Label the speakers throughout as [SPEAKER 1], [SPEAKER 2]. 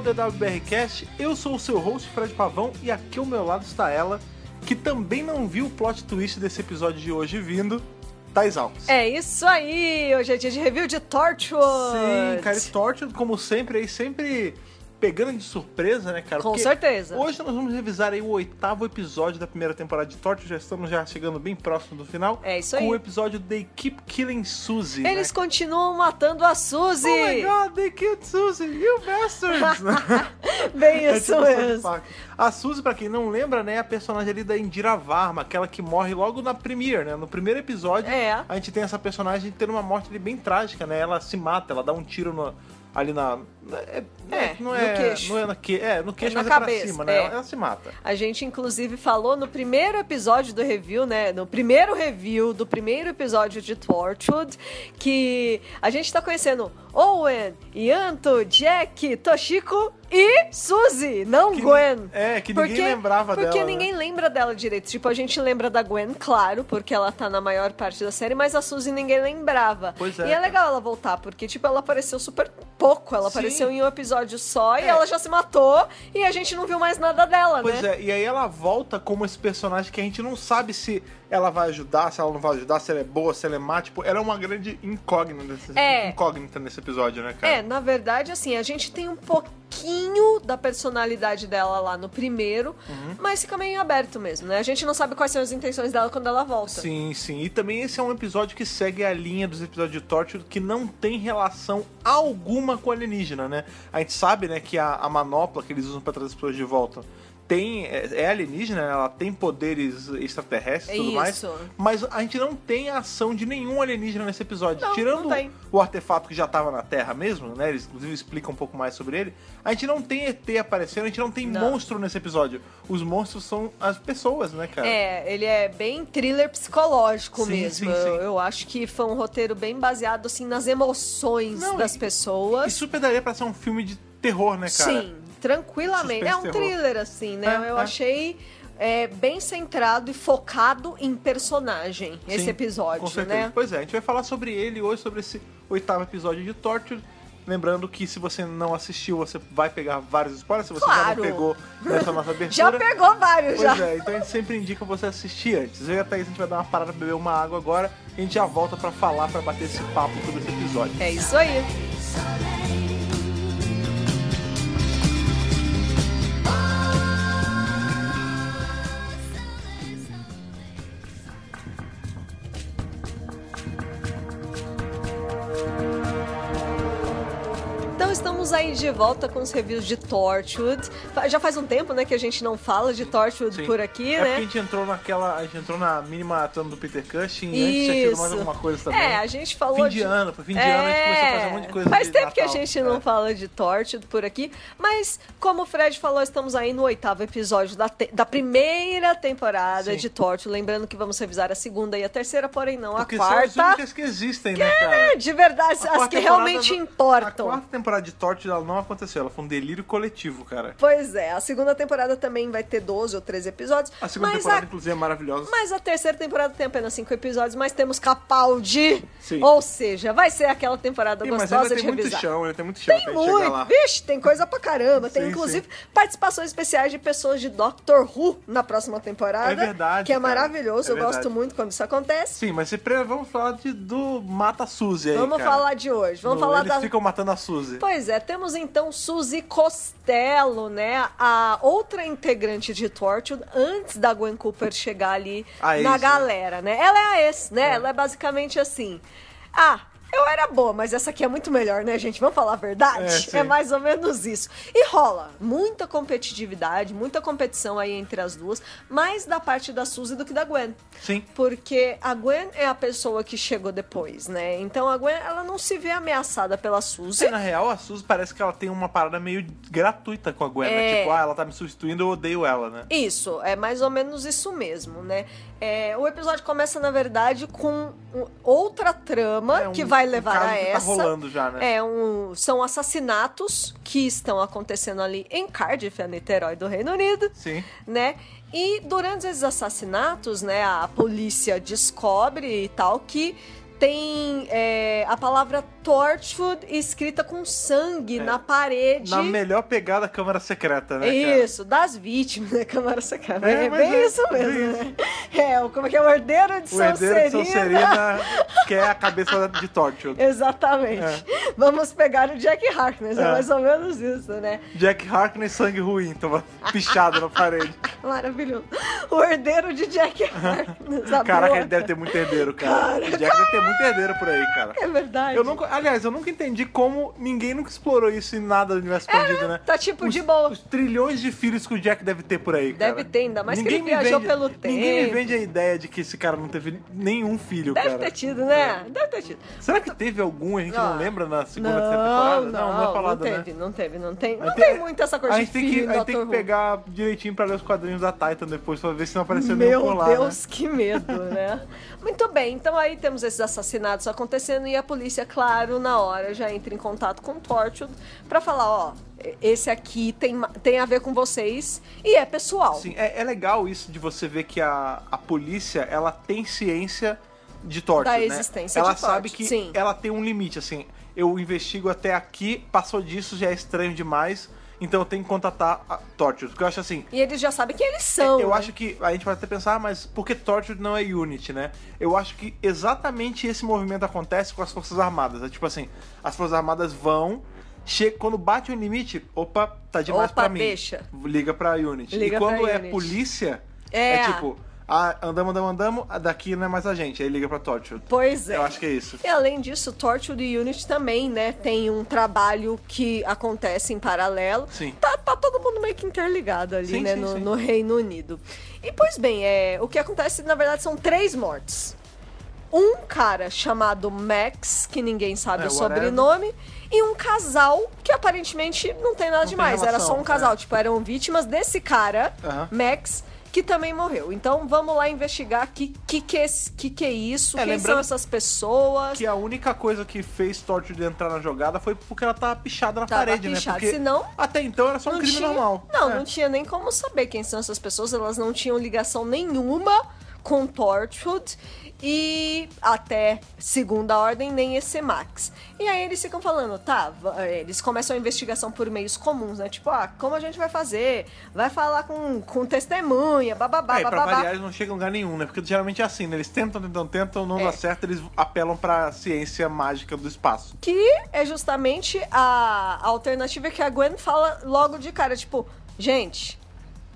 [SPEAKER 1] DWBRCast. Eu sou o seu host, Fred Pavão, e aqui ao meu lado está ela, que também não viu o plot twist desse episódio de hoje vindo, Thais Alves.
[SPEAKER 2] É isso aí! Hoje é dia de review de Torchwood!
[SPEAKER 1] Sim, cara, e Torchwood, como sempre, aí sempre pegando de surpresa, né, cara?
[SPEAKER 2] Com
[SPEAKER 1] Porque
[SPEAKER 2] certeza.
[SPEAKER 1] Hoje nós vamos revisar aí o oitavo episódio da primeira temporada de Torchwood, já estamos já chegando bem próximo do final.
[SPEAKER 2] É isso
[SPEAKER 1] Com o
[SPEAKER 2] aí.
[SPEAKER 1] episódio They Keep Killing Suzy, né,
[SPEAKER 2] Eles continuam matando a Suzy!
[SPEAKER 1] Oh my god, they killed Suzy, you bastards!
[SPEAKER 2] Bem
[SPEAKER 1] É
[SPEAKER 2] isso
[SPEAKER 1] tipo South
[SPEAKER 2] mesmo.
[SPEAKER 1] Park. A Suzy, pra quem não lembra, né, é a personagem ali da Indira Varma, aquela que morre logo na premiere, né? No primeiro episódio,
[SPEAKER 2] É.
[SPEAKER 1] a gente tem essa personagem tendo uma morte ali bem trágica, né? Ela se mata, ela dá um tiro no- ali na... É,
[SPEAKER 2] É,
[SPEAKER 1] não
[SPEAKER 2] no
[SPEAKER 1] é,
[SPEAKER 2] queixo.
[SPEAKER 1] Não é, na que, é, no queixo,
[SPEAKER 2] na
[SPEAKER 1] mas é
[SPEAKER 2] cabeça,
[SPEAKER 1] pra cima, né?
[SPEAKER 2] é.
[SPEAKER 1] Ela, ela se mata.
[SPEAKER 2] A gente, inclusive, falou no primeiro episódio do review, né? No primeiro review do primeiro episódio de Torchwood, que a gente tá conhecendo Owen, Yanto, Jack, Toshiko e Suzy, não
[SPEAKER 1] Que-
[SPEAKER 2] Gwen.
[SPEAKER 1] é, que ninguém lembrava
[SPEAKER 2] porque
[SPEAKER 1] dela, né?
[SPEAKER 2] ninguém lembra dela direito. Tipo, a gente lembra da Gwen, claro, porque ela tá na maior parte da série, mas a Suzy ninguém lembrava.
[SPEAKER 1] Pois é,
[SPEAKER 2] e é
[SPEAKER 1] cara.
[SPEAKER 2] legal ela voltar, porque, tipo, ela apareceu super pouco. Ela
[SPEAKER 1] Sim.
[SPEAKER 2] apareceu em um episódio só e
[SPEAKER 1] É.
[SPEAKER 2] ela já se matou e a gente não viu mais nada dela, né?
[SPEAKER 1] Pois é, e aí ela volta como esse personagem que a gente não sabe se ela vai ajudar, se ela não vai ajudar, se ela é boa, se ela é má. Tipo, ela é uma grande incógnita nesse,
[SPEAKER 2] É.
[SPEAKER 1] incógnita nesse episódio, né, cara?
[SPEAKER 2] É, na verdade, assim, a gente tem um pouquinho da personalidade dela lá no primeiro,
[SPEAKER 1] Uhum.
[SPEAKER 2] mas fica meio aberto mesmo, né? A gente não sabe quais são as intenções dela quando ela volta.
[SPEAKER 1] Sim, sim. E também esse é um episódio que segue a linha dos episódios de Torture que não tem relação alguma com alienígena, né? A gente sabe, né, que a, a manopla que eles usam pra trazer as pessoas de volta tem é, é alienígena, né? ela tem poderes extraterrestres e tudo mais.
[SPEAKER 2] Isso.
[SPEAKER 1] Mas a gente não tem a ação de nenhum alienígena nesse episódio.
[SPEAKER 2] Não,
[SPEAKER 1] Tirando
[SPEAKER 2] não tem.
[SPEAKER 1] o artefato que já tava na Terra mesmo, né? Eles inclusive explicam um pouco mais sobre ele. A gente não tem ET aparecendo, a gente não tem
[SPEAKER 2] Não.
[SPEAKER 1] monstro nesse episódio. Os monstros são as pessoas, né, cara?
[SPEAKER 2] É, ele é bem thriller psicológico
[SPEAKER 1] Sim,
[SPEAKER 2] mesmo.
[SPEAKER 1] sim, sim.
[SPEAKER 2] Eu, eu acho que foi um roteiro bem baseado assim nas emoções
[SPEAKER 1] Não,
[SPEAKER 2] das
[SPEAKER 1] e-
[SPEAKER 2] pessoas.
[SPEAKER 1] Isso daria pra ser um filme de terror, né, cara?
[SPEAKER 2] Sim, tranquilamente.
[SPEAKER 1] Suspense
[SPEAKER 2] é um
[SPEAKER 1] terror.
[SPEAKER 2] thriller assim, né?
[SPEAKER 1] É,
[SPEAKER 2] eu
[SPEAKER 1] é.
[SPEAKER 2] achei é, bem centrado e focado em personagem esse
[SPEAKER 1] Sim,
[SPEAKER 2] episódio,
[SPEAKER 1] Com certeza.
[SPEAKER 2] né?
[SPEAKER 1] Pois é, a gente vai falar sobre ele hoje, sobre esse oitavo episódio de Torture. Lembrando que se você não assistiu, você vai pegar vários spoilers. Se você já
[SPEAKER 2] Claro.
[SPEAKER 1] não pegou nessa nossa abertura.
[SPEAKER 2] Já pegou vários,
[SPEAKER 1] Pois
[SPEAKER 2] já.
[SPEAKER 1] é, então a gente sempre indica você assistir antes. Eu e a Thaís, a gente vai dar uma parada pra beber uma água agora. E a gente já volta pra falar, pra bater esse papo sobre esse episódio.
[SPEAKER 2] É isso aí. Então Estamos aí de volta com os reviews de Torchwood. Fa- Já faz um tempo, né, que a gente não fala de Torchwood
[SPEAKER 1] Sim.
[SPEAKER 2] por aqui,
[SPEAKER 1] é
[SPEAKER 2] né?
[SPEAKER 1] porque a gente entrou naquela. A gente entrou na mini maratona do Peter Cushing e antes tinha tido mais
[SPEAKER 2] Isso.
[SPEAKER 1] alguma coisa também.
[SPEAKER 2] É, a gente falou
[SPEAKER 1] Fim
[SPEAKER 2] de...
[SPEAKER 1] de ano, foi fim de ano, a gente começou a fazer um monte de coisa
[SPEAKER 2] Faz
[SPEAKER 1] de
[SPEAKER 2] tempo que a
[SPEAKER 1] Natal.
[SPEAKER 2] gente não
[SPEAKER 1] É.
[SPEAKER 2] fala de Torchwood por aqui, mas como o Fred falou, estamos aí no oitavo episódio da, te- da primeira temporada
[SPEAKER 1] Sim.
[SPEAKER 2] de Torchwood. Lembrando que vamos revisar a segunda e a terceira, porém não
[SPEAKER 1] Porque
[SPEAKER 2] a
[SPEAKER 1] são as
[SPEAKER 2] quarta.
[SPEAKER 1] únicas que existem, né, cara?
[SPEAKER 2] É, De verdade,
[SPEAKER 1] A
[SPEAKER 2] as
[SPEAKER 1] quarta
[SPEAKER 2] que
[SPEAKER 1] temporada
[SPEAKER 2] realmente
[SPEAKER 1] não-
[SPEAKER 2] importam.
[SPEAKER 1] A quarta temporada de Torture ela não aconteceu, ela foi um delírio coletivo, cara.
[SPEAKER 2] Pois é, a segunda temporada também vai ter 12 ou 13 episódios.
[SPEAKER 1] A segunda
[SPEAKER 2] mas
[SPEAKER 1] temporada,
[SPEAKER 2] a
[SPEAKER 1] inclusive, é maravilhosa.
[SPEAKER 2] Mas a terceira temporada tem apenas cinco episódios, mas temos Capaldi.
[SPEAKER 1] Sim.
[SPEAKER 2] Ou seja, vai ser aquela temporada
[SPEAKER 1] Ih, mas
[SPEAKER 2] gostosa
[SPEAKER 1] ainda
[SPEAKER 2] de
[SPEAKER 1] tem muito
[SPEAKER 2] revisar.
[SPEAKER 1] chão, ainda tem muito chão
[SPEAKER 2] Tem
[SPEAKER 1] pra gente chegar
[SPEAKER 2] muito.
[SPEAKER 1] lá.
[SPEAKER 2] Vixe, tem coisa pra caramba. Tem
[SPEAKER 1] Sim,
[SPEAKER 2] inclusive participações especiais de pessoas de Doctor Who na próxima temporada.
[SPEAKER 1] É verdade,
[SPEAKER 2] Que é
[SPEAKER 1] cara.
[SPEAKER 2] maravilhoso.
[SPEAKER 1] É
[SPEAKER 2] Eu gosto
[SPEAKER 1] verdade.
[SPEAKER 2] muito quando isso acontece.
[SPEAKER 1] Sim, mas se pre- vamos falar de, do Mata Suzy aí,
[SPEAKER 2] Vamos
[SPEAKER 1] cara.
[SPEAKER 2] falar de hoje. Vamos
[SPEAKER 1] No-
[SPEAKER 2] falar
[SPEAKER 1] Eles
[SPEAKER 2] da.
[SPEAKER 1] ficam matando a Suzy.
[SPEAKER 2] Pois é, temos então Suzy Costello, né? A outra integrante de Torchwood, antes da Gwen Cooper chegar ali
[SPEAKER 1] A ex,
[SPEAKER 2] na
[SPEAKER 1] né?
[SPEAKER 2] galera, né? Ela é a ex, né? Ela é basicamente assim. Ah, eu era boa, mas essa aqui é muito melhor, né, gente? Vamos falar a
[SPEAKER 1] É,
[SPEAKER 2] verdade?
[SPEAKER 1] sim.
[SPEAKER 2] é mais ou menos isso. E rola muita competitividade, muita competição aí entre as duas, mais da parte da Suzy do que da Gwen.
[SPEAKER 1] Sim.
[SPEAKER 2] Porque a Gwen é a pessoa que chegou depois, né? Então a Gwen, ela não se vê ameaçada pela Suzy.
[SPEAKER 1] Sim, na real, a Suzy parece que ela tem uma parada meio gratuita com a Gwen,
[SPEAKER 2] É.
[SPEAKER 1] né? Tipo, ah, ela tá me substituindo, eu odeio ela, né?
[SPEAKER 2] Isso, é mais ou menos isso mesmo, né? É, o episódio começa, na verdade, com um- outra trama
[SPEAKER 1] É um-
[SPEAKER 2] que vai
[SPEAKER 1] um
[SPEAKER 2] levar
[SPEAKER 1] caso
[SPEAKER 2] a
[SPEAKER 1] que tá
[SPEAKER 2] essa.
[SPEAKER 1] rolando já, né?
[SPEAKER 2] É um, são assassinatos que estão acontecendo ali em Cardiff, a Niterói do Reino Unido,
[SPEAKER 1] Sim.
[SPEAKER 2] né? E durante esses assassinatos, né, a polícia descobre e tal que tem é, a palavra Torchwood escrita com sangue na parede.
[SPEAKER 1] É, Na melhor pegada Câmara Secreta, né? cara?
[SPEAKER 2] Isso, das vítimas da Câmara Secreta.
[SPEAKER 1] É,
[SPEAKER 2] É,
[SPEAKER 1] mas
[SPEAKER 2] bem
[SPEAKER 1] é,
[SPEAKER 2] isso mesmo,
[SPEAKER 1] bem
[SPEAKER 2] né? É, o- como é que é? O herdeiro de
[SPEAKER 1] O herdeiro de
[SPEAKER 2] Sonserina.
[SPEAKER 1] São Serena quer a cabeça de Torchwood.
[SPEAKER 2] Exatamente. Vamos pegar o Jack Harkness, é.
[SPEAKER 1] É.
[SPEAKER 2] mais ou menos isso, né?
[SPEAKER 1] Jack Harkness, sangue ruim, tava pichado na parede.
[SPEAKER 2] Maravilhoso. O herdeiro de Jack Harkness. a
[SPEAKER 1] Caraca,
[SPEAKER 2] Tá boa.
[SPEAKER 1] ele deve ter muito herdeiro, cara. O Jack deve ter muito herdeiro por aí, cara.
[SPEAKER 2] É verdade.
[SPEAKER 1] Eu nunca, aliás, eu nunca entendi como ninguém nunca explorou isso em nada do universo expandido, né?
[SPEAKER 2] Tá tipo de
[SPEAKER 1] Os-
[SPEAKER 2] boa.
[SPEAKER 1] Os trilhões de filhos que o Jack deve ter por aí, cara.
[SPEAKER 2] Deve ter, ainda mais que ele
[SPEAKER 1] me
[SPEAKER 2] viajou
[SPEAKER 1] vende-
[SPEAKER 2] pelo
[SPEAKER 1] Ninguém me
[SPEAKER 2] tempo.
[SPEAKER 1] vende a ideia de que esse cara não teve nenhum filho,
[SPEAKER 2] Deve
[SPEAKER 1] cara. É. Tipo,
[SPEAKER 2] ter tido, né? Deve ter tido.
[SPEAKER 1] Será que teve algum e a gente não
[SPEAKER 2] Ah.
[SPEAKER 1] lembra na segunda terceira
[SPEAKER 2] Não,
[SPEAKER 1] temporada?
[SPEAKER 2] não,
[SPEAKER 1] não, é falado, né?
[SPEAKER 2] teve, não teve, não tem. Não
[SPEAKER 1] Aí
[SPEAKER 2] tem
[SPEAKER 1] tem-
[SPEAKER 2] muito essa coisa
[SPEAKER 1] A
[SPEAKER 2] de
[SPEAKER 1] gente tem
[SPEAKER 2] filho
[SPEAKER 1] que,
[SPEAKER 2] do
[SPEAKER 1] a gente tem que
[SPEAKER 2] Dr. Who.
[SPEAKER 1] pegar direitinho pra ler os quadrinhos da Titan depois pra ver se não apareceu
[SPEAKER 2] Meu
[SPEAKER 1] nenhum por lá, né?
[SPEAKER 2] Deus, que medo, né? Muito bem, então aí temos esses assassinatos acontecendo e a polícia, claro, na hora já entra em contato com o Torchwood pra falar, ó, esse aqui tem, ma- tem a ver com vocês e é pessoal.
[SPEAKER 1] Sim, é, é legal isso de você ver que a, a polícia, ela tem ciência de torture,
[SPEAKER 2] Da
[SPEAKER 1] né?
[SPEAKER 2] existência
[SPEAKER 1] Ela
[SPEAKER 2] de
[SPEAKER 1] sabe que
[SPEAKER 2] torture, sim.
[SPEAKER 1] ela tem um limite, assim. Eu investigo até aqui, passou disso, já é estranho demais, então eu tenho que contatar a Torture. Porque eu acho assim,
[SPEAKER 2] E eles já sabem quem eles são.
[SPEAKER 1] É, eu
[SPEAKER 2] né?
[SPEAKER 1] acho que a gente pode até pensar, ah, mas por que Torture não é Unity, né? Eu acho que exatamente esse movimento acontece com as Forças Armadas. É tipo assim, as Forças Armadas vão, chega, quando bate um limite, opa, tá demais
[SPEAKER 2] Opa,
[SPEAKER 1] pra mim.
[SPEAKER 2] deixa.
[SPEAKER 1] Liga pra Unity.
[SPEAKER 2] Liga
[SPEAKER 1] e quando
[SPEAKER 2] pra
[SPEAKER 1] é
[SPEAKER 2] Unity.
[SPEAKER 1] polícia,
[SPEAKER 2] É.
[SPEAKER 1] tipo, ah, andamos, andamos, andamos, ah, daqui não é mais a gente. Aí liga pra Torture.
[SPEAKER 2] Pois é.
[SPEAKER 1] Eu acho que é isso.
[SPEAKER 2] E além disso, Torture e Unity também, né, tem um trabalho que acontece em paralelo.
[SPEAKER 1] Sim.
[SPEAKER 2] Tá, tá todo mundo meio que interligado ali,
[SPEAKER 1] Sim,
[SPEAKER 2] né,
[SPEAKER 1] sim,
[SPEAKER 2] no,
[SPEAKER 1] sim.
[SPEAKER 2] no Reino Unido. E pois bem, é, o que acontece na verdade são três mortes. Um cara chamado Max, que ninguém sabe
[SPEAKER 1] É,
[SPEAKER 2] o
[SPEAKER 1] whatever.
[SPEAKER 2] sobrenome, e um casal que aparentemente não tem nada
[SPEAKER 1] Não tem
[SPEAKER 2] demais, era só
[SPEAKER 1] relação,
[SPEAKER 2] um casal,
[SPEAKER 1] é.
[SPEAKER 2] tipo, eram vítimas desse cara,
[SPEAKER 1] Aham.
[SPEAKER 2] Max, que também morreu. Então vamos lá investigar que que que, é esse- que, que é isso,
[SPEAKER 1] É,
[SPEAKER 2] quem são
[SPEAKER 1] lembrando
[SPEAKER 2] essas pessoas.
[SPEAKER 1] Que é a única coisa que fez Torture entrar na jogada foi porque ela tava pichada na
[SPEAKER 2] Tava
[SPEAKER 1] parede,
[SPEAKER 2] pichada,
[SPEAKER 1] né? Porque
[SPEAKER 2] senão-
[SPEAKER 1] até então era só um crime normal.
[SPEAKER 2] Não,
[SPEAKER 1] É.
[SPEAKER 2] não tinha nem como saber quem são essas pessoas, elas não tinham ligação nenhuma com Torchwood e até segunda ordem nem esse Max. E aí eles ficam falando, tá, va- eles começam a investigação por meios comuns, né? Tipo, ah, como a gente vai fazer? Vai falar com, com testemunha, bababá,
[SPEAKER 1] É, e pra
[SPEAKER 2] bababá.
[SPEAKER 1] variar, eles não chegam a lugar nenhum, né? Porque geralmente é assim, né? Eles tentam, tentam, tentam, não
[SPEAKER 2] É.
[SPEAKER 1] dá certo, eles apelam pra ciência mágica do espaço.
[SPEAKER 2] Que é justamente a a alternativa que a Gwen fala logo de cara, tipo, gente,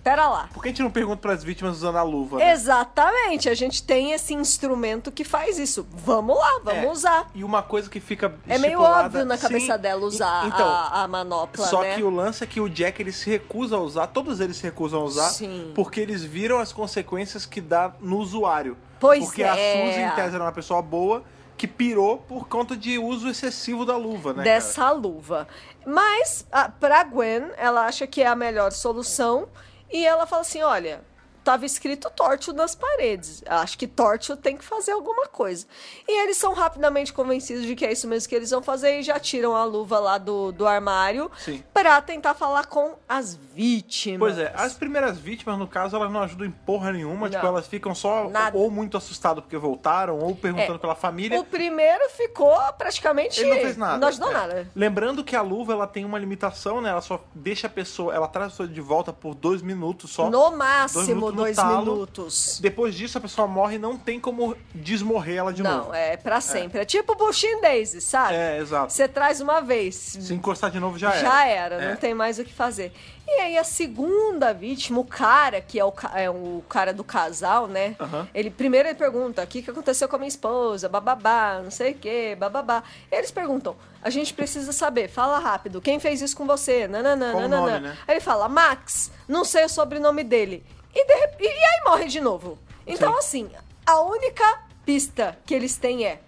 [SPEAKER 2] pera lá.
[SPEAKER 1] Por que a gente não pergunta pras vítimas usando a luva, né?
[SPEAKER 2] Exatamente, a gente tem esse instrumento que faz isso. Vamos lá, vamos
[SPEAKER 1] É,
[SPEAKER 2] usar.
[SPEAKER 1] E uma coisa que fica
[SPEAKER 2] É meio
[SPEAKER 1] estipulada-
[SPEAKER 2] óbvio na cabeça
[SPEAKER 1] Sim,
[SPEAKER 2] dela usar
[SPEAKER 1] e- Então,
[SPEAKER 2] a, a manopla,
[SPEAKER 1] só
[SPEAKER 2] né?
[SPEAKER 1] que o lance é que o Jack, ele se recusa a usar, todos eles se recusam a usar,
[SPEAKER 2] Sim.
[SPEAKER 1] porque eles viram as consequências que dá no usuário.
[SPEAKER 2] Pois
[SPEAKER 1] porque a
[SPEAKER 2] é.
[SPEAKER 1] Suzy, em tese, era uma pessoa boa, que pirou por conta de uso excessivo da luva, né, cara?
[SPEAKER 2] dessa luva. Mas, a, pra Gwen, ela acha que é a melhor solução. E ela fala assim: olha, tava escrito Torto nas paredes. Acho que Torto tem que fazer alguma coisa. E eles são rapidamente convencidos de que é isso mesmo que eles vão fazer e já tiram a luva lá do, do armário
[SPEAKER 1] Sim.
[SPEAKER 2] pra tentar falar com as vítimas.
[SPEAKER 1] Pois é, as primeiras vítimas, no caso, elas não ajudam em porra nenhuma,
[SPEAKER 2] Não.
[SPEAKER 1] tipo, elas ficam só
[SPEAKER 2] Nada.
[SPEAKER 1] ou muito assustadas porque voltaram, ou perguntando
[SPEAKER 2] É.
[SPEAKER 1] pela família.
[SPEAKER 2] O primeiro ficou praticamente.
[SPEAKER 1] Ele não fez nada.
[SPEAKER 2] Não ajudou
[SPEAKER 1] É.
[SPEAKER 2] nada.
[SPEAKER 1] Lembrando que a luva ela tem uma limitação, né? Ela só deixa a pessoa, ela traz a pessoa de volta por dois minutos só.
[SPEAKER 2] No máximo
[SPEAKER 1] É. Dois minutos
[SPEAKER 2] dois,
[SPEAKER 1] no talo.
[SPEAKER 2] minutos.
[SPEAKER 1] Depois disso, a pessoa morre e não tem como desmorrer ela de
[SPEAKER 2] não,
[SPEAKER 1] novo.
[SPEAKER 2] é pra sempre. É, tipo Bushin Daisy, sabe?
[SPEAKER 1] É, exato.
[SPEAKER 2] Você traz uma vez,
[SPEAKER 1] Se encostar de novo, já era.
[SPEAKER 2] Já era, né?
[SPEAKER 1] É.
[SPEAKER 2] não tem mais o que fazer. E aí a segunda vítima, o cara, que é o, ca- é o cara do casal, né?
[SPEAKER 1] Aham.
[SPEAKER 2] Ele primeiro ele pergunta: o que, que aconteceu com a minha esposa? Bababá, não sei o quê, bababá. Eles perguntam: a gente precisa saber, fala rápido, quem fez isso com você? Nananã,
[SPEAKER 1] Qual o
[SPEAKER 2] nananã.
[SPEAKER 1] nome, né?
[SPEAKER 2] Aí ele fala: Max, não sei o sobrenome dele. E, de rep- e- e aí morre de novo. Então, assim, a única pista que eles têm é.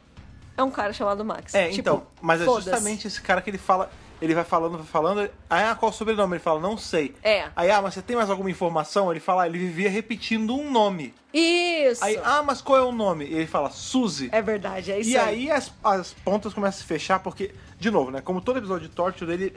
[SPEAKER 2] É um cara chamado Max.
[SPEAKER 1] É,
[SPEAKER 2] Tipo,
[SPEAKER 1] então, mas é
[SPEAKER 2] foda-se.
[SPEAKER 1] justamente esse cara que ele fala, ele vai falando, vai falando, aí, ah, qual o sobrenome? Ele fala, não sei.
[SPEAKER 2] É.
[SPEAKER 1] Aí, ah, mas você tem mais alguma informação? Ele fala, ah, ele vivia repetindo um nome.
[SPEAKER 2] Isso.
[SPEAKER 1] Aí, ah, mas qual é o nome? E ele fala, Suzy.
[SPEAKER 2] É verdade, é isso
[SPEAKER 1] E aí as, as pontas começam a se fechar, porque, de novo, né? Como todo episódio de Torture, ele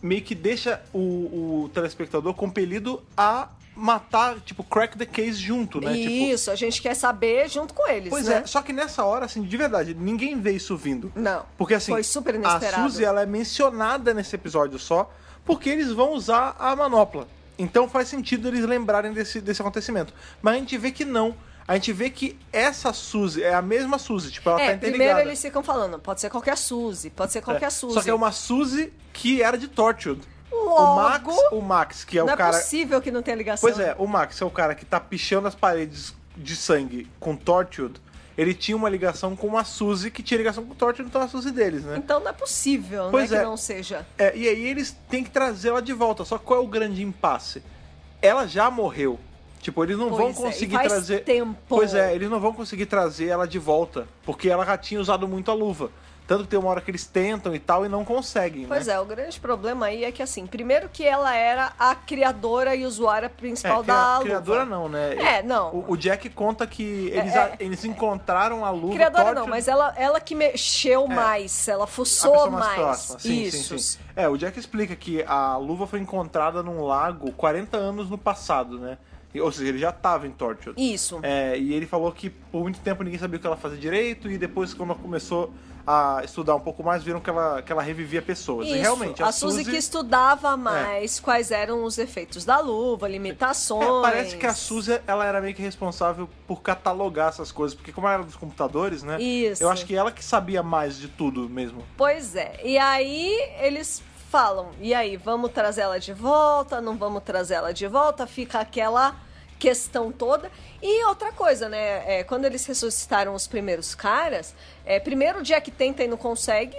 [SPEAKER 1] meio que deixa o, o telespectador compelido a matar, tipo, crack the case junto, né? Tipo,
[SPEAKER 2] Isso, a gente quer saber junto com eles,
[SPEAKER 1] pois
[SPEAKER 2] né?
[SPEAKER 1] é, só que nessa hora, assim, de verdade, ninguém vê isso vindo.
[SPEAKER 2] Não.
[SPEAKER 1] Porque assim,
[SPEAKER 2] Foi super
[SPEAKER 1] a
[SPEAKER 2] inesperado.
[SPEAKER 1] Suzy ela é mencionada nesse episódio só porque eles vão usar a manopla. Então faz sentido eles lembrarem desse, desse acontecimento. Mas a gente vê que não. A gente vê que essa Suzy é a mesma Suzy, tipo, ela
[SPEAKER 2] é,
[SPEAKER 1] tá
[SPEAKER 2] primeiro
[SPEAKER 1] interligada.
[SPEAKER 2] eles ficam falando, pode ser qualquer Suzy, pode ser qualquer
[SPEAKER 1] É,
[SPEAKER 2] Suzy.
[SPEAKER 1] Só que é uma Suzy que era de Tortured.
[SPEAKER 2] Logo,
[SPEAKER 1] o Max, o Max, que é
[SPEAKER 2] não
[SPEAKER 1] o cara.
[SPEAKER 2] é possível que não tenha ligação.
[SPEAKER 1] Pois é, o Max é o cara que tá pichando as paredes de sangue com Tortured. Ele tinha uma ligação com a Suzy que tinha ligação com Tortured, então é a Suzy deles, né?
[SPEAKER 2] Então não é possível,
[SPEAKER 1] Pois
[SPEAKER 2] né,
[SPEAKER 1] é.
[SPEAKER 2] que não seja.
[SPEAKER 1] É, e aí eles têm que trazer ela de volta. Só que qual é o grande impasse? Ela já morreu. Tipo, eles não
[SPEAKER 2] Pois é,
[SPEAKER 1] vão
[SPEAKER 2] e
[SPEAKER 1] conseguir
[SPEAKER 2] faz
[SPEAKER 1] trazer.
[SPEAKER 2] tempo.
[SPEAKER 1] Pois é, eles não vão conseguir trazer ela de volta. Porque ela já tinha usado muito a luva. Tanto que tem uma hora que eles tentam e tal e não conseguem.
[SPEAKER 2] Pois
[SPEAKER 1] né?
[SPEAKER 2] é, o grande problema aí é que assim, primeiro que ela era a criadora e usuária principal é, da luva.
[SPEAKER 1] É, criadora não, né?
[SPEAKER 2] É, não.
[SPEAKER 1] O, o Jack conta que eles,
[SPEAKER 2] É,
[SPEAKER 1] a- eles encontraram a luva.
[SPEAKER 2] Criadora não,
[SPEAKER 1] Torture- É.
[SPEAKER 2] mas ela, ela que mexeu mais, ela
[SPEAKER 1] a
[SPEAKER 2] fuçou
[SPEAKER 1] pessoa
[SPEAKER 2] mais.
[SPEAKER 1] próxima. Sim,
[SPEAKER 2] Isso.
[SPEAKER 1] sim, sim. É, o Jack explica que a luva foi encontrada num lago 40 anos no passado, né? E- Ou seja, ele já tava em Torture.
[SPEAKER 2] Isso.
[SPEAKER 1] É, e ele falou que por muito tempo ninguém sabia o que ela fazia direito, e depois, quando ela começou a estudar um pouco mais, viram que ela, que ela revivia pessoas.
[SPEAKER 2] Isso.
[SPEAKER 1] E realmente, a,
[SPEAKER 2] a Suzy,
[SPEAKER 1] Suzy- É.
[SPEAKER 2] que estudava mais quais eram os efeitos da luva, limitações.
[SPEAKER 1] É, parece que a Suzy, ela era meio que responsável por catalogar essas coisas, porque como ela era dos computadores, né?
[SPEAKER 2] Isso.
[SPEAKER 1] Eu acho que ela que sabia mais de tudo mesmo.
[SPEAKER 2] Pois é. E aí eles falam: e aí, vamos trazer ela de volta? Não vamos trazer ela de volta? Fica aquela questão toda. E outra coisa, né? é, quando eles ressuscitaram os primeiros caras, é, primeiro o Jack tenta e não consegue.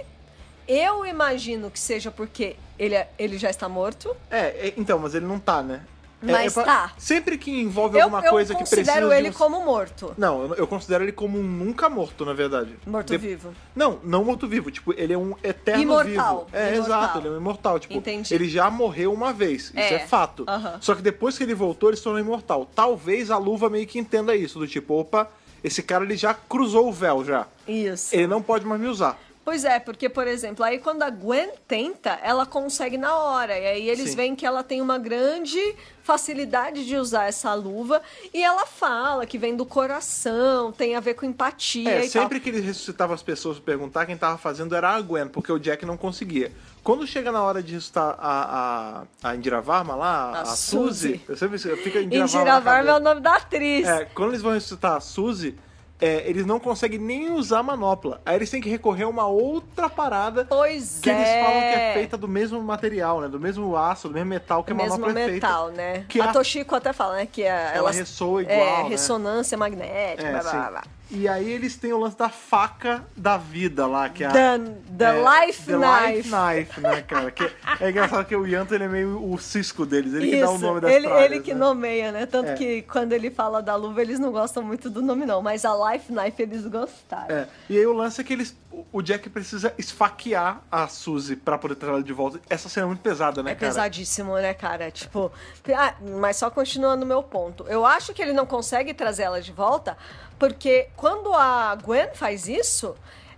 [SPEAKER 2] Eu imagino que seja porque ele, é, ele já está morto.
[SPEAKER 1] É, é, então, mas ele não tá, né? É,
[SPEAKER 2] Mas
[SPEAKER 1] eu fa-
[SPEAKER 2] tá.
[SPEAKER 1] Sempre que envolve
[SPEAKER 2] Eu,
[SPEAKER 1] alguma
[SPEAKER 2] eu
[SPEAKER 1] coisa que precisa
[SPEAKER 2] considero
[SPEAKER 1] de
[SPEAKER 2] ele
[SPEAKER 1] um-
[SPEAKER 2] como morto.
[SPEAKER 1] Não, eu, eu considero ele como um nunca morto, na verdade.
[SPEAKER 2] Morto-vivo.
[SPEAKER 1] Não, não morto-vivo. Tipo, ele é um eterno
[SPEAKER 2] Imortal.
[SPEAKER 1] vivo. É,
[SPEAKER 2] Imortal.
[SPEAKER 1] exato, ele é um imortal. Tipo,
[SPEAKER 2] Entendi.
[SPEAKER 1] ele já morreu uma vez. Isso
[SPEAKER 2] É.
[SPEAKER 1] é, fato.
[SPEAKER 2] Aham.
[SPEAKER 1] Só que depois que ele voltou, ele se tornou imortal. Talvez a luva meio que entenda isso. Do tipo, opa, esse cara ele já cruzou o véu já.
[SPEAKER 2] Isso.
[SPEAKER 1] Ele não pode mais me usar.
[SPEAKER 2] Pois é, porque, por exemplo, aí quando a Gwen tenta, ela consegue na hora. E aí eles
[SPEAKER 1] Sim.
[SPEAKER 2] veem que ela tem uma grande facilidade de usar essa luva. E ela fala que vem do coração, tem a ver com empatia
[SPEAKER 1] É,
[SPEAKER 2] e
[SPEAKER 1] sempre que ele ressuscitava as pessoas pra perguntar, quem tava fazendo era a Gwen, porque o Jack não conseguia. Quando chega na hora de ressuscitar a, a, a Indira Varma lá,
[SPEAKER 2] A
[SPEAKER 1] a, Suzy,
[SPEAKER 2] Suzy.
[SPEAKER 1] eu sempre fica
[SPEAKER 2] tal.
[SPEAKER 1] Indira,
[SPEAKER 2] Indira
[SPEAKER 1] Varma.
[SPEAKER 2] Varma
[SPEAKER 1] na
[SPEAKER 2] é o
[SPEAKER 1] cabeça.
[SPEAKER 2] nome da atriz.
[SPEAKER 1] É, quando eles vão ressuscitar a Suzy, é, eles não conseguem nem usar a manopla. Aí eles têm que recorrer a uma outra parada
[SPEAKER 2] Pois
[SPEAKER 1] que
[SPEAKER 2] é.
[SPEAKER 1] eles falam que é feita do mesmo material, né? Do mesmo aço, do mesmo metal que a
[SPEAKER 2] do mesmo
[SPEAKER 1] manopla é feita.
[SPEAKER 2] metal, né?
[SPEAKER 1] Que
[SPEAKER 2] a
[SPEAKER 1] a-
[SPEAKER 2] Toshiko até fala, né? Que a- ela,
[SPEAKER 1] ressoa
[SPEAKER 2] É,
[SPEAKER 1] igual, né?
[SPEAKER 2] ressonância magnética,
[SPEAKER 1] É,
[SPEAKER 2] blá, blá,
[SPEAKER 1] sim.
[SPEAKER 2] blá, blá.
[SPEAKER 1] E aí eles têm o lance da faca da vida lá, que é a...
[SPEAKER 2] The, the
[SPEAKER 1] É,
[SPEAKER 2] Life
[SPEAKER 1] The
[SPEAKER 2] Knife.
[SPEAKER 1] Life Knife, né, cara? Que é engraçado que o Yanto ele é meio o cisco deles, ele que dá o
[SPEAKER 2] Isso,
[SPEAKER 1] nome das
[SPEAKER 2] ele,
[SPEAKER 1] tralhas,
[SPEAKER 2] ele que
[SPEAKER 1] né?
[SPEAKER 2] nomeia, né? Tanto
[SPEAKER 1] É.
[SPEAKER 2] que quando ele fala da luva, eles não gostam muito do nome, não. Mas a Life Knife eles gostaram.
[SPEAKER 1] É. E aí o lance é que eles, o- o Jack precisa esfaquear a Suzy pra poder trazer ela de volta. Essa cena é muito pesada, né,
[SPEAKER 2] É
[SPEAKER 1] cara?
[SPEAKER 2] pesadíssimo, né, cara? Tipo, ah, mas só continuando o meu ponto. Eu acho que ele não consegue trazer ela de volta, porque quando a Gwen faz isso,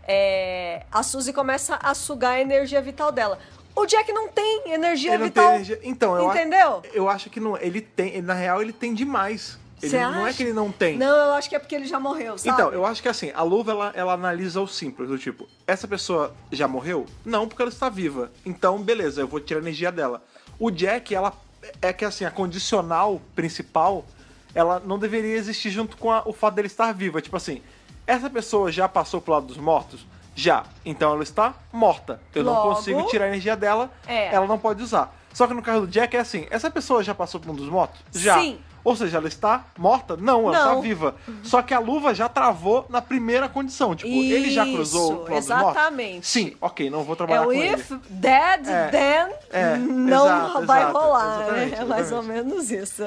[SPEAKER 2] é, a Suzy começa a sugar a energia vital dela. O Jack não tem energia
[SPEAKER 1] Ele não
[SPEAKER 2] vital.
[SPEAKER 1] tem energia. Então, eu a-
[SPEAKER 2] tá Entendeu?
[SPEAKER 1] Eu acho que não, ele tem, ele- na real ele tem demais. Ele,
[SPEAKER 2] Você
[SPEAKER 1] não é
[SPEAKER 2] acha?
[SPEAKER 1] que ele não tem.
[SPEAKER 2] Não, eu acho que é porque ele já morreu, sabe?
[SPEAKER 1] Então, eu acho que assim, a luva ela, ela analisa o simples, do tipo, essa pessoa já morreu? Não, porque ela está viva. Então, beleza, eu vou tirar a energia dela. O Jack, ela é que assim, a condicional principal, ela não deveria existir junto com a- o fato dele estar viva. Tipo assim, essa pessoa já passou pro lado dos mortos? Já. Então ela está morta. Eu não
[SPEAKER 2] Logo-
[SPEAKER 1] consigo tirar a energia dela,
[SPEAKER 2] É.
[SPEAKER 1] ela não pode usar. Só que no caso do Jack é assim, essa pessoa já passou por um dos mortos? Já.
[SPEAKER 2] Sim.
[SPEAKER 1] Ou seja, ela está morta? Não, ela está
[SPEAKER 2] Não.
[SPEAKER 1] viva. Só que a luva já travou na primeira condição. Tipo, ele já cruzou
[SPEAKER 2] Isso,
[SPEAKER 1] o plano dos
[SPEAKER 2] exatamente.
[SPEAKER 1] mortos? Sim, ok, não vou
[SPEAKER 2] É
[SPEAKER 1] trabalhar
[SPEAKER 2] o
[SPEAKER 1] com
[SPEAKER 2] if
[SPEAKER 1] ele.
[SPEAKER 2] dead,
[SPEAKER 1] É,
[SPEAKER 2] then
[SPEAKER 1] é,
[SPEAKER 2] não
[SPEAKER 1] exato,
[SPEAKER 2] vai
[SPEAKER 1] exato,
[SPEAKER 2] rolar, né?
[SPEAKER 1] exatamente,
[SPEAKER 2] É mais ou
[SPEAKER 1] exatamente.
[SPEAKER 2] menos isso.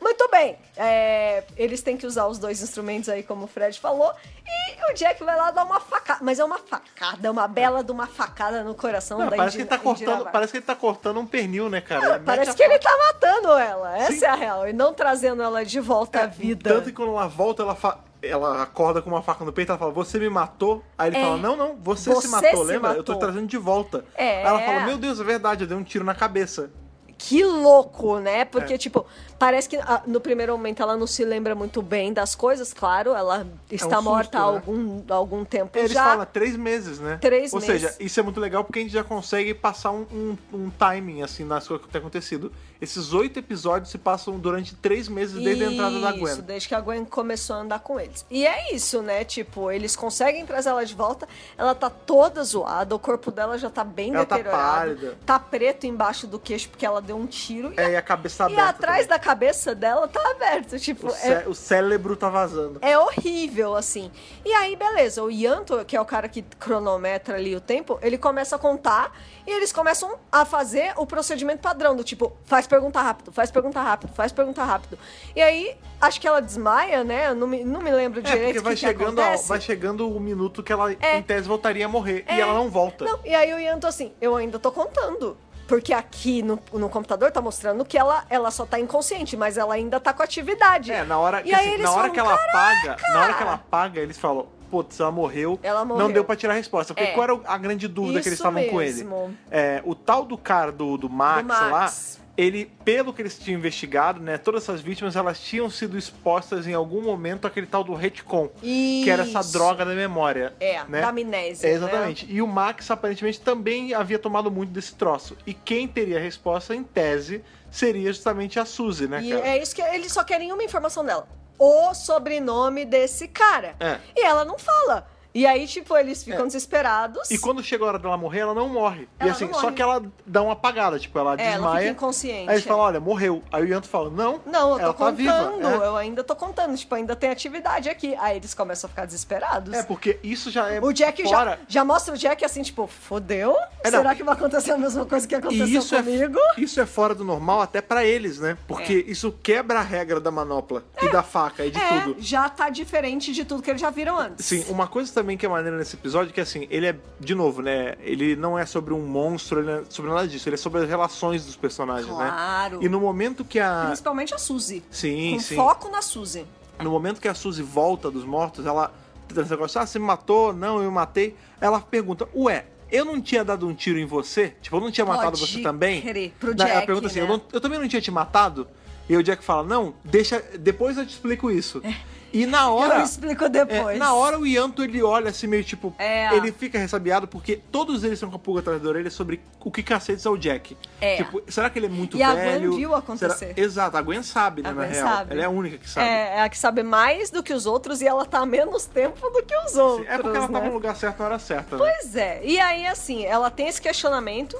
[SPEAKER 2] Muito bem, é, eles têm que usar os dois instrumentos aí, como o Fred falou, e o Jack vai lá dar uma facada, mas é uma facada, é uma bela de uma facada no coração
[SPEAKER 1] Não,
[SPEAKER 2] da
[SPEAKER 1] parece, que ele
[SPEAKER 2] Indira-
[SPEAKER 1] tá cortando,
[SPEAKER 2] Indira
[SPEAKER 1] parece que ele tá cortando um pernil, né, cara? Ele
[SPEAKER 2] Vargas.
[SPEAKER 1] mete
[SPEAKER 2] Parece
[SPEAKER 1] a
[SPEAKER 2] que ele tá matando ela, essa
[SPEAKER 1] Sim. É,
[SPEAKER 2] é a real, e não trazendo ela de volta à é vida.
[SPEAKER 1] Tanto que quando ela volta, ela, fa- ela acorda com uma faca no peito, ela fala, você me matou. Aí ele
[SPEAKER 2] É.
[SPEAKER 1] fala, não, não, você,
[SPEAKER 2] Você
[SPEAKER 1] se matou,
[SPEAKER 2] se
[SPEAKER 1] lembra? Eu tô
[SPEAKER 2] matou.
[SPEAKER 1] trazendo de volta.
[SPEAKER 2] É.
[SPEAKER 1] Aí ela fala, meu Deus, é verdade, eu dei um tiro na cabeça.
[SPEAKER 2] que louco, né?
[SPEAKER 1] É.
[SPEAKER 2] Porque, tipo, parece que ah, no primeiro momento ela não se lembra muito bem das coisas, claro, ela está
[SPEAKER 1] um
[SPEAKER 2] morta há
[SPEAKER 1] susto, né?
[SPEAKER 2] algum, algum tempo
[SPEAKER 1] Eles
[SPEAKER 2] já.
[SPEAKER 1] falam três meses, né?
[SPEAKER 2] Três
[SPEAKER 1] Ou
[SPEAKER 2] meses.
[SPEAKER 1] seja, isso é muito legal porque a gente já consegue passar um, um- um timing, assim, nas coisas que tem acontecido. Esses oito episódios se passam durante três meses desde a entrada da
[SPEAKER 2] Isso,
[SPEAKER 1] Gwen.
[SPEAKER 2] desde que a Gwen começou a andar com eles. E é isso, né? Tipo, eles conseguem trazer ela de volta. Ela tá toda zoada, o corpo dela já tá bem
[SPEAKER 1] Ela tá
[SPEAKER 2] deteriorado.
[SPEAKER 1] pálida.
[SPEAKER 2] Tá preto embaixo do queixo porque ela deu um tiro. E,
[SPEAKER 1] É, e a cabeça
[SPEAKER 2] e
[SPEAKER 1] aberta.
[SPEAKER 2] atrás da cabeça dela tá aberto. Tipo,
[SPEAKER 1] também. o,
[SPEAKER 2] é,
[SPEAKER 1] cé- o cérebro tá vazando.
[SPEAKER 2] é horrível, assim. E aí, beleza, o Yanto, que é o cara que cronometra ali o tempo, ele começa a contar e eles começam a fazer o procedimento padrão, do tipo, faz pergunta rápido, faz pergunta rápido, faz pergunta rápido. E aí, acho que ela desmaia, né? Eu não me, não me lembro
[SPEAKER 1] É,
[SPEAKER 2] direito
[SPEAKER 1] porque
[SPEAKER 2] o que,
[SPEAKER 1] vai
[SPEAKER 2] que
[SPEAKER 1] chegando, ao-
[SPEAKER 2] acontece.
[SPEAKER 1] vai chegando o minuto que ela,
[SPEAKER 2] É.
[SPEAKER 1] em tese, voltaria a morrer. E
[SPEAKER 2] É.
[SPEAKER 1] ela não volta.
[SPEAKER 2] Não, e aí o Yanto assim, eu ainda tô contando. Porque aqui no, no computador tá mostrando que ela, ela só tá inconsciente, mas ela ainda tá com atividade.
[SPEAKER 1] É, na hora,
[SPEAKER 2] E
[SPEAKER 1] que,
[SPEAKER 2] aí
[SPEAKER 1] assim,
[SPEAKER 2] eles
[SPEAKER 1] na hora
[SPEAKER 2] falam,
[SPEAKER 1] que ela apaga, na hora que
[SPEAKER 2] "Caraca!"
[SPEAKER 1] ela apaga, eles falam, putz, ela morreu,
[SPEAKER 2] Ela morreu.
[SPEAKER 1] não deu pra tirar a resposta. Porque
[SPEAKER 2] É.
[SPEAKER 1] qual era a grande dúvida que eles
[SPEAKER 2] Isso
[SPEAKER 1] estavam com ele?
[SPEAKER 2] mesmo.
[SPEAKER 1] É, o tal do cara do, do, Max,
[SPEAKER 2] Do Max.
[SPEAKER 1] lá, ele, pelo que eles tinham investigado, né, todas essas vítimas, elas tinham sido expostas em algum momento àquele tal do retcon. Que era essa
[SPEAKER 2] Isso.
[SPEAKER 1] droga da memória.
[SPEAKER 2] É,
[SPEAKER 1] né?
[SPEAKER 2] da amnésia.
[SPEAKER 1] É,
[SPEAKER 2] né?
[SPEAKER 1] exatamente. E o Max aparentemente também havia tomado muito desse troço. E quem teria a resposta, em tese, seria justamente a Suzy, né,
[SPEAKER 2] E
[SPEAKER 1] cara?
[SPEAKER 2] é isso que eles só querem uma informação dela. O sobrenome desse cara.
[SPEAKER 1] É.
[SPEAKER 2] E ela não fala. E aí, tipo, eles ficam desesperados.
[SPEAKER 1] E quando chega a hora dela morrer, ela não morre.
[SPEAKER 2] Ela
[SPEAKER 1] e assim,
[SPEAKER 2] não
[SPEAKER 1] só
[SPEAKER 2] morre.
[SPEAKER 1] que ela dá uma apagada, tipo, ela
[SPEAKER 2] É, ela
[SPEAKER 1] desmaia.
[SPEAKER 2] fica inconsciente,
[SPEAKER 1] Aí eles
[SPEAKER 2] é.
[SPEAKER 1] falam, olha, morreu. Aí o Yanto fala, não,
[SPEAKER 2] Não, eu tô
[SPEAKER 1] ela tá
[SPEAKER 2] contando,
[SPEAKER 1] viva. É.
[SPEAKER 2] eu ainda tô contando, tipo, ainda tem atividade aqui. Aí eles começam a ficar desesperados.
[SPEAKER 1] É, porque isso já é
[SPEAKER 2] o Jack já,
[SPEAKER 1] fora...
[SPEAKER 2] já mostra o Jack assim, tipo, fodeu?
[SPEAKER 1] É, não.
[SPEAKER 2] Será que vai acontecer a mesma coisa que aconteceu
[SPEAKER 1] E isso
[SPEAKER 2] comigo?
[SPEAKER 1] é, isso é fora do normal até pra eles, né? Porque isso quebra a regra da manopla e da faca e de
[SPEAKER 2] É,
[SPEAKER 1] tudo.
[SPEAKER 2] já tá diferente de tudo que eles já viram antes.
[SPEAKER 1] Sim, uma coisa também que é maneira nesse episódio é que, assim, ele é, de novo, né? Ele não é sobre um monstro, ele não é sobre nada disso. Ele é sobre as relações dos personagens, né?
[SPEAKER 2] Claro.
[SPEAKER 1] E no momento que a...
[SPEAKER 2] Principalmente a Suzy.
[SPEAKER 1] Sim,
[SPEAKER 2] com
[SPEAKER 1] sim.
[SPEAKER 2] foco na Suzy.
[SPEAKER 1] No momento que a Suzy volta dos mortos, ela tem esse negócio, ah, você me matou? Não, eu me matei. Ela pergunta, ué, eu não tinha dado um tiro em você? Tipo, eu não tinha matado
[SPEAKER 2] Pode
[SPEAKER 1] você também?
[SPEAKER 2] crer. Pro
[SPEAKER 1] Na- ela
[SPEAKER 2] Jack,
[SPEAKER 1] pergunta assim,
[SPEAKER 2] né?
[SPEAKER 1] eu, não- eu também não tinha te matado? E o Jack fala, não, deixa, depois eu te explico isso. E na hora...
[SPEAKER 2] É. eu explico
[SPEAKER 1] é,
[SPEAKER 2] depois.
[SPEAKER 1] na hora o Yanto ele olha assim meio tipo.
[SPEAKER 2] É.
[SPEAKER 1] Ele fica ressabiado porque todos eles estão com a pulga atrás da orelha sobre o que cacetes é o Jack.
[SPEAKER 2] É.
[SPEAKER 1] Tipo, será que ele é muito
[SPEAKER 2] E a Gwen
[SPEAKER 1] velho?
[SPEAKER 2] viu
[SPEAKER 1] Será-
[SPEAKER 2] acontecer.
[SPEAKER 1] Exato, a Gwen sabe, né,
[SPEAKER 2] A
[SPEAKER 1] na
[SPEAKER 2] Gwen
[SPEAKER 1] real.
[SPEAKER 2] sabe.
[SPEAKER 1] Ela é a única que sabe.
[SPEAKER 2] É, é a que sabe mais do que os outros e ela tá há menos tempo do que os outros.
[SPEAKER 1] É porque ela
[SPEAKER 2] né?
[SPEAKER 1] tava no lugar certo na hora certa, né?
[SPEAKER 2] Pois é. E aí, assim, ela tem esse questionamento.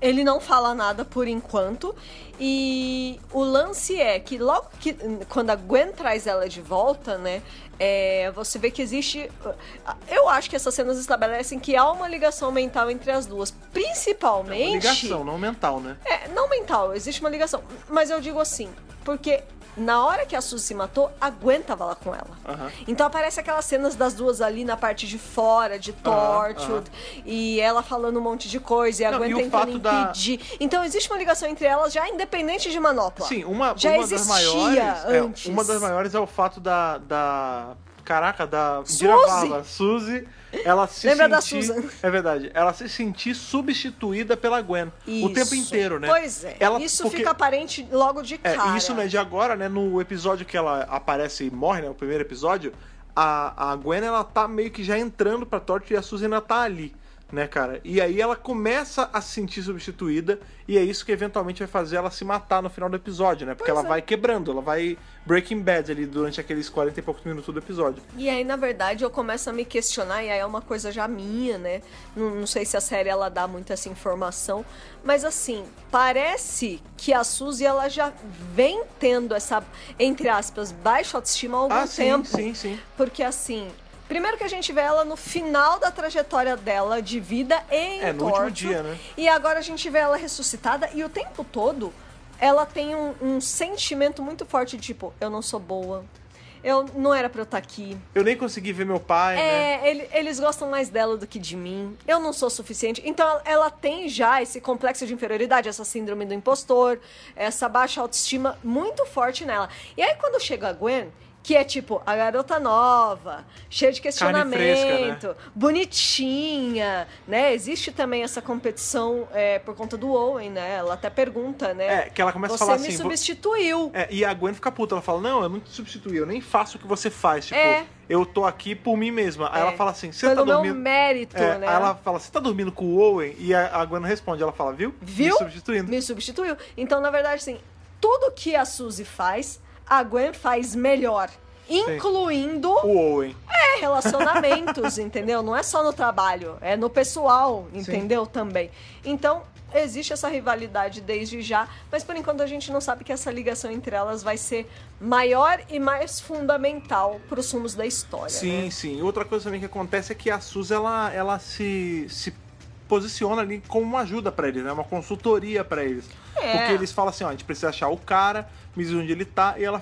[SPEAKER 2] Ele não fala nada por enquanto. E o lance é que logo que. Quando a Gwen traz ela de volta, né? é, você vê que existe. Eu acho que essas cenas estabelecem que há uma ligação mental entre as duas. Principalmente.
[SPEAKER 1] Ligação, não mental, né?
[SPEAKER 2] É, não mental, existe uma ligação. Mas eu digo assim, porque na hora que a Suzy se matou, a Gwen tava lá com ela.
[SPEAKER 1] Aham.
[SPEAKER 2] Então aparece aquelas cenas das duas ali na parte de fora, de Torchwood, e ela falando um monte de coisa, e a
[SPEAKER 1] Não,
[SPEAKER 2] Gwen
[SPEAKER 1] e o
[SPEAKER 2] tentando
[SPEAKER 1] fato da-
[SPEAKER 2] impedir. Então existe uma ligação entre elas já independente de manopla.
[SPEAKER 1] Sim, uma,
[SPEAKER 2] Já
[SPEAKER 1] uma das
[SPEAKER 2] existia
[SPEAKER 1] maiores. é,
[SPEAKER 2] antes.
[SPEAKER 1] uma das maiores é o fato da. da caraca, da Indira
[SPEAKER 2] Suzy.
[SPEAKER 1] Varla, Suzy, ela se
[SPEAKER 2] Lembra da
[SPEAKER 1] sentir,
[SPEAKER 2] Susan.
[SPEAKER 1] É verdade. Ela se sentir substituída pela Gwen. O tempo
[SPEAKER 2] Isso.
[SPEAKER 1] inteiro, né?
[SPEAKER 2] Pois é.
[SPEAKER 1] Ela,
[SPEAKER 2] isso
[SPEAKER 1] porque-
[SPEAKER 2] fica aparente logo de
[SPEAKER 1] É,
[SPEAKER 2] cara.
[SPEAKER 1] e isso não é de agora, né? No episódio que ela aparece e morre, né? O primeiro episódio, a, a Gwen, ela tá meio que já entrando pra Torte e a Suzy ainda tá ali, né, cara? E aí ela começa a se sentir substituída e é isso que eventualmente vai fazer ela se matar no final do episódio, né? Porque
[SPEAKER 2] Pois
[SPEAKER 1] ela
[SPEAKER 2] é.
[SPEAKER 1] vai quebrando, ela vai breaking bad ali durante aqueles 40 e poucos minutos do episódio.
[SPEAKER 2] E aí, na verdade, eu começo a me questionar, e aí é uma coisa já minha, né? Não, não sei se a série ela dá muito essa informação, mas assim, parece que a Suzy ela já vem tendo essa, entre aspas, baixa autoestima há algum
[SPEAKER 1] Ah, sim,
[SPEAKER 2] um tempo.
[SPEAKER 1] sim, sim.
[SPEAKER 2] Porque assim. Primeiro que a gente vê ela no final da trajetória dela de vida em
[SPEAKER 1] É, no último
[SPEAKER 2] Torchwood,
[SPEAKER 1] dia, né?
[SPEAKER 2] E agora a gente vê ela ressuscitada e o tempo todo ela tem um, um sentimento muito forte de tipo, eu não sou boa. Eu não era pra eu estar aqui.
[SPEAKER 1] Eu nem consegui ver meu pai, né?
[SPEAKER 2] É, ele- eles gostam mais dela do que de mim. Eu não sou suficiente. Então ela- ela tem já esse complexo de inferioridade, essa síndrome do impostor, essa baixa autoestima muito forte nela. E aí quando chega a Gwen, que é tipo a garota nova, cheia de questionamento,
[SPEAKER 1] fresca, né?
[SPEAKER 2] bonitinha, né? Existe também essa competição é, por conta do Owen, né? Ela até pergunta, né?
[SPEAKER 1] É, que ela começa a
[SPEAKER 2] Você
[SPEAKER 1] falar
[SPEAKER 2] me
[SPEAKER 1] assim, vo-
[SPEAKER 2] substituiu.
[SPEAKER 1] É, e a Gwen fica puta, ela fala, não, eu não te substituí, eu nem faço o que você faz, tipo,
[SPEAKER 2] É.
[SPEAKER 1] eu tô aqui por mim mesma. Aí
[SPEAKER 2] É.
[SPEAKER 1] ela fala assim, você tá
[SPEAKER 2] Pelo meu
[SPEAKER 1] dormindo...
[SPEAKER 2] mérito,
[SPEAKER 1] É,
[SPEAKER 2] né?
[SPEAKER 1] Aí ela fala, você tá dormindo com o Owen? E a, a Gwen não responde, ela fala, viu?
[SPEAKER 2] Viu?
[SPEAKER 1] Me substituindo.
[SPEAKER 2] me substituiu. Então, na verdade, assim, tudo que a Suzy faz, a Gwen faz melhor. Incluindo
[SPEAKER 1] O Owen.
[SPEAKER 2] é, relacionamentos, entendeu? Não é só no trabalho, é no pessoal, entendeu? Também. Então, existe essa rivalidade desde já, mas por enquanto a gente não sabe que essa ligação entre elas vai ser maior e mais fundamental para os rumos da história.
[SPEAKER 1] Sim, sim. Outra coisa também que acontece é que a Suzy, ela, ela se, se posiciona ali como uma ajuda pra eles, né? Uma consultoria pra eles.
[SPEAKER 2] É.
[SPEAKER 1] Porque eles falam assim, ó, a gente precisa achar o cara, me diz onde ele tá, e ela...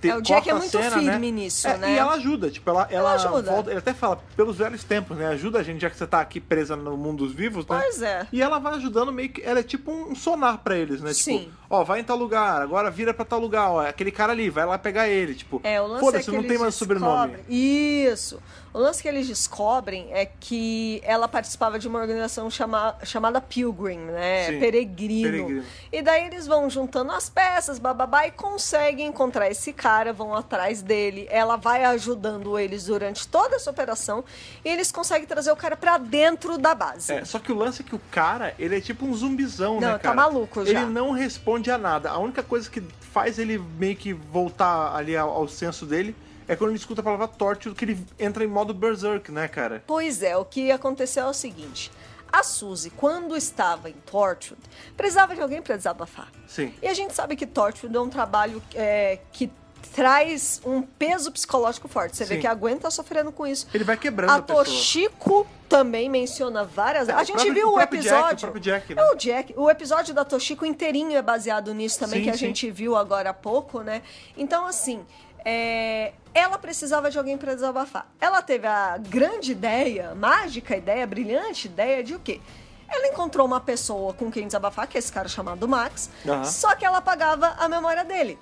[SPEAKER 1] Te,
[SPEAKER 2] É, o
[SPEAKER 1] corta
[SPEAKER 2] Jack é
[SPEAKER 1] a
[SPEAKER 2] muito
[SPEAKER 1] cena,
[SPEAKER 2] firme
[SPEAKER 1] né?
[SPEAKER 2] nisso,
[SPEAKER 1] É,
[SPEAKER 2] né?
[SPEAKER 1] E ela ajuda, tipo, ela, ela,
[SPEAKER 2] Ela ajuda.
[SPEAKER 1] volta- ele até fala, pelos velhos tempos, né? Ajuda a gente, já que você tá aqui presa no mundo dos vivos, né?
[SPEAKER 2] Pois é.
[SPEAKER 1] E ela vai ajudando meio que. Ela é tipo um sonar pra eles, né?
[SPEAKER 2] Sim.
[SPEAKER 1] Tipo, ó, vai em tal lugar, agora vira pra tal lugar, ó, é aquele cara ali, vai lá pegar ele. Tipo,
[SPEAKER 2] É, o lance é
[SPEAKER 1] foda-se,
[SPEAKER 2] que
[SPEAKER 1] não
[SPEAKER 2] eles
[SPEAKER 1] tem mais sobrenome.
[SPEAKER 2] descobrem- Isso. O lance que eles descobrem é que ela participava de uma organização chama- chamada Pilgrim, né?
[SPEAKER 1] Sim.
[SPEAKER 2] Peregrino.
[SPEAKER 1] Peregrino.
[SPEAKER 2] E daí eles vão juntando as peças, bababá, e conseguem encontrar esse cara, vão atrás dele. Ela vai ajudando eles durante toda essa operação e eles conseguem trazer o cara pra dentro da base.
[SPEAKER 1] É, só que o lance é que o cara, ele é tipo um zumbizão,
[SPEAKER 2] Não,
[SPEAKER 1] né,
[SPEAKER 2] tá
[SPEAKER 1] cara?
[SPEAKER 2] maluco já.
[SPEAKER 1] Ele não responde a nada. A única coisa que faz ele meio que voltar ali ao, ao senso dele é quando ele escuta a palavra torture, que ele entra em modo berserk, né, cara?
[SPEAKER 2] Pois é, o que aconteceu é o seguinte. A Suzy, quando estava em Torchwood, precisava de alguém pra desabafar.
[SPEAKER 1] Sim.
[SPEAKER 2] E a gente sabe que Torchwood é um trabalho é, que traz um peso psicológico forte. Você vê
[SPEAKER 1] Sim.
[SPEAKER 2] que a Gwen tá sofrendo com isso.
[SPEAKER 1] Ele vai quebrando a
[SPEAKER 2] A
[SPEAKER 1] pessoa.
[SPEAKER 2] Toshiko também menciona várias...
[SPEAKER 1] É,
[SPEAKER 2] a
[SPEAKER 1] o
[SPEAKER 2] gente
[SPEAKER 1] próprio-
[SPEAKER 2] viu
[SPEAKER 1] o
[SPEAKER 2] o,
[SPEAKER 1] próprio Jack,
[SPEAKER 2] episódio...
[SPEAKER 1] o próprio Jack, né?
[SPEAKER 2] É o Jack. O episódio da Toshiko inteirinho é baseado nisso também,
[SPEAKER 1] Sim,
[SPEAKER 2] que a
[SPEAKER 1] sim.
[SPEAKER 2] gente viu agora há pouco, né? Então, assim... é, Ela precisava de alguém pra desabafar. Ela teve a grande ideia, mágica ideia, brilhante ideia de o quê? Ela encontrou uma pessoa com quem desabafar, que é esse cara chamado Max,
[SPEAKER 1] Aham.
[SPEAKER 2] só que ela apagava a memória dele.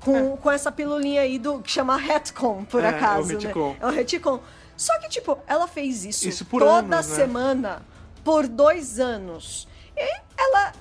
[SPEAKER 2] Com, com essa pilulinha aí do que chama retcon, por
[SPEAKER 1] É, é o
[SPEAKER 2] acaso.
[SPEAKER 1] retcon.
[SPEAKER 2] Né? É o retcon. Só que, tipo, ela fez isso,
[SPEAKER 1] Isso por
[SPEAKER 2] toda
[SPEAKER 1] anos, né?
[SPEAKER 2] semana, por dois anos. E ela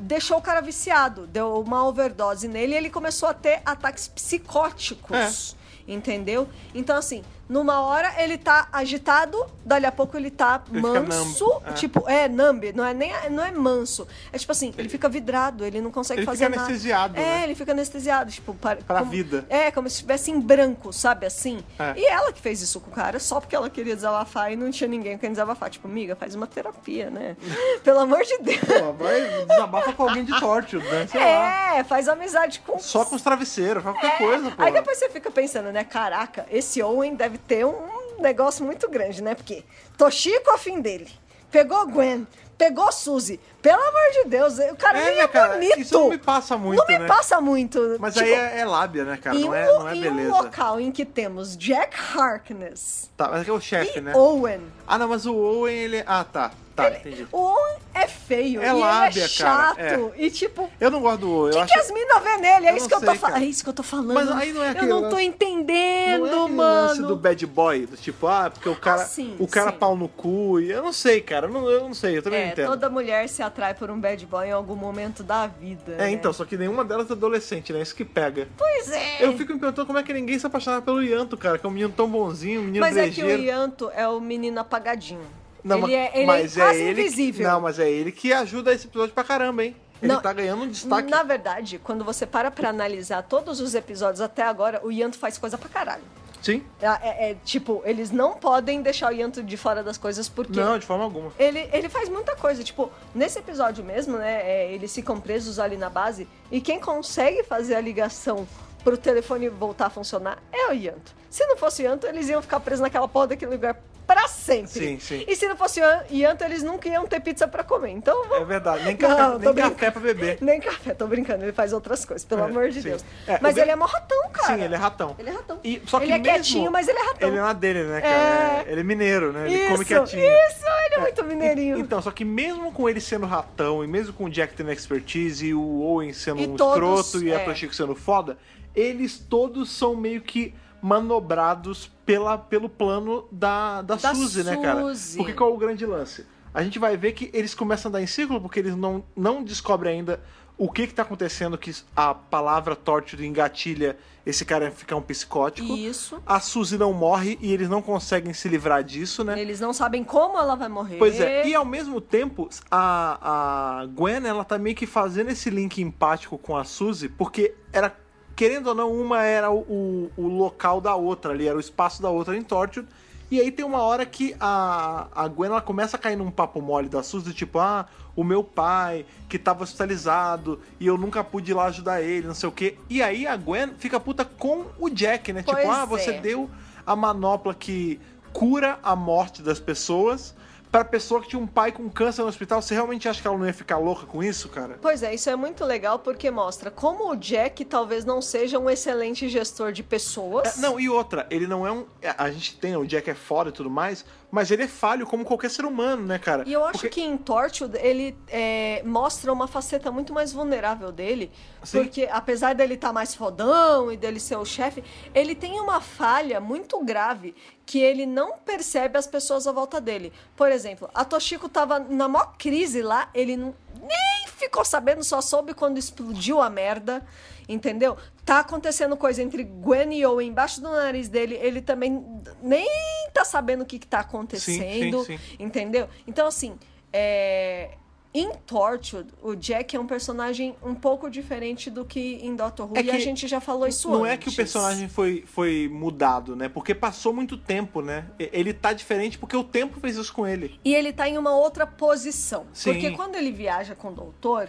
[SPEAKER 2] deixou o cara viciado, deu uma overdose nele e ele começou a ter ataques psicóticos.
[SPEAKER 1] É.
[SPEAKER 2] Entendeu? Então, assim, numa hora ele tá agitado, dali a pouco ele tá
[SPEAKER 1] Ele fica
[SPEAKER 2] manso.
[SPEAKER 1] numb, é.
[SPEAKER 2] Tipo, é, nambe, não é nem não é manso. É tipo assim, ele fica vidrado, ele não consegue
[SPEAKER 1] Ele
[SPEAKER 2] fazer
[SPEAKER 1] fica
[SPEAKER 2] nada.
[SPEAKER 1] anestesiado,
[SPEAKER 2] É,
[SPEAKER 1] né?
[SPEAKER 2] ele fica anestesiado, tipo, para,
[SPEAKER 1] Pra vida.
[SPEAKER 2] É, como se estivesse em branco, sabe assim?
[SPEAKER 1] É.
[SPEAKER 2] E ela que fez isso com o cara só porque ela queria desabafar e não tinha ninguém com quem desabafar. Tipo, amiga, faz uma terapia, né? Pelo amor de Deus.
[SPEAKER 1] Pô, vai, desabafa com alguém de torture, né? Sei lá.
[SPEAKER 2] É, faz amizade com É.
[SPEAKER 1] Só com os travesseiros, faz qualquer coisa, pô.
[SPEAKER 2] Aí depois você fica pensando, né? Caraca, esse Owen deve ter um negócio muito grande, né? Porque Toshiko afim dele, pegou Gwen, pegou Suzy. Pelo amor de Deus, o cara
[SPEAKER 1] É,
[SPEAKER 2] nem
[SPEAKER 1] né,
[SPEAKER 2] é
[SPEAKER 1] cara?
[SPEAKER 2] bonito.
[SPEAKER 1] Isso não me passa muito,
[SPEAKER 2] Não me
[SPEAKER 1] né?
[SPEAKER 2] passa muito.
[SPEAKER 1] Mas
[SPEAKER 2] Tipo,
[SPEAKER 1] aí é, é lábia, né, cara?
[SPEAKER 2] em,
[SPEAKER 1] Não é,
[SPEAKER 2] um,
[SPEAKER 1] não é
[SPEAKER 2] em um
[SPEAKER 1] beleza.
[SPEAKER 2] local em que temos Jack Harkness
[SPEAKER 1] Tá, mas é que é o chefe,
[SPEAKER 2] e
[SPEAKER 1] né?
[SPEAKER 2] Owen.
[SPEAKER 1] Ah, não, mas o Owen, ele. Ah, tá. Tá, entendi.
[SPEAKER 2] O Owen é feio,
[SPEAKER 1] É
[SPEAKER 2] e ele
[SPEAKER 1] lábia, cara,
[SPEAKER 2] é chato.
[SPEAKER 1] é.
[SPEAKER 2] E tipo,
[SPEAKER 1] Eu não gosto do Owen.
[SPEAKER 2] O
[SPEAKER 1] eu
[SPEAKER 2] que, que
[SPEAKER 1] acho...
[SPEAKER 2] as minas vê nele? É
[SPEAKER 1] Eu
[SPEAKER 2] isso,
[SPEAKER 1] não
[SPEAKER 2] que eu tô
[SPEAKER 1] sei,
[SPEAKER 2] fa-
[SPEAKER 1] cara.
[SPEAKER 2] é isso que eu tô falando.
[SPEAKER 1] Mas aí não é aquele
[SPEAKER 2] Eu não tô
[SPEAKER 1] lance-
[SPEAKER 2] entendendo,
[SPEAKER 1] Não é aquele
[SPEAKER 2] mano.
[SPEAKER 1] lance do bad boy, do tipo, ah, porque o cara,
[SPEAKER 2] Ah, sim,
[SPEAKER 1] o cara
[SPEAKER 2] sim.
[SPEAKER 1] pau no cu, e eu não sei, cara, eu não, eu não sei, eu também não
[SPEAKER 2] É,
[SPEAKER 1] entendo.
[SPEAKER 2] toda mulher se atrai por um bad boy em algum momento da vida.
[SPEAKER 1] É,
[SPEAKER 2] né?
[SPEAKER 1] então, só que nenhuma delas é adolescente, né? Isso que pega.
[SPEAKER 2] Pois é.
[SPEAKER 1] Eu fico me perguntando como é que ninguém se apaixonava pelo Ianto, cara, que é um menino tão bonzinho, um menino
[SPEAKER 2] Mas é que
[SPEAKER 1] brejeiro.
[SPEAKER 2] o Ianto é o menino apagadinho.
[SPEAKER 1] Não, mas-
[SPEAKER 2] ele é, ele
[SPEAKER 1] mas
[SPEAKER 2] é quase
[SPEAKER 1] ele que-
[SPEAKER 2] invisível.
[SPEAKER 1] não, mas é ele que ajuda esse episódio pra caramba, hein? Ele
[SPEAKER 2] Não,
[SPEAKER 1] tá ganhando um destaque.
[SPEAKER 2] Na verdade, quando você para pra analisar todos os episódios até agora, o Ianto faz coisa pra caralho.
[SPEAKER 1] Sim?
[SPEAKER 2] É, é- é, tipo, eles não podem deixar o Ianto de fora das coisas porque
[SPEAKER 1] Não, de forma alguma.
[SPEAKER 2] ele, ele faz muita coisa. Tipo, nesse episódio mesmo, né? é, eles ficam presos ali na base. E quem consegue fazer a ligação pro telefone voltar a funcionar é o Yanto. Se não fosse o Yanto, eles iam ficar presos naquela porra daquele lugar pra sempre.
[SPEAKER 1] Sim, sim.
[SPEAKER 2] E se não fosse o Yan- Yanto, eles nunca iam ter pizza pra comer. Então vamos.
[SPEAKER 1] É verdade, nem
[SPEAKER 2] Não,
[SPEAKER 1] café,
[SPEAKER 2] tô
[SPEAKER 1] nem
[SPEAKER 2] brincando.
[SPEAKER 1] café pra beber.
[SPEAKER 2] Nem café, tô brincando, ele faz outras coisas, pelo
[SPEAKER 1] É,
[SPEAKER 2] amor de
[SPEAKER 1] sim.
[SPEAKER 2] Deus.
[SPEAKER 1] É,
[SPEAKER 2] mas
[SPEAKER 1] o
[SPEAKER 2] ele
[SPEAKER 1] gra-
[SPEAKER 2] é mó ratão, cara.
[SPEAKER 1] Sim, ele é ratão.
[SPEAKER 2] Ele é ratão.
[SPEAKER 1] E- só que
[SPEAKER 2] ele é
[SPEAKER 1] mesmo-
[SPEAKER 2] quietinho, mas ele é ratão.
[SPEAKER 1] Ele é na dele, né, cara?
[SPEAKER 2] É.
[SPEAKER 1] Ele é mineiro, né? Ele
[SPEAKER 2] isso,
[SPEAKER 1] come quietinho.
[SPEAKER 2] Isso, ele é, muito mineirinho.
[SPEAKER 1] E- Então, só que mesmo com ele sendo ratão, e mesmo com o Jack tendo expertise, e o Owen sendo
[SPEAKER 2] E
[SPEAKER 1] um
[SPEAKER 2] todos,
[SPEAKER 1] escroto e
[SPEAKER 2] é.
[SPEAKER 1] a Toshiko sendo foda, eles todos são meio que manobrados pela, pelo plano da, da,
[SPEAKER 2] Da
[SPEAKER 1] Suzy, né, cara?
[SPEAKER 2] Suzy.
[SPEAKER 1] Porque qual é o grande lance? A gente vai ver que eles começam a andar em círculo porque eles não, não descobrem ainda o que que tá acontecendo que a palavra torture engatilha esse cara a ficar um psicótico.
[SPEAKER 2] Isso.
[SPEAKER 1] A Suzy não morre e eles não conseguem se livrar disso, né?
[SPEAKER 2] Eles não sabem como ela vai morrer.
[SPEAKER 1] Pois é, e ao mesmo tempo, a, a Gwen, ela tá meio que fazendo esse link empático com a Suzy, porque era, querendo ou não, uma era o, o, o local da outra ali, era o espaço da outra em Torture. E aí tem uma hora que a, a Gwen, ela começa a cair num papo mole da Suzy, tipo, ah, o meu pai, que tava hospitalizado, e eu nunca pude ir lá ajudar ele, não sei o quê. E aí a Gwen fica puta com o Jack, né? tipo,
[SPEAKER 2] Pois
[SPEAKER 1] ah, você
[SPEAKER 2] é.
[SPEAKER 1] deu a manopla que cura a morte das pessoas pra pessoa que tinha um pai com câncer no hospital. Você realmente acha que ela não ia ficar louca com isso, cara?
[SPEAKER 2] Pois é, isso é muito legal porque mostra como o Jack talvez não seja um excelente gestor de pessoas.
[SPEAKER 1] É, não, e outra, ele não é um. é, A gente tem, o Jack é foda e tudo mais, mas ele é falho como qualquer ser humano, né, cara?
[SPEAKER 2] E eu acho
[SPEAKER 1] Porque-
[SPEAKER 2] que em Torchwood ele é, mostra uma faceta muito mais vulnerável dele.
[SPEAKER 1] Sim.
[SPEAKER 2] Porque apesar dele estar mais fodão e dele ser o chefe, ele tem uma falha muito grave que ele não percebe as pessoas à volta dele. Por exemplo, a Toshiko tava na maior crise lá, ele não- nem ficou sabendo, só soube quando explodiu a merda, entendeu? Tá acontecendo coisa entre Gwen e Owen embaixo do nariz dele, ele também nem tá sabendo o que, que tá acontecendo
[SPEAKER 1] sim.
[SPEAKER 2] entendeu? Então, assim, é... em Torchwood, o Jack é um personagem um pouco diferente do que em Doctor Who,
[SPEAKER 1] É
[SPEAKER 2] e a
[SPEAKER 1] que
[SPEAKER 2] gente já falou isso
[SPEAKER 1] Não
[SPEAKER 2] antes.
[SPEAKER 1] é que o personagem foi, foi mudado, né? Porque passou muito tempo, né? E- Ele tá diferente porque o tempo fez isso com ele.
[SPEAKER 2] E ele tá em uma outra posição.
[SPEAKER 1] Sim.
[SPEAKER 2] Porque quando ele viaja com o doutor...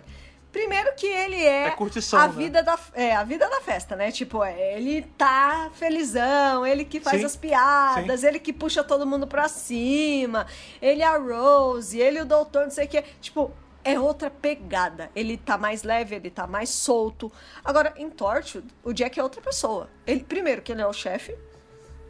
[SPEAKER 2] Primeiro que ele é,
[SPEAKER 1] É curtição,
[SPEAKER 2] a
[SPEAKER 1] né?
[SPEAKER 2] vida da é a vida da festa, né? Tipo, é, ele tá felizão, ele que faz
[SPEAKER 1] Sim.
[SPEAKER 2] as piadas, ele que puxa todo mundo pra cima, ele é a Rose, ele é o doutor, não sei o que. Tipo, é outra pegada. Ele tá mais leve, ele tá mais solto. Agora, em Torchwood, o Jack é outra pessoa. Ele primeiro que ele é o chefe,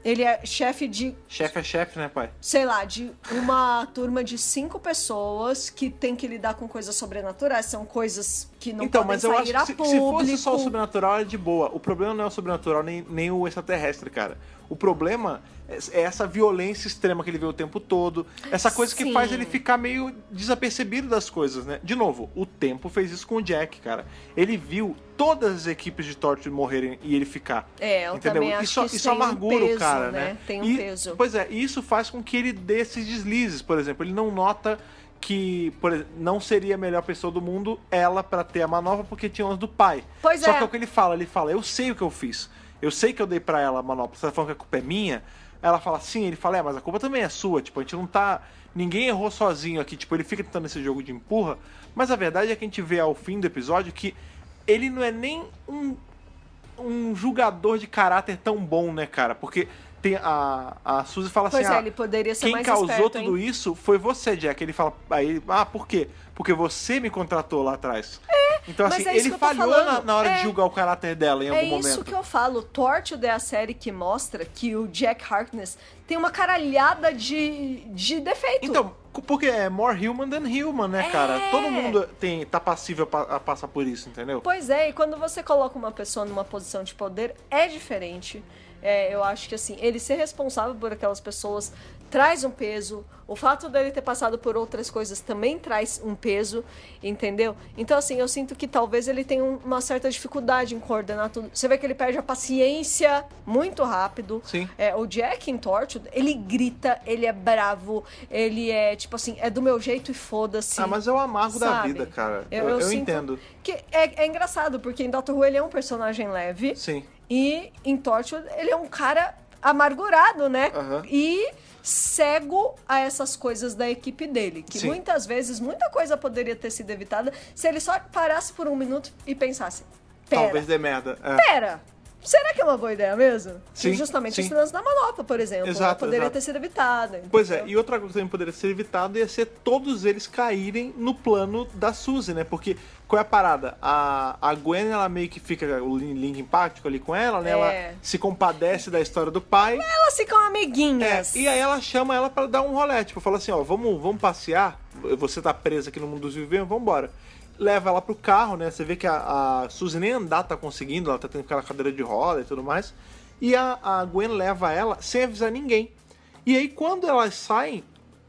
[SPEAKER 2] ele é chefe de
[SPEAKER 1] Chefe é chefe, né, pai?
[SPEAKER 2] sei lá, de uma turma de cinco pessoas que tem que lidar com coisas sobrenaturais, são coisas que não
[SPEAKER 1] então,
[SPEAKER 2] podem
[SPEAKER 1] mas eu
[SPEAKER 2] sair
[SPEAKER 1] acho que
[SPEAKER 2] a
[SPEAKER 1] se, se
[SPEAKER 2] público.
[SPEAKER 1] fosse só o sobrenatural, é de boa. O problema não é o sobrenatural nem, nem o extraterrestre, cara. O problema é é essa violência extrema que ele vê o tempo todo. Essa coisa que
[SPEAKER 2] Sim.
[SPEAKER 1] faz ele ficar meio desapercebido das coisas, né? De novo, o tempo fez isso com o Jack, cara. Ele viu todas as equipes de Torture morrerem e ele ficar.
[SPEAKER 2] É, eu
[SPEAKER 1] entendeu?
[SPEAKER 2] também acho
[SPEAKER 1] isso,
[SPEAKER 2] que
[SPEAKER 1] isso
[SPEAKER 2] isso tem um
[SPEAKER 1] amargura o
[SPEAKER 2] peso,
[SPEAKER 1] cara, né?
[SPEAKER 2] né? Tem um
[SPEAKER 1] E-
[SPEAKER 2] peso.
[SPEAKER 1] Pois é, e isso faz com que ele dê esses deslizes, por exemplo. Ele não nota que por exemplo, não seria a melhor pessoa do mundo ela pra ter a manopla porque tinha umas do pai.
[SPEAKER 2] Pois
[SPEAKER 1] Só
[SPEAKER 2] é.
[SPEAKER 1] que o que ele fala, ele fala, eu sei o que eu fiz. Eu sei que eu dei pra ela a manopla. Você tá falando que a culpa é minha? Ela fala, sim. Ele fala, é, mas a culpa também é sua. Tipo, a gente não tá... Ninguém errou sozinho aqui. Tipo, ele fica tentando esse jogo de empurra. Mas a verdade é que a gente vê ao fim do episódio que ele não é nem um um julgador de caráter tão bom, né, cara? Porque tem a, a Suzy fala
[SPEAKER 2] Pois
[SPEAKER 1] assim,
[SPEAKER 2] é,
[SPEAKER 1] ah,
[SPEAKER 2] ele poderia ser
[SPEAKER 1] quem
[SPEAKER 2] mais
[SPEAKER 1] causou
[SPEAKER 2] esperto,
[SPEAKER 1] tudo isso foi você, Jack. Ele fala, aí, ele, ah, por quê? Porque você me contratou lá atrás. então,
[SPEAKER 2] mas
[SPEAKER 1] assim,
[SPEAKER 2] é isso
[SPEAKER 1] ele
[SPEAKER 2] que eu tô
[SPEAKER 1] falhou
[SPEAKER 2] falando.
[SPEAKER 1] na, na hora
[SPEAKER 2] É.
[SPEAKER 1] de julgar o caráter dela em
[SPEAKER 2] É
[SPEAKER 1] algum
[SPEAKER 2] isso
[SPEAKER 1] momento.
[SPEAKER 2] que eu falo. Torchwood é a série que mostra que o Jack Harkness tem uma caralhada de, de defeito.
[SPEAKER 1] Então, cu- porque é more human than human, né,
[SPEAKER 2] É.
[SPEAKER 1] cara? Todo mundo tem, tá passível pa- a passar por isso, entendeu?
[SPEAKER 2] Pois é, e quando você coloca uma pessoa numa posição de poder, é diferente. É, eu acho que assim, ele ser responsável por aquelas pessoas traz um peso. O fato dele ter passado por outras coisas também traz um peso, entendeu? Então, assim, eu sinto que talvez ele tenha um- uma certa dificuldade em coordenar tudo. Você vê que ele perde a paciência muito rápido.
[SPEAKER 1] Sim.
[SPEAKER 2] É, o Jack em Torchwood, ele grita, ele é bravo, ele é tipo assim, é do meu jeito e foda-se.
[SPEAKER 1] Ah, mas é o amargo da
[SPEAKER 2] Sabe?
[SPEAKER 1] vida, cara.
[SPEAKER 2] Eu,
[SPEAKER 1] Eu, eu
[SPEAKER 2] sinto
[SPEAKER 1] entendo.
[SPEAKER 2] Que é, é engraçado, porque em Doctor Who ele é um personagem leve.
[SPEAKER 1] Sim.
[SPEAKER 2] E em Torchwood ele é um cara amargurado, né?
[SPEAKER 1] Aham.
[SPEAKER 2] E cego a essas coisas da equipe dele. Que
[SPEAKER 1] Sim.
[SPEAKER 2] muitas vezes, muita coisa poderia ter sido evitada se ele só parasse por um minuto e pensasse. Pera,
[SPEAKER 1] Talvez dê merda. É.
[SPEAKER 2] pera! Será que é uma boa ideia mesmo?
[SPEAKER 1] Sim,
[SPEAKER 2] E justamente
[SPEAKER 1] sim.
[SPEAKER 2] os lance da manopla, por exemplo.
[SPEAKER 1] Exato,
[SPEAKER 2] ela poderia
[SPEAKER 1] exato.
[SPEAKER 2] ter sido evitada.
[SPEAKER 1] Pois é,
[SPEAKER 2] entendeu?
[SPEAKER 1] e outra coisa que também poderia ser evitada ia ser todos eles caírem no plano da Suzy, né? Porque qual é a parada? A, a Gwen, ela meio que fica o lin- link empático ali com ela, né?
[SPEAKER 2] É.
[SPEAKER 1] Ela se compadece da história do pai.
[SPEAKER 2] Elas ficam
[SPEAKER 1] É,
[SPEAKER 2] amiguinhas.
[SPEAKER 1] e aí ela chama ela pra dar um rolê, tipo, fala assim, ó, vamos, vamos passear, você tá presa aqui no mundo dos vivos, vamos embora. Leva ela pro carro, né? Você vê que a, a Suzy nem andar tá conseguindo, ela tá tendo aquela cadeira de roda e tudo mais. e a, a Gwen leva ela sem avisar ninguém. E aí, quando elas saem,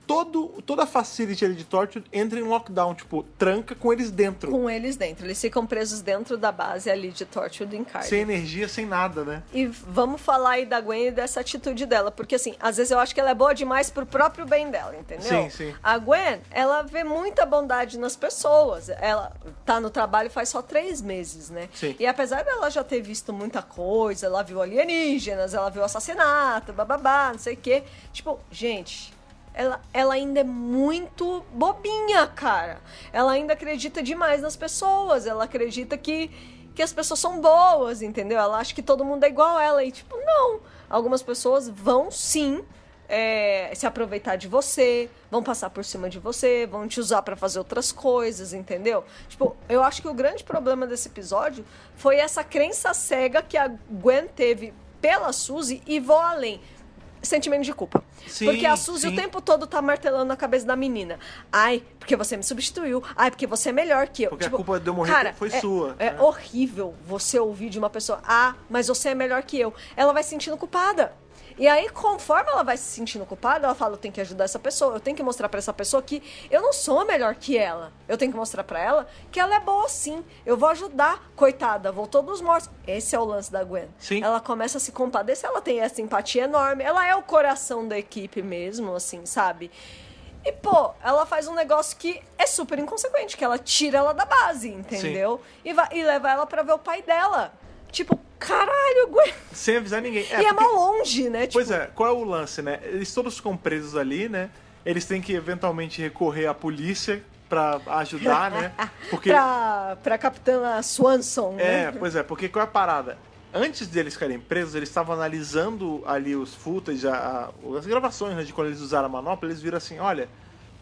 [SPEAKER 1] todo, toda a facility ali de Torchwood entra em lockdown, tipo, tranca com eles dentro.
[SPEAKER 2] Com eles dentro. Eles ficam presos dentro da base ali de Torchwood em Cardiff.
[SPEAKER 1] Sem energia, sem nada, né?
[SPEAKER 2] E vamos falar aí da Gwen e dessa atitude dela, porque assim, às vezes eu acho que ela é boa demais pro próprio bem dela, entendeu?
[SPEAKER 1] Sim, sim.
[SPEAKER 2] A Gwen, ela vê muita bondade nas pessoas. Ela tá no trabalho faz só três meses, né?
[SPEAKER 1] Sim.
[SPEAKER 2] E apesar dela já ter visto muita coisa, ela viu alienígenas, ela viu assassinato, bababá, não sei o quê. Tipo, gente, ela, ela ainda é muito bobinha, cara. Ela ainda acredita demais nas pessoas. Ela acredita que, que as pessoas são boas, entendeu? Ela acha que todo mundo é igual a ela. E, tipo, não. Algumas pessoas vão sim. é, se aproveitar de você, vão passar por cima de você, vão te usar pra fazer outras coisas, entendeu? Tipo, eu acho que o grande problema desse episódio foi essa crença cega que a Gwen teve pela Suzy e vou além. Sentimento de culpa.
[SPEAKER 1] Sim,
[SPEAKER 2] Porque a Suzy o
[SPEAKER 1] sim.
[SPEAKER 2] tempo tempo todo tá martelando na cabeça da menina. Ai, porque você me substituiu. Ai, porque você é melhor que eu.
[SPEAKER 1] Porque a culpa de eu morrer foi
[SPEAKER 2] é-
[SPEAKER 1] sua,
[SPEAKER 2] É
[SPEAKER 1] né?
[SPEAKER 2] horrível você ouvir de uma pessoa, ah, mas você é melhor que eu. Ela vai se sentindo culpada. E aí, conforme ela vai se sentindo culpada, ela fala: eu tenho que ajudar essa pessoa, eu tenho que mostrar pra essa pessoa que eu não sou melhor que ela. Eu tenho que mostrar pra ela que ela é boa sim. Eu vou ajudar. Coitada, voltou dos mortos. Esse é o lance da Gwen.
[SPEAKER 1] Sim.
[SPEAKER 2] Ela começa a se compadecer, ela tem essa empatia enorme, ela é o coração da equipe mesmo, assim, sabe? E, pô, ela faz um negócio que é super inconsequente, que ela tira ela da base, entendeu? E, vai, e leva ela pra ver o pai dela. Tipo, caralho, Gwen.
[SPEAKER 1] Sem avisar ninguém.
[SPEAKER 2] e é
[SPEAKER 1] porque-
[SPEAKER 2] mal longe, né?
[SPEAKER 1] Pois
[SPEAKER 2] tipo,
[SPEAKER 1] é, qual é o lance, né? Eles todos ficam presos ali, né? Eles têm que eventualmente recorrer à polícia pra ajudar, né? Porque
[SPEAKER 2] Pra, pra capitã Swanson,
[SPEAKER 1] É,
[SPEAKER 2] né?
[SPEAKER 1] pois é, porque qual é a parada? Antes deles ficarem presos, eles estavam analisando ali os footage, a- a- as gravações né, de quando eles usaram a manopla, eles viram assim, olha,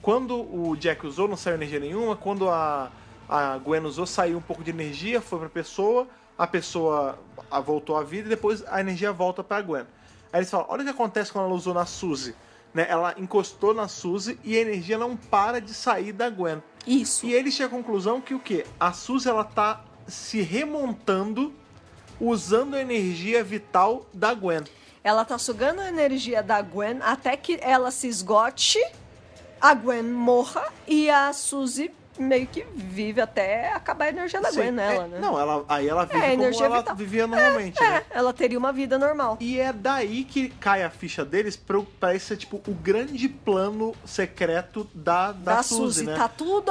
[SPEAKER 1] quando o Jack usou não saiu energia nenhuma, quando a, a Gwen usou saiu um pouco de energia, foi pra pessoa, a pessoa a- voltou à vida e depois a energia volta pra Gwen. Aí eles falam, olha o que acontece quando ela usou na Suzy. Né? Ela encostou na Suzy e a energia não para de sair da Gwen.
[SPEAKER 2] Isso.
[SPEAKER 1] E ele chega à conclusão que o quê? A Suzy ela tá se remontando usando a energia vital da Gwen.
[SPEAKER 2] Ela tá sugando a energia da Gwen até que ela se esgote, a Gwen morra e a Suzy meio que vive até acabar a energia da
[SPEAKER 1] Sim,
[SPEAKER 2] Gwen nela,
[SPEAKER 1] é-
[SPEAKER 2] né?
[SPEAKER 1] Não, ela, aí ela vive
[SPEAKER 2] É,
[SPEAKER 1] como
[SPEAKER 2] energia
[SPEAKER 1] ela
[SPEAKER 2] vital.
[SPEAKER 1] vivia normalmente,
[SPEAKER 2] É,
[SPEAKER 1] né?
[SPEAKER 2] ela teria uma vida normal.
[SPEAKER 1] E é daí que cai a ficha deles pro- pra esse, tipo, o grande plano secreto da, da,
[SPEAKER 2] da
[SPEAKER 1] Suzy,
[SPEAKER 2] Suzy,
[SPEAKER 1] né?
[SPEAKER 2] tá tudo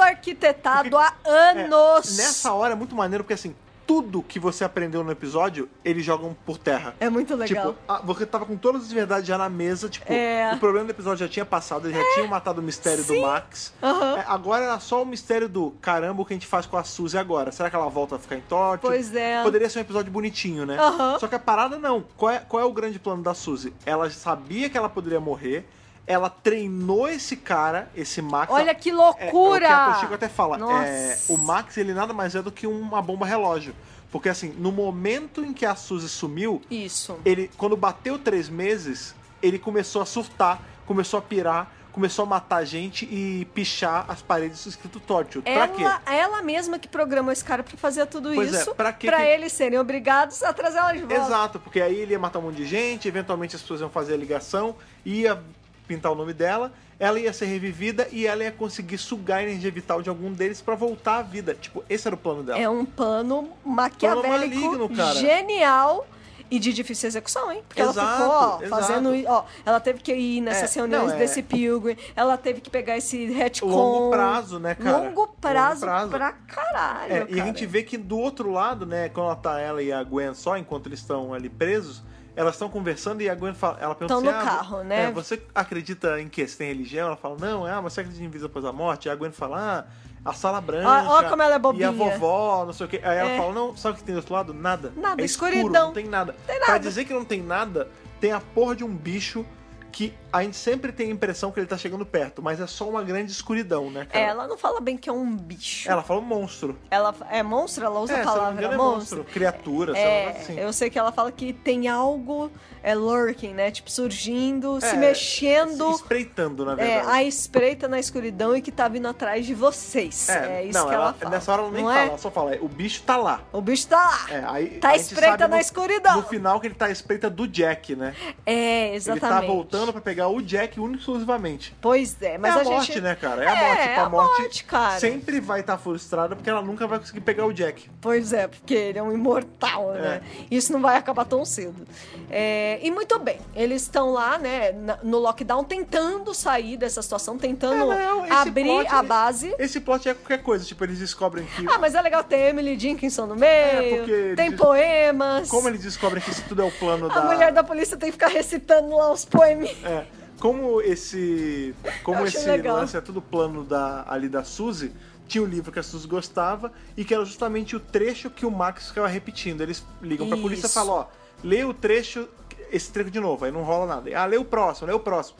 [SPEAKER 2] arquitetado há
[SPEAKER 1] É,
[SPEAKER 2] anos.
[SPEAKER 1] nessa hora é muito maneiro, porque assim, tudo que você aprendeu no episódio, eles jogam por terra.
[SPEAKER 2] É muito legal.
[SPEAKER 1] Tipo, ah, você tava com todas as verdades já na mesa, tipo,
[SPEAKER 2] É.
[SPEAKER 1] o problema do episódio já tinha passado, eles já tinham matado o mistério do Max.
[SPEAKER 2] Aham.
[SPEAKER 1] É, agora era só o mistério do caramba, o que a gente faz com a Suzy agora? Será que ela volta a ficar em torte?
[SPEAKER 2] Pois é.
[SPEAKER 1] Poderia ser um episódio bonitinho, né?
[SPEAKER 2] Aham.
[SPEAKER 1] Só que a parada não. Qual é, qual é o grande plano da Suzy? Ela sabia que ela poderia morrer, ela treinou esse cara, esse Max.
[SPEAKER 2] Olha que
[SPEAKER 1] É,
[SPEAKER 2] loucura!
[SPEAKER 1] É, o que a Toshiko até fala.
[SPEAKER 2] Nossa.
[SPEAKER 1] é, o Max, ele nada mais é do que uma bomba relógio. Porque assim, no momento em que a Suzy sumiu,
[SPEAKER 2] Isso.
[SPEAKER 1] ele, quando bateu três meses, ele começou a surtar, começou a pirar, começou a matar gente e pichar as paredes escrito Torture. Pra quê?
[SPEAKER 2] Ela, ela mesma que programou esse cara pra fazer tudo
[SPEAKER 1] Pois é,
[SPEAKER 2] isso.
[SPEAKER 1] pra quê que-
[SPEAKER 2] eles serem obrigados a trazer ela de volta.
[SPEAKER 1] Exato, porque aí ele ia matar um monte de gente, eventualmente as pessoas iam fazer a ligação, ia pintar o nome dela, ela ia ser revivida e ela ia conseguir sugar a energia vital de algum deles pra voltar à vida. Tipo, esse era o plano dela.
[SPEAKER 2] É um plano maquiavélico,
[SPEAKER 1] maligno, cara.
[SPEAKER 2] genial e de difícil execução, hein? Porque ela
[SPEAKER 1] Exato,
[SPEAKER 2] ficou, ó,
[SPEAKER 1] exato.
[SPEAKER 2] fazendo. i- Ó, ela teve que ir nessas
[SPEAKER 1] É,
[SPEAKER 2] reuniões
[SPEAKER 1] não, é-
[SPEAKER 2] desse Pilgrim, ela teve que pegar esse retcon.
[SPEAKER 1] Longo prazo, né, cara?
[SPEAKER 2] Longo prazo,
[SPEAKER 1] Longo prazo.
[SPEAKER 2] pra caralho.
[SPEAKER 1] É, e a
[SPEAKER 2] cara.
[SPEAKER 1] gente vê que do outro lado, né, quando ela tá ela e a Gwen só, enquanto eles estão ali presos, elas estão conversando e a Gwen fala, ela pergunta
[SPEAKER 2] Tão
[SPEAKER 1] assim,
[SPEAKER 2] no
[SPEAKER 1] "Ah, vo-
[SPEAKER 2] carro, né?"
[SPEAKER 1] é, você acredita em que você tem religião? Ela fala, não, ah, mas você acredita em vida após a morte? E a Gwen fala, ah, a sala branca.
[SPEAKER 2] ó como ela é
[SPEAKER 1] E
[SPEAKER 2] bobinha.
[SPEAKER 1] a vovó, não sei o quê. Aí ela
[SPEAKER 2] É.
[SPEAKER 1] fala, não, sabe o que tem do outro lado? Nada.
[SPEAKER 2] Nada,
[SPEAKER 1] é escuro,
[SPEAKER 2] escuridão.
[SPEAKER 1] não tem nada.
[SPEAKER 2] Tem
[SPEAKER 1] Pra
[SPEAKER 2] nada.
[SPEAKER 1] dizer que não tem nada, tem a porra de um bicho que a gente sempre tem a impressão que ele tá chegando perto, mas é só uma grande escuridão, né, cara?
[SPEAKER 2] É, ela não fala bem que é um bicho.
[SPEAKER 1] Ela fala um monstro.
[SPEAKER 2] Ela é monstro, ela usa
[SPEAKER 1] é, se
[SPEAKER 2] a
[SPEAKER 1] eu não me
[SPEAKER 2] palavra
[SPEAKER 1] engano, é
[SPEAKER 2] monstro.
[SPEAKER 1] monstro. Criatura, sei lá,
[SPEAKER 2] É,
[SPEAKER 1] assim.
[SPEAKER 2] eu sei que ela fala que tem algo é lurking, né? Tipo, surgindo,
[SPEAKER 1] É,
[SPEAKER 2] se mexendo
[SPEAKER 1] se Espreitando, na
[SPEAKER 2] é,
[SPEAKER 1] verdade.
[SPEAKER 2] à espreita na escuridão e que tá vindo atrás de vocês. É, isso
[SPEAKER 1] não,
[SPEAKER 2] que ela, fala.
[SPEAKER 1] Nessa hora ela nem
[SPEAKER 2] não
[SPEAKER 1] fala,
[SPEAKER 2] é?
[SPEAKER 1] ela só fala, é, o bicho tá lá.
[SPEAKER 2] O bicho tá lá.
[SPEAKER 1] É, aí,
[SPEAKER 2] Tá
[SPEAKER 1] a gente
[SPEAKER 2] espreita
[SPEAKER 1] sabe
[SPEAKER 2] na
[SPEAKER 1] no-
[SPEAKER 2] escuridão.
[SPEAKER 1] No final que ele tá à espreita do Jack, né?
[SPEAKER 2] É, exatamente.
[SPEAKER 1] Ele tá voltando pra pegar o Jack único e exclusivamente.
[SPEAKER 2] Pois é, mas
[SPEAKER 1] é a,
[SPEAKER 2] gente.
[SPEAKER 1] morte, né, cara? É a
[SPEAKER 2] É,
[SPEAKER 1] morte.
[SPEAKER 2] é
[SPEAKER 1] Tipo,
[SPEAKER 2] a
[SPEAKER 1] a morte,
[SPEAKER 2] morte, cara.
[SPEAKER 1] sempre vai estar frustrada porque ela nunca vai conseguir pegar o Jack.
[SPEAKER 2] Pois é, porque ele é um imortal, né? Isso não vai acabar tão cedo. É, e muito bem, eles estão lá, né, na- no lockdown, tentando sair dessa situação, tentando
[SPEAKER 1] É, não, esse
[SPEAKER 2] abrir
[SPEAKER 1] plot,
[SPEAKER 2] a
[SPEAKER 1] ele-
[SPEAKER 2] base.
[SPEAKER 1] Esse plot é qualquer coisa, tipo, eles descobrem que.
[SPEAKER 2] Ah, mas é legal ter Emily Dickinson no meio,
[SPEAKER 1] É, porque
[SPEAKER 2] tem
[SPEAKER 1] eles-
[SPEAKER 2] poemas.
[SPEAKER 1] Como eles descobrem que isso tudo é o plano
[SPEAKER 2] A
[SPEAKER 1] da.
[SPEAKER 2] mulher da polícia tem que ficar recitando lá os poeminhos.
[SPEAKER 1] É, como esse.
[SPEAKER 2] Eu
[SPEAKER 1] Como
[SPEAKER 2] achei
[SPEAKER 1] esse
[SPEAKER 2] legal.
[SPEAKER 1] lance é tudo plano da, ali da Suzy, tinha o livro que a Suzy gostava e que era justamente o trecho que o Max ficava repetindo. Eles ligam pra polícia e
[SPEAKER 2] Isso.
[SPEAKER 1] falam, ó, lê o trecho, esse trecho de novo, aí não rola nada. Ah, lê o próximo, lê o próximo.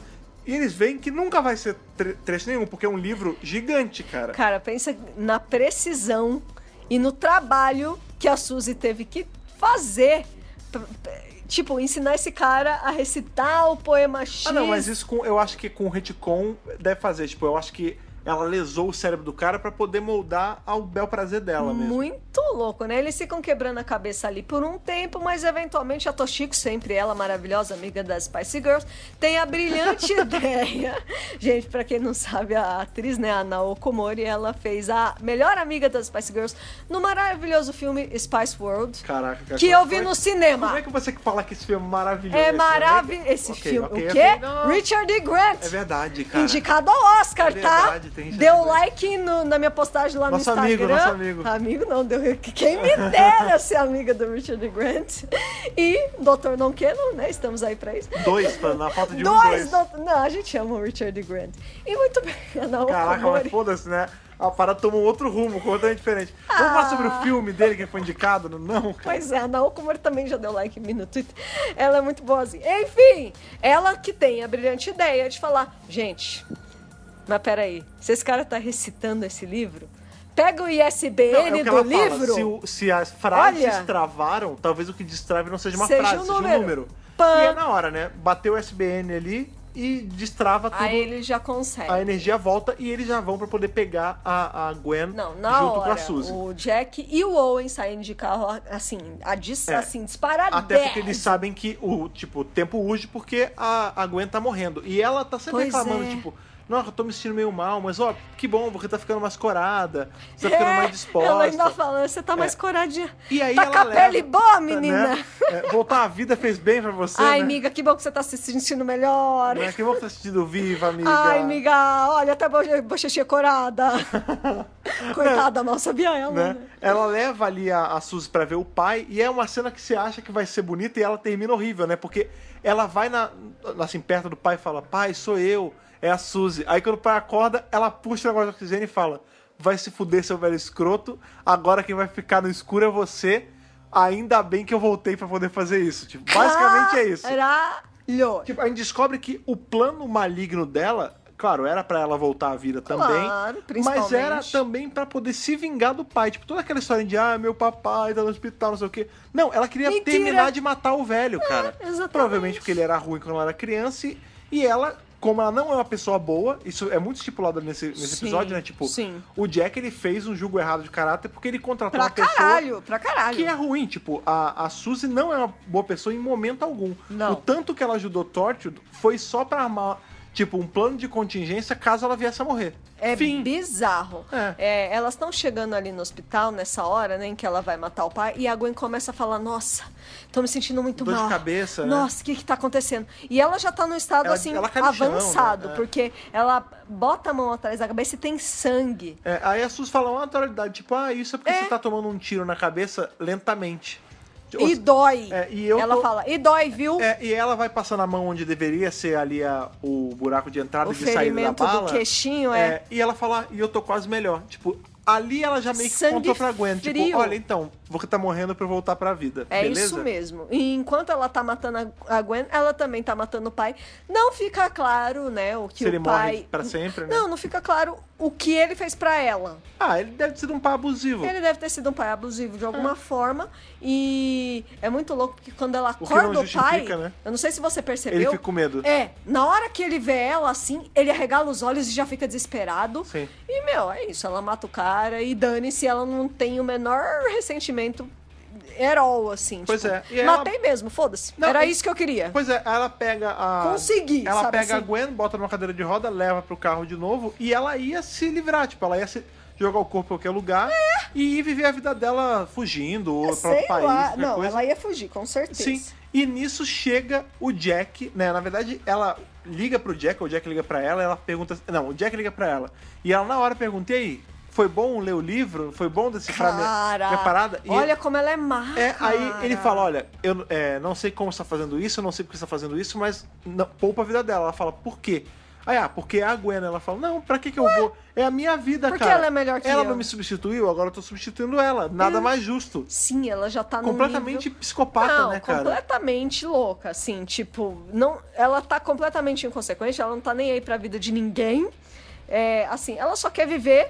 [SPEAKER 1] E eles veem que nunca vai ser tre- trecho nenhum, porque é um livro gigante, cara.
[SPEAKER 2] Cara, pensa na precisão e no trabalho que a Suzy teve que fazer. P- p- Tipo, ensinar esse cara a recitar o poema X.
[SPEAKER 1] Ah, não, mas isso com, eu acho que com o retcon deve fazer. Tipo, eu acho que ela lesou o cérebro do cara pra poder moldar ao bel prazer dela mesmo.
[SPEAKER 2] Muito louco, né? Eles ficam quebrando a cabeça ali por um tempo, mas eventualmente a Toshiko, sempre ela, maravilhosa amiga das Spice Girls, tem a brilhante ideia. Gente, pra quem não sabe, a atriz, né, a Naoko Mori, ela fez a melhor amiga das Spice Girls no maravilhoso filme Spice World,
[SPEAKER 1] Caraca, cara.
[SPEAKER 2] que eu
[SPEAKER 1] como
[SPEAKER 2] vi
[SPEAKER 1] é-
[SPEAKER 2] no
[SPEAKER 1] Como é
[SPEAKER 2] cinema.
[SPEAKER 1] que você que fala que esse filme é maravilhoso?
[SPEAKER 2] É
[SPEAKER 1] Esse
[SPEAKER 2] maravilhoso.
[SPEAKER 1] filme é-
[SPEAKER 2] Esse
[SPEAKER 1] Ok,
[SPEAKER 2] filme.
[SPEAKER 1] ok,
[SPEAKER 2] o
[SPEAKER 1] ok.
[SPEAKER 2] quê?
[SPEAKER 1] Não,
[SPEAKER 2] Richard D. Grant.
[SPEAKER 1] É verdade, cara.
[SPEAKER 2] Indicado ao Oscar,
[SPEAKER 1] É verdade,
[SPEAKER 2] tá?
[SPEAKER 1] tem gente
[SPEAKER 2] Deu
[SPEAKER 1] que-
[SPEAKER 2] like no- na minha postagem lá
[SPEAKER 1] Nosso
[SPEAKER 2] no Instagram.
[SPEAKER 1] amigo, nosso amigo.
[SPEAKER 2] Amigo não, deu. Quem me dera ser amiga do Richard Grant. E Dr. Non Cannon, né? Estamos aí pra isso.
[SPEAKER 1] Dois, pra- na falta de um,
[SPEAKER 2] Dois,
[SPEAKER 1] dois.
[SPEAKER 2] doutor. Não, a gente ama o Richard Grant. E muito bem, a Naoko
[SPEAKER 1] Caraca, mas
[SPEAKER 2] Mori.
[SPEAKER 1] foda-se, né? A parada tomou outro rumo, completamente diferente. Vamos falar sobre
[SPEAKER 2] Ah.
[SPEAKER 1] o filme dele que foi indicado? Não, Não, cara.
[SPEAKER 2] Pois é, a Naoko Mori também já deu like em mim no Twitter. Ela é muito boazinha. Enfim, ela que tem a brilhante ideia de falar: gente, mas peraí, se esse cara tá recitando esse livro, pega o
[SPEAKER 1] Não, é
[SPEAKER 2] ISBN
[SPEAKER 1] o que
[SPEAKER 2] do
[SPEAKER 1] ela
[SPEAKER 2] livro.
[SPEAKER 1] fala. Se, o- se as frases
[SPEAKER 2] Olha.
[SPEAKER 1] travaram, talvez o que destrave não seja uma
[SPEAKER 2] Seja
[SPEAKER 1] frase,
[SPEAKER 2] um
[SPEAKER 1] seja
[SPEAKER 2] número.
[SPEAKER 1] um número.
[SPEAKER 2] Pã.
[SPEAKER 1] E é na hora, né? Bateu o SBN ali e destrava tudo.
[SPEAKER 2] Aí ele já consegue.
[SPEAKER 1] A energia volta e eles já vão pra poder pegar a, a Gwen
[SPEAKER 2] Não, na
[SPEAKER 1] junto com
[SPEAKER 2] hora,
[SPEAKER 1] a Suzy.
[SPEAKER 2] o Jack e o Owen saindo de carro, assim, a dis,
[SPEAKER 1] É.
[SPEAKER 2] assim disparado.
[SPEAKER 1] Até porque eles sabem que o, tipo, o tempo urge porque a, a Gwen tá morrendo. E ela tá sempre
[SPEAKER 2] Pois
[SPEAKER 1] reclamando,
[SPEAKER 2] é.
[SPEAKER 1] tipo, nossa, eu tô me sentindo meio mal, mas ó, que bom, porque tá ficando mais corada, você tá ficando mais disposta.
[SPEAKER 2] É. Ela ainda falando, você tá mais
[SPEAKER 1] É.
[SPEAKER 2] coradinha.
[SPEAKER 1] E aí
[SPEAKER 2] tá
[SPEAKER 1] ela
[SPEAKER 2] com a
[SPEAKER 1] leva,
[SPEAKER 2] pele boa,
[SPEAKER 1] né?
[SPEAKER 2] menina.
[SPEAKER 1] É, voltar à vida fez bem pra você,
[SPEAKER 2] Ai,
[SPEAKER 1] né?
[SPEAKER 2] amiga, que bom que você tá se sentindo melhor.
[SPEAKER 1] Né? Que bom que tá sentindo viva, amiga.
[SPEAKER 2] Ai, amiga, olha, até a boche- bochechinha corada. Coitada, mal sabia ela.
[SPEAKER 1] né?
[SPEAKER 2] né?
[SPEAKER 1] Ela leva ali a, a Suzy pra ver o pai e é uma cena que você acha que vai ser bonita e ela termina horrível, né? Porque ela vai na, assim, perto do pai e fala: Pai, sou eu, é a Suzy. Aí quando o pai acorda, ela puxa o negócio de oxigênio e fala: Vai se fuder, seu velho escroto. Agora quem vai ficar no escuro é você. Ainda bem que eu voltei pra poder fazer isso. Tipo, basicamente é isso.
[SPEAKER 2] Caralho.
[SPEAKER 1] Tipo, a gente descobre que o plano maligno dela, claro, era pra ela voltar à vida também.
[SPEAKER 2] Claro,
[SPEAKER 1] mas
[SPEAKER 2] principalmente.
[SPEAKER 1] era também pra poder se vingar do pai. Tipo, toda aquela história de, ah, meu papai tá no hospital, não sei o quê. Não, ela queria
[SPEAKER 2] Mentira. É,
[SPEAKER 1] terminar de matar o velho, cara.
[SPEAKER 2] exatamente.
[SPEAKER 1] Provavelmente porque ele era ruim quando ela era criança. E, e ela, como ela não é uma pessoa boa, isso é muito estipulado nesse, nesse
[SPEAKER 2] Sim,
[SPEAKER 1] episódio, né? Tipo,
[SPEAKER 2] sim.
[SPEAKER 1] o Jack, ele fez um julgo errado de caráter porque ele contratou
[SPEAKER 2] Pra
[SPEAKER 1] uma pessoa
[SPEAKER 2] caralho, pra caralho.
[SPEAKER 1] que é ruim, tipo, a, a Suzy não é uma boa pessoa em momento algum.
[SPEAKER 2] Não.
[SPEAKER 1] O tanto que ela ajudou Tortured foi só pra armar, tipo, um plano de contingência caso ela viesse a morrer.
[SPEAKER 2] É
[SPEAKER 1] Fim.
[SPEAKER 2] bizarro. É, elas estão chegando ali no hospital nessa hora, né, em que ela vai matar o pai, e a Gwen começa a falar: Nossa, tô me sentindo muito
[SPEAKER 1] Dor de
[SPEAKER 2] mal.
[SPEAKER 1] cabeça, né?
[SPEAKER 2] Nossa, o que que tá acontecendo? E ela já tá num estado
[SPEAKER 1] Ela-
[SPEAKER 2] assim,
[SPEAKER 1] ela cai no chão, né?
[SPEAKER 2] avançado,
[SPEAKER 1] É.
[SPEAKER 2] porque ela bota a mão atrás da cabeça e tem sangue.
[SPEAKER 1] É, aí a Suzy fala uma atualidade, tipo, ah, isso é porque
[SPEAKER 2] É.
[SPEAKER 1] você tá tomando um tiro na cabeça lentamente.
[SPEAKER 2] E dói.
[SPEAKER 1] É, e eu
[SPEAKER 2] ela
[SPEAKER 1] tô-
[SPEAKER 2] fala, e dói, viu?
[SPEAKER 1] É, e ela vai passando a mão onde deveria ser ali a- o buraco de entrada
[SPEAKER 2] o
[SPEAKER 1] e de saída da
[SPEAKER 2] ferimento
[SPEAKER 1] bala.
[SPEAKER 2] do queixinho é.
[SPEAKER 1] É, e ela fala, e eu tô quase melhor. Tipo, Ali ela já meio que
[SPEAKER 2] Sangue
[SPEAKER 1] contou pra Gwen,
[SPEAKER 2] frio.
[SPEAKER 1] tipo, olha, então, você tá morrendo pra eu voltar pra vida.
[SPEAKER 2] É
[SPEAKER 1] beleza?
[SPEAKER 2] isso mesmo. E enquanto ela tá matando a a Gwen, ela também tá matando o pai. Não fica claro, né, o que
[SPEAKER 1] Se ele
[SPEAKER 2] o
[SPEAKER 1] morre
[SPEAKER 2] pai.
[SPEAKER 1] pra sempre, né?
[SPEAKER 2] Não, não fica claro o que ele fez pra ela.
[SPEAKER 1] Ah, ele deve ter sido um pai abusivo.
[SPEAKER 2] Ele deve ter sido um pai abusivo de alguma forma. E é muito louco porque quando ela
[SPEAKER 1] que não
[SPEAKER 2] acorda o, pai.
[SPEAKER 1] justifica, né?
[SPEAKER 2] Eu não sei se você percebeu.
[SPEAKER 1] Ele fica com medo.
[SPEAKER 2] É, na hora que ele vê ela assim, ele arregala os olhos e já fica desesperado.
[SPEAKER 1] Sim.
[SPEAKER 2] E, meu, é isso. Ela mata o cara e dane-se, ela não tem o menor ressentimento herol, assim.
[SPEAKER 1] Pois
[SPEAKER 2] tipo,
[SPEAKER 1] é, e ela-
[SPEAKER 2] Matei mesmo, foda-se.
[SPEAKER 1] Não,
[SPEAKER 2] Era
[SPEAKER 1] e-
[SPEAKER 2] isso que eu queria.
[SPEAKER 1] Pois é, ela pega a.
[SPEAKER 2] Consegui,
[SPEAKER 1] Ela
[SPEAKER 2] sabe
[SPEAKER 1] pega a
[SPEAKER 2] assim?
[SPEAKER 1] Gwen, bota numa cadeira de roda, leva pro carro de novo e ela ia se livrar, tipo, ela ia se jogar o corpo em qualquer lugar e ir viver a vida dela fugindo ou pra outro
[SPEAKER 2] É. Sei
[SPEAKER 1] país,
[SPEAKER 2] lá.
[SPEAKER 1] qualquer
[SPEAKER 2] Não,
[SPEAKER 1] coisa.
[SPEAKER 2] ela ia fugir, com certeza.
[SPEAKER 1] Sim. E nisso chega o Jack, né? Na verdade, ela liga pro Jack, ou o Jack liga pra ela, ela pergunta. Não, o Jack liga pra ela. E ela na hora pergunta: e aí, foi bom ler o livro? Foi bom decifrar minha,
[SPEAKER 2] Cara,
[SPEAKER 1] minha parada? E
[SPEAKER 2] olha como ela é má.
[SPEAKER 1] é, aí
[SPEAKER 2] cara.
[SPEAKER 1] ele fala, olha, eu é, não sei como você tá fazendo isso, eu não sei porque você tá fazendo isso, mas não- poupa a vida dela. Ela fala, por quê? Aí, ah, porque é a Gwen. Ela fala, não, pra que que eu vou? É a minha vida,
[SPEAKER 2] Por que
[SPEAKER 1] cara.
[SPEAKER 2] ela é melhor que
[SPEAKER 1] Ela
[SPEAKER 2] eu?
[SPEAKER 1] não me substituiu, agora eu tô substituindo ela. Nada mais justo.
[SPEAKER 2] Sim, ela já tá num
[SPEAKER 1] Completamente
[SPEAKER 2] nível-
[SPEAKER 1] psicopata,
[SPEAKER 2] não,
[SPEAKER 1] né, cara?
[SPEAKER 2] completamente louca, assim, tipo, não, ela tá completamente inconsequente, ela não tá nem aí pra vida de ninguém. É, assim, ela só quer viver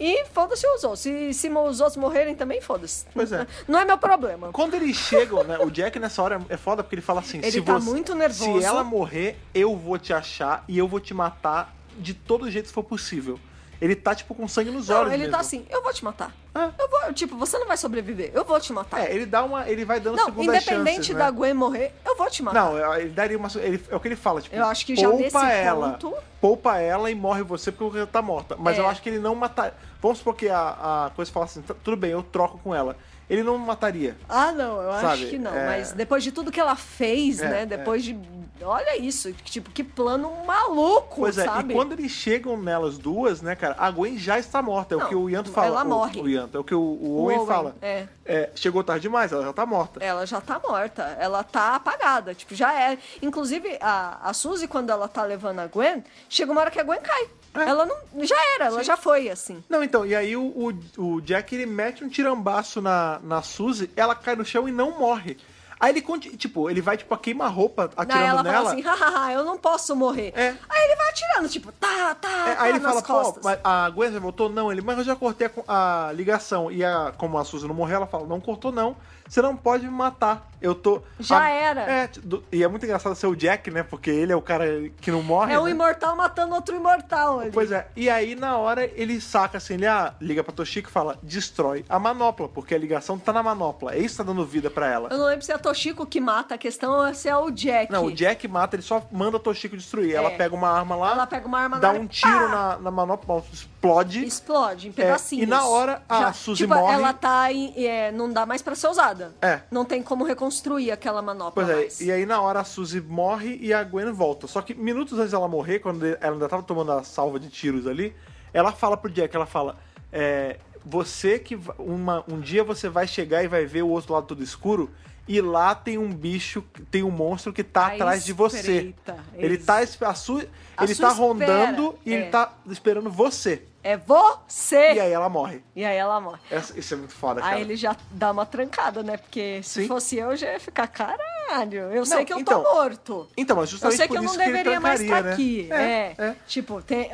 [SPEAKER 2] e foda-se os outros. Se, se mo- os outros morrerem também, foda-se.
[SPEAKER 1] Pois é.
[SPEAKER 2] Não é meu problema.
[SPEAKER 1] Quando eles chegam, né? O Jack nessa hora é foda porque ele fala assim:
[SPEAKER 2] Ele
[SPEAKER 1] se
[SPEAKER 2] tá
[SPEAKER 1] você-
[SPEAKER 2] muito nervoso.
[SPEAKER 1] Se ela morrer, eu vou te achar e eu vou te matar de todo jeito que for possível. Ele tá, tipo, com sangue nos
[SPEAKER 2] Não,
[SPEAKER 1] olhos.
[SPEAKER 2] ele tá
[SPEAKER 1] mesmo.
[SPEAKER 2] assim, eu vou te matar.
[SPEAKER 1] Ah.
[SPEAKER 2] Eu vou, tipo, você não vai sobreviver, eu vou te matar.
[SPEAKER 1] É, ele dá uma. Ele vai dando
[SPEAKER 2] não,
[SPEAKER 1] segunda chance.
[SPEAKER 2] independente
[SPEAKER 1] né?
[SPEAKER 2] da Gwen morrer, eu vou te matar.
[SPEAKER 1] Não, ele daria uma. Ele, é o que ele fala, tipo.
[SPEAKER 2] Eu acho que já
[SPEAKER 1] poupa
[SPEAKER 2] nesse
[SPEAKER 1] ela,
[SPEAKER 2] ponto-
[SPEAKER 1] Poupa ela e morre você porque você tá morta. Mas
[SPEAKER 2] É.
[SPEAKER 1] eu acho que ele não mataria. Vamos supor que a, a coisa fala assim: "Tá, tudo bem, eu troco com ela. Ele não mataria.
[SPEAKER 2] Ah, não, eu
[SPEAKER 1] Sabe,
[SPEAKER 2] acho que não.
[SPEAKER 1] é.
[SPEAKER 2] Mas depois de tudo que ela fez,
[SPEAKER 1] É,
[SPEAKER 2] né? Depois de. Olha isso, tipo, que plano maluco,
[SPEAKER 1] Pois é,
[SPEAKER 2] sabe?
[SPEAKER 1] e quando eles chegam nelas duas, né, cara, a Gwen já está morta. É
[SPEAKER 2] Não,
[SPEAKER 1] o que o Ian fala.
[SPEAKER 2] ela
[SPEAKER 1] o-
[SPEAKER 2] morre.
[SPEAKER 1] O, Ian, é o que o, o Owen,
[SPEAKER 2] Owen,
[SPEAKER 1] fala.
[SPEAKER 2] é.
[SPEAKER 1] Chegou tarde demais, ela já tá morta.
[SPEAKER 2] Ela já tá morta, ela tá apagada, tipo, já é. Inclusive, a, a Suzy, quando ela tá levando a Gwen, chega uma hora que a Gwen cai.
[SPEAKER 1] É.
[SPEAKER 2] Ela não. Já era, ela já foi, assim.
[SPEAKER 1] Não, então, e aí o, o- o Jack ele mete um tirambaço na, na Suzy, ela cai no chão e não morre. Aí ele, conti- tipo, ele vai, tipo, a queima-roupa atirando
[SPEAKER 2] Aí ela
[SPEAKER 1] nela.
[SPEAKER 2] fala assim, hahaha, eu não posso morrer.
[SPEAKER 1] É.
[SPEAKER 2] Aí ele vai atirando, tipo, tá, tá,
[SPEAKER 1] É,
[SPEAKER 2] tá
[SPEAKER 1] aí ele
[SPEAKER 2] nas
[SPEAKER 1] fala, pô,
[SPEAKER 2] costas.
[SPEAKER 1] mas a Gwen já voltou? Não, ele, mas eu já cortei a co- a, ligação. E a, como a Suzy não morreu, ela fala, não cortou não, você não pode me matar. Eu tô...
[SPEAKER 2] Já
[SPEAKER 1] a-
[SPEAKER 2] era.
[SPEAKER 1] É, t- do- e é muito engraçado ser o Jack, né, porque ele é o cara que não morre,
[SPEAKER 2] É um
[SPEAKER 1] né?
[SPEAKER 2] imortal matando outro imortal ali.
[SPEAKER 1] Pois é, e aí na hora ele saca assim, ele ah, liga pra Toshiko e fala, destrói a manopla, porque a ligação tá na manopla, é isso que tá dando vida pra ela.
[SPEAKER 2] Eu não lembro se é a Toshiko que mata, a questão é se é o Jack.
[SPEAKER 1] Não, o Jack mata, ele só manda a Toshiko destruir. Ela
[SPEAKER 2] É.
[SPEAKER 1] pega uma arma lá,
[SPEAKER 2] Ela pega uma arma
[SPEAKER 1] dá
[SPEAKER 2] na área,
[SPEAKER 1] um tiro
[SPEAKER 2] pá!
[SPEAKER 1] na, na manopla, explode.
[SPEAKER 2] Explode em
[SPEAKER 1] É, e
[SPEAKER 2] pedacinhos.
[SPEAKER 1] na hora a Suzy
[SPEAKER 2] tipo,
[SPEAKER 1] morre.
[SPEAKER 2] Ela tá em. é, não dá mais pra ser usada.
[SPEAKER 1] É.
[SPEAKER 2] Não tem como reconstruir aquela manopla.
[SPEAKER 1] Pois é,
[SPEAKER 2] mais.
[SPEAKER 1] e aí na hora a Suzy morre e a Gwen volta. Só que minutos antes dela morrer, quando ela ainda tava tomando a salva de tiros ali, ela fala pro Jack, ela fala, é, você que va- uma- um dia você vai chegar e vai ver o outro lado todo escuro, e lá tem um bicho, tem um monstro que tá
[SPEAKER 2] A
[SPEAKER 1] atrás de você.
[SPEAKER 2] espreita,
[SPEAKER 1] Ele
[SPEAKER 2] isso.
[SPEAKER 1] tá, esp- a Su-
[SPEAKER 2] A
[SPEAKER 1] ele
[SPEAKER 2] sua
[SPEAKER 1] tá
[SPEAKER 2] espera,
[SPEAKER 1] rondando e
[SPEAKER 2] é.
[SPEAKER 1] ele tá esperando você.
[SPEAKER 2] É você!
[SPEAKER 1] E aí ela morre.
[SPEAKER 2] E aí ela morre.
[SPEAKER 1] Essa- isso é muito foda, cara.
[SPEAKER 2] Aí ele já dá uma trancada, né? Porque se
[SPEAKER 1] Sim.
[SPEAKER 2] fosse eu, já ia ficar, caralho, eu sei que eu
[SPEAKER 1] então,
[SPEAKER 2] tô morto.
[SPEAKER 1] Então, mas
[SPEAKER 2] Eu
[SPEAKER 1] justamente
[SPEAKER 2] sei que
[SPEAKER 1] por
[SPEAKER 2] eu não
[SPEAKER 1] isso
[SPEAKER 2] deveria
[SPEAKER 1] ele
[SPEAKER 2] mais
[SPEAKER 1] trancaria,
[SPEAKER 2] estar
[SPEAKER 1] né?
[SPEAKER 2] aqui.
[SPEAKER 1] É,
[SPEAKER 2] É,
[SPEAKER 1] é.
[SPEAKER 2] Tipo, tem.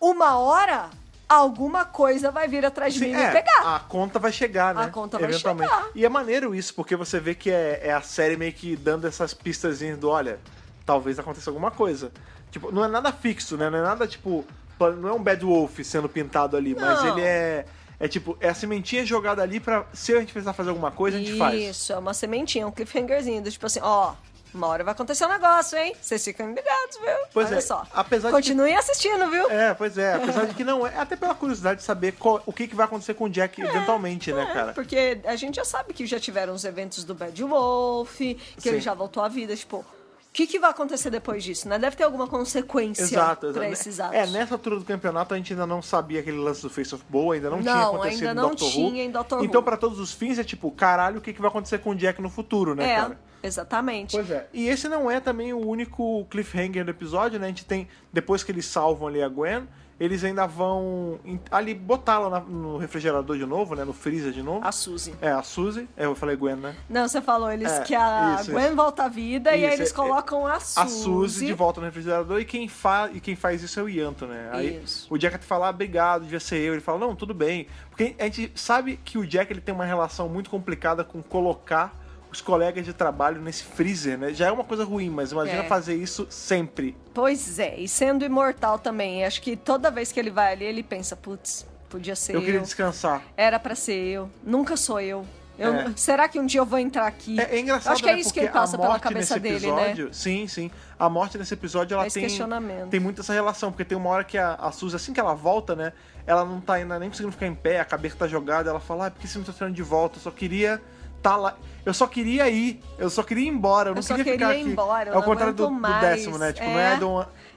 [SPEAKER 2] Uma hora, alguma coisa vai vir atrás de
[SPEAKER 1] Sim,
[SPEAKER 2] mim e
[SPEAKER 1] é,
[SPEAKER 2] me pegar.
[SPEAKER 1] A conta vai chegar, né?
[SPEAKER 2] A conta vai
[SPEAKER 1] Eventualmente.
[SPEAKER 2] chegar.
[SPEAKER 1] E é maneiro isso, porque você vê que é, é a série meio que dando essas pistazinhas do, olha, talvez aconteça alguma coisa. Tipo, não é nada fixo, né? Não é nada, tipo, plan- não é um Bad Wolf sendo pintado ali, mas
[SPEAKER 2] Não.
[SPEAKER 1] ele é... É tipo, é a sementinha jogada ali pra... Se a gente precisar fazer alguma coisa, a gente faz.
[SPEAKER 2] Isso, é uma sementinha, um cliffhangerzinho, do tipo assim, ó, uma hora vai acontecer um negócio, hein? Vocês ficam ligados, viu?
[SPEAKER 1] Pois
[SPEAKER 2] Olha
[SPEAKER 1] é,
[SPEAKER 2] só.
[SPEAKER 1] apesar de
[SPEAKER 2] Continuem assistindo, viu?
[SPEAKER 1] É, pois é. Apesar de que não é... Até pela curiosidade de saber qual- o que, que vai acontecer com o
[SPEAKER 2] É,
[SPEAKER 1] Jack eventualmente, né, cara?
[SPEAKER 2] Porque a gente já sabe que já tiveram os eventos do Bad Wolf, que ele
[SPEAKER 1] Sim.
[SPEAKER 2] já voltou à vida, tipo, o que, que vai acontecer depois disso, né? Deve ter alguma consequência
[SPEAKER 1] Exato, exato.
[SPEAKER 2] pra esses atos.
[SPEAKER 1] É, nessa altura do campeonato a gente ainda não sabia aquele lance do Face of Boa, ainda não,
[SPEAKER 2] Não,
[SPEAKER 1] tinha acontecido
[SPEAKER 2] ainda
[SPEAKER 1] em
[SPEAKER 2] não
[SPEAKER 1] Doctor Who.
[SPEAKER 2] tinha em Doctor Who.
[SPEAKER 1] Então, pra todos os fins, é tipo, caralho, o que, que vai acontecer com o Jack no futuro, né,
[SPEAKER 2] É,
[SPEAKER 1] cara?
[SPEAKER 2] exatamente.
[SPEAKER 1] Pois é. E esse não é também o único cliffhanger do episódio, né? A gente tem, depois que eles salvam ali a Gwen, eles ainda vão em- ali botá-la na- no refrigerador de novo, né? No freezer de novo.
[SPEAKER 2] A Suzy.
[SPEAKER 1] É, a Suzy. É, eu falei Gwen, né?
[SPEAKER 2] Não, você falou eles
[SPEAKER 1] É,
[SPEAKER 2] que a
[SPEAKER 1] isso,
[SPEAKER 2] Gwen volta à vida e aí
[SPEAKER 1] Isso,
[SPEAKER 2] eles
[SPEAKER 1] é-
[SPEAKER 2] colocam a Suzy.
[SPEAKER 1] A Suzy de volta no refrigerador e quem, fa e quem faz isso é o Yanto, né? Aí
[SPEAKER 2] Isso.
[SPEAKER 1] o Jack até fala, ah, obrigado, devia ser eu. Ele fala, não, tudo bem. Porque a gente sabe que o Jack ele tem uma relação muito complicada com colocar os colegas de trabalho nesse freezer, né? Já é uma coisa ruim, mas imagina
[SPEAKER 2] É.
[SPEAKER 1] fazer isso sempre.
[SPEAKER 2] Pois é, e sendo imortal também. Acho que toda vez que ele vai ali, ele pensa, putz, podia ser eu.
[SPEAKER 1] Eu queria descansar.
[SPEAKER 2] Era pra ser eu. Nunca sou eu. Eu-
[SPEAKER 1] É.
[SPEAKER 2] Será que um dia eu vou entrar aqui?
[SPEAKER 1] É, é engraçado,
[SPEAKER 2] Acho que é
[SPEAKER 1] né?
[SPEAKER 2] isso que
[SPEAKER 1] Porque
[SPEAKER 2] ele passa
[SPEAKER 1] a
[SPEAKER 2] pela
[SPEAKER 1] morte
[SPEAKER 2] cabeça
[SPEAKER 1] nesse
[SPEAKER 2] dele, né?
[SPEAKER 1] episódio, Sim, sim. A morte nesse episódio, ela
[SPEAKER 2] Esse
[SPEAKER 1] tem...
[SPEAKER 2] questionamento.
[SPEAKER 1] Tem muito essa relação, porque tem uma hora que a, a Suzy, assim que ela volta, né? Ela não tá ainda nem conseguindo ficar em pé, a cabeça tá jogada. Ela fala, ah, por que você me tá trazendo de volta? Eu só queria tá lá. Eu só queria ir. Eu só queria ir embora. Eu não
[SPEAKER 2] Eu só
[SPEAKER 1] queria,
[SPEAKER 2] queria
[SPEAKER 1] ficar
[SPEAKER 2] ir
[SPEAKER 1] aqui.
[SPEAKER 2] embora, eu
[SPEAKER 1] é o
[SPEAKER 2] não
[SPEAKER 1] contrário do,
[SPEAKER 2] aguento
[SPEAKER 1] do
[SPEAKER 2] mais.
[SPEAKER 1] décimo, né? Tipo, não
[SPEAKER 2] É.
[SPEAKER 1] é do.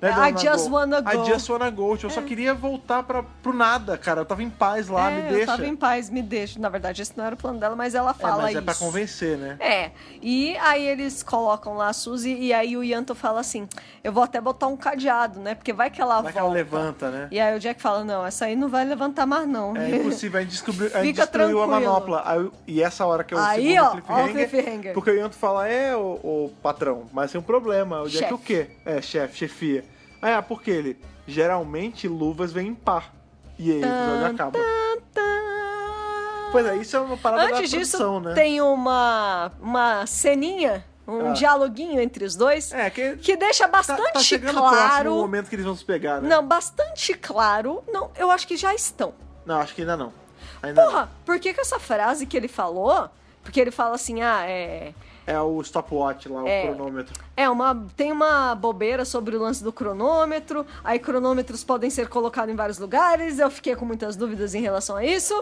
[SPEAKER 1] Não é
[SPEAKER 2] I
[SPEAKER 1] do wanna
[SPEAKER 2] just
[SPEAKER 1] go.
[SPEAKER 2] wanna go.
[SPEAKER 1] I just wanna go. Tipo, Eu só queria voltar pra, pro nada, cara. Eu tava em paz lá,
[SPEAKER 2] É,
[SPEAKER 1] me deixa.
[SPEAKER 2] Eu tava em paz, me deixa. Na verdade, esse não era o plano dela, mas ela
[SPEAKER 1] é,
[SPEAKER 2] fala
[SPEAKER 1] mas
[SPEAKER 2] isso.
[SPEAKER 1] é pra convencer, né?
[SPEAKER 2] É, e aí eles colocam lá a Suzy e aí o Yanto fala assim: eu vou até botar um cadeado, né? Porque vai que ela
[SPEAKER 1] Vai que ela
[SPEAKER 2] volta.
[SPEAKER 1] levanta, né?
[SPEAKER 2] E aí o Jack fala: não, essa aí não vai levantar mais, não.
[SPEAKER 1] É impossível, a gente descobriu, a gente
[SPEAKER 2] Fica
[SPEAKER 1] destruiu a
[SPEAKER 2] tranquilo.
[SPEAKER 1] manopla. Aí, e essa hora que eu
[SPEAKER 2] Aí,
[SPEAKER 1] segundo
[SPEAKER 2] ó,
[SPEAKER 1] cliffhanger,
[SPEAKER 2] ó o cliffhanger.
[SPEAKER 1] Porque o Yanto fala, é, o, patrão, mas tem um problema. O Jack
[SPEAKER 2] Chefe.
[SPEAKER 1] o quê? É, chefe, chefia. Ah, é, porque ele, geralmente luvas vêm em par. E aí o episódio acaba.
[SPEAKER 2] Tantã.
[SPEAKER 1] Pois é, isso é uma parada
[SPEAKER 2] Antes
[SPEAKER 1] da
[SPEAKER 2] disso,
[SPEAKER 1] produção, né?
[SPEAKER 2] tem uma, uma ceninha, um
[SPEAKER 1] Ah.
[SPEAKER 2] dialoguinho entre os dois,
[SPEAKER 1] É, que,
[SPEAKER 2] que deixa
[SPEAKER 1] tá,
[SPEAKER 2] bastante
[SPEAKER 1] tá chegando próximo o
[SPEAKER 2] claro.
[SPEAKER 1] momento que eles vão se pegar, né?
[SPEAKER 2] Não, bastante claro. Não, eu acho que já estão.
[SPEAKER 1] Não, acho que ainda não. Ainda
[SPEAKER 2] Porra, por que, que essa frase que ele falou? Porque ele fala assim, ah, é.
[SPEAKER 1] não. É o stopwatch lá,
[SPEAKER 2] É.
[SPEAKER 1] o cronômetro.
[SPEAKER 2] É, uma, tem uma bobeira sobre o lance do cronômetro. Aí cronômetros podem ser colocados em vários lugares. Eu fiquei com muitas dúvidas em relação a isso.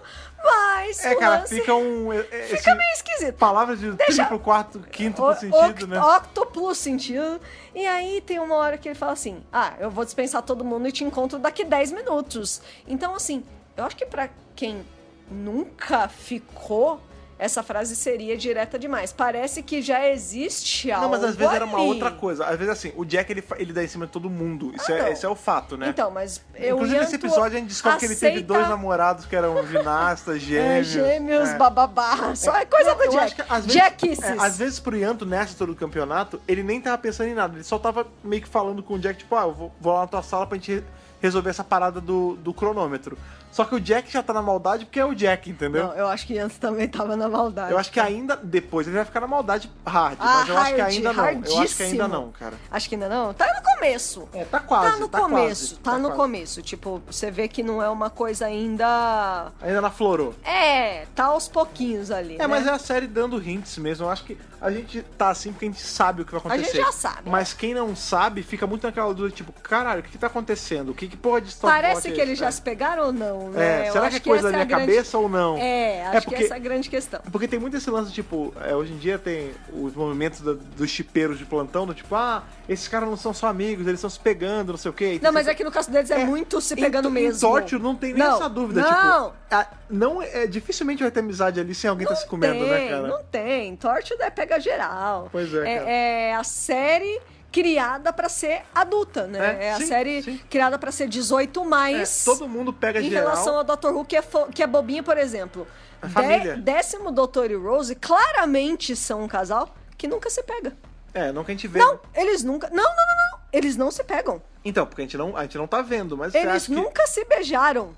[SPEAKER 2] Mas
[SPEAKER 1] É,
[SPEAKER 2] o
[SPEAKER 1] cara,
[SPEAKER 2] lance
[SPEAKER 1] fica um... é- é-
[SPEAKER 2] fica
[SPEAKER 1] esse-
[SPEAKER 2] meio esquisito.
[SPEAKER 1] Palavras de triplo, quarto, quinto
[SPEAKER 2] O-
[SPEAKER 1] sentido,
[SPEAKER 2] oct-
[SPEAKER 1] né?
[SPEAKER 2] Octopus sentido. E aí tem uma hora que ele fala assim: Ah, eu vou dispensar todo mundo e te encontro daqui 10 minutos. Então, assim, eu acho que pra quem nunca ficou, essa frase seria direta demais. Parece que já existe algo.
[SPEAKER 1] Não, mas às vezes era uma
[SPEAKER 2] ali.
[SPEAKER 1] outra coisa. Às vezes, assim, o Jack ele, fa- ele dá em cima de todo mundo. Isso,
[SPEAKER 2] Ah, não.
[SPEAKER 1] é, isso é o fato, né?
[SPEAKER 2] Então, mas eu
[SPEAKER 1] Inclusive, nesse
[SPEAKER 2] Yanto
[SPEAKER 1] episódio a gente descobre que ele teve
[SPEAKER 2] aceita-
[SPEAKER 1] dois namorados que eram ginastas,
[SPEAKER 2] É,
[SPEAKER 1] gêmeos.
[SPEAKER 2] gêmeos,
[SPEAKER 1] é.
[SPEAKER 2] bababá. Só é coisa do
[SPEAKER 1] Eu
[SPEAKER 2] Jack.
[SPEAKER 1] acho que, às vezes,
[SPEAKER 2] Jack Kisses.
[SPEAKER 1] é, às vezes pro Yanto, nessa todo o campeonato, ele nem tava pensando em nada. Ele só tava meio que falando com o Jack, tipo, ah, eu vou, vou lá na tua sala pra gente re- resolver essa parada do, do cronômetro. Só que o Jack já tá na maldade porque é o Jack, entendeu?
[SPEAKER 2] Não, eu acho que Yanto também tava na maldade.
[SPEAKER 1] Eu acho que ainda depois ele vai ficar na maldade hard,
[SPEAKER 2] Ah,
[SPEAKER 1] mas eu acho que
[SPEAKER 2] hard,
[SPEAKER 1] ainda não. Eu acho que
[SPEAKER 2] hardíssimo.
[SPEAKER 1] ainda não, cara.
[SPEAKER 2] Acho que ainda não? Tá no começo.
[SPEAKER 1] É, tá quase.
[SPEAKER 2] tá no
[SPEAKER 1] quase,
[SPEAKER 2] começo, tá, no
[SPEAKER 1] quase.
[SPEAKER 2] começo. Tipo, você vê que não é uma coisa ainda.
[SPEAKER 1] Ainda ela florou.
[SPEAKER 2] É, tá aos pouquinhos ali.
[SPEAKER 1] É,
[SPEAKER 2] né?
[SPEAKER 1] mas é a série dando hints mesmo. Eu acho que a gente tá assim porque a gente sabe o que vai
[SPEAKER 2] A gente
[SPEAKER 1] acontecer.
[SPEAKER 2] já sabe. né?
[SPEAKER 1] Mas quem não sabe fica muito naquela dúvida, tipo, caralho, o que, que tá acontecendo? O que, que porra de história
[SPEAKER 2] Parece que eles já se pegaram ou não, né?
[SPEAKER 1] É,
[SPEAKER 2] Eu
[SPEAKER 1] será que
[SPEAKER 2] acho
[SPEAKER 1] é coisa da
[SPEAKER 2] essa
[SPEAKER 1] minha
[SPEAKER 2] grande-
[SPEAKER 1] cabeça ou não?
[SPEAKER 2] É, acho
[SPEAKER 1] porque-
[SPEAKER 2] que essa é a grande questão.
[SPEAKER 1] Porque tem muito esse lance, tipo, é, hoje em dia tem os movimentos da- dos chipeiros de plantão, do tipo, ah, esses caras não são só amigos, eles estão se pegando, não sei o quê. E tem
[SPEAKER 2] Não, mas
[SPEAKER 1] sempre-
[SPEAKER 2] é que no caso deles é, muito se pegando
[SPEAKER 1] em,
[SPEAKER 2] mesmo.
[SPEAKER 1] Em Torture Então, não tem nem
[SPEAKER 2] Não,
[SPEAKER 1] essa dúvida,
[SPEAKER 2] não.
[SPEAKER 1] tipo. a- não é dificilmente vai ter amizade ali sem alguém tá se comendo,
[SPEAKER 2] tem,
[SPEAKER 1] né, cara?
[SPEAKER 2] Não tem, Torture é pega geral.
[SPEAKER 1] Pois é, cara.
[SPEAKER 2] É, a série criada pra ser adulta, né?
[SPEAKER 1] É,
[SPEAKER 2] É, a
[SPEAKER 1] sim,
[SPEAKER 2] série
[SPEAKER 1] sim.
[SPEAKER 2] criada pra ser 18
[SPEAKER 1] É,
[SPEAKER 2] mais.
[SPEAKER 1] todo mundo pega
[SPEAKER 2] em
[SPEAKER 1] geral.
[SPEAKER 2] relação ao Dr. Who, que é, fo- que é bobinho, por exemplo.
[SPEAKER 1] A família.
[SPEAKER 2] décimo Dr. e Rose claramente são um casal que nunca se pega.
[SPEAKER 1] É, não que a gente vê. né?
[SPEAKER 2] Não, eles nunca. Não, não, não, não. Eles não se pegam.
[SPEAKER 1] Então, porque a gente não, a gente não tá vendo, mas você
[SPEAKER 2] eles
[SPEAKER 1] acha que.
[SPEAKER 2] nunca se beijaram.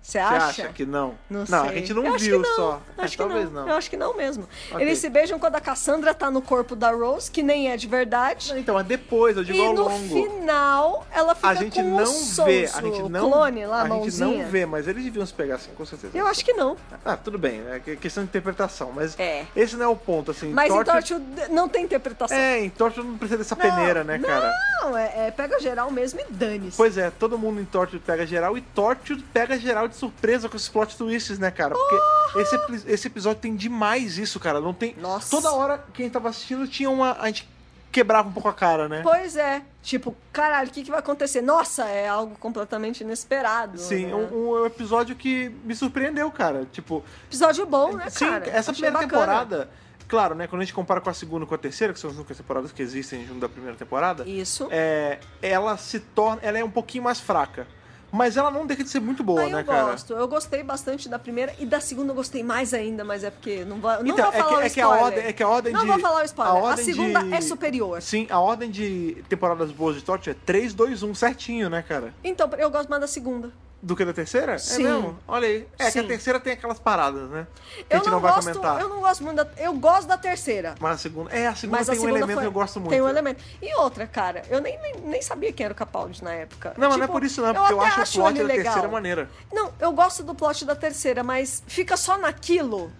[SPEAKER 2] Você
[SPEAKER 1] Você
[SPEAKER 2] acha?
[SPEAKER 1] acha que não?
[SPEAKER 2] Não, sei.
[SPEAKER 1] a gente não
[SPEAKER 2] Eu acho que
[SPEAKER 1] viu
[SPEAKER 2] não.
[SPEAKER 1] só.
[SPEAKER 2] Eu
[SPEAKER 1] É,
[SPEAKER 2] Acho que
[SPEAKER 1] Talvez
[SPEAKER 2] não.
[SPEAKER 1] não.
[SPEAKER 2] Eu acho que não mesmo.
[SPEAKER 1] Ok.
[SPEAKER 2] Eles se beijam quando a Cassandra tá no corpo da Rose, que nem é de verdade.
[SPEAKER 1] Então, mas depois, eu digo
[SPEAKER 2] e
[SPEAKER 1] ao
[SPEAKER 2] no
[SPEAKER 1] longo.
[SPEAKER 2] final, ela fica
[SPEAKER 1] A gente
[SPEAKER 2] com
[SPEAKER 1] não
[SPEAKER 2] o
[SPEAKER 1] vê,
[SPEAKER 2] Souza,
[SPEAKER 1] a gente
[SPEAKER 2] o
[SPEAKER 1] não,
[SPEAKER 2] clone lá,
[SPEAKER 1] a gente
[SPEAKER 2] mãozinha.
[SPEAKER 1] não vê, mas eles deviam se pegar assim, com certeza.
[SPEAKER 2] Eu acho que não.
[SPEAKER 1] Ah, tudo bem, é que- questão de interpretação, mas
[SPEAKER 2] É.
[SPEAKER 1] esse não é o ponto, assim.
[SPEAKER 2] Mas então,
[SPEAKER 1] Torture-
[SPEAKER 2] em Torture não tem interpretação.
[SPEAKER 1] É, em Torture não precisa dessa peneira, né, cara?
[SPEAKER 2] Não, é, é pega geral mesmo e dane-se.
[SPEAKER 1] Pois é, todo mundo em Torture pega geral e Torture pega geral de surpresa com esses plot twists, né, cara? Porque esse, epi- esse episódio tem demais isso, cara. Não tem.
[SPEAKER 2] Oh! Nossa.
[SPEAKER 1] Toda hora que a gente tava assistindo tinha uma. A gente quebrava um pouco a cara, né?
[SPEAKER 2] Pois é. Tipo, caralho, o que, que vai acontecer? Nossa, é algo completamente inesperado.
[SPEAKER 1] Sim,
[SPEAKER 2] né?
[SPEAKER 1] um, um episódio que me surpreendeu, cara. Tipo,
[SPEAKER 2] Episódio bom, né,
[SPEAKER 1] sim,
[SPEAKER 2] cara?
[SPEAKER 1] essa
[SPEAKER 2] Achei
[SPEAKER 1] primeira
[SPEAKER 2] bacana.
[SPEAKER 1] temporada, claro, né? Quando a gente compara com a segunda e com a terceira, que são as únicas temporadas que existem junto da primeira temporada,
[SPEAKER 2] Isso.
[SPEAKER 1] é, ela se torna. Ela é um é pouquinho mais fraca. Mas ela não deixa de ser muito boa,
[SPEAKER 2] Ah,
[SPEAKER 1] né,
[SPEAKER 2] eu
[SPEAKER 1] cara?
[SPEAKER 2] gosto. Eu gostei bastante da primeira e da segunda eu gostei mais ainda, mas é porque não vou, não
[SPEAKER 1] Então,
[SPEAKER 2] vou
[SPEAKER 1] é
[SPEAKER 2] falar
[SPEAKER 1] que-
[SPEAKER 2] o
[SPEAKER 1] é que a
[SPEAKER 2] spoiler.
[SPEAKER 1] ordem- é que a ordem
[SPEAKER 2] não
[SPEAKER 1] de-
[SPEAKER 2] vou falar o
[SPEAKER 1] a
[SPEAKER 2] spoiler. A,
[SPEAKER 1] ordem
[SPEAKER 2] segunda
[SPEAKER 1] de-
[SPEAKER 2] é superior.
[SPEAKER 1] Sim, a ordem de temporadas boas de Torture é 3, 2, 1 certinho, né, cara?
[SPEAKER 2] Então, eu gosto mais da segunda.
[SPEAKER 1] Do que da terceira?
[SPEAKER 2] Sim.
[SPEAKER 1] É mesmo? Olha aí. É que a
[SPEAKER 2] Sim.
[SPEAKER 1] terceira tem aquelas paradas, né? Que a
[SPEAKER 2] Eu
[SPEAKER 1] gente
[SPEAKER 2] não,
[SPEAKER 1] não, vai
[SPEAKER 2] gosto,
[SPEAKER 1] comentar.
[SPEAKER 2] eu não gosto muito da, eu gosto da terceira.
[SPEAKER 1] Mas a segunda. É, a segunda
[SPEAKER 2] Mas
[SPEAKER 1] tem
[SPEAKER 2] a
[SPEAKER 1] um
[SPEAKER 2] segunda
[SPEAKER 1] elemento
[SPEAKER 2] foi-
[SPEAKER 1] que eu gosto muito.
[SPEAKER 2] Tem um elemento. E outra, cara, eu nem, nem, nem sabia quem era o Capaldi na época.
[SPEAKER 1] Não, mas não é
[SPEAKER 2] Tipo,
[SPEAKER 1] por isso, não, é porque eu,
[SPEAKER 2] até
[SPEAKER 1] acho o plot da
[SPEAKER 2] ele legal.
[SPEAKER 1] terceira maneira.
[SPEAKER 2] Não, eu gosto do plot da terceira, mas fica só naquilo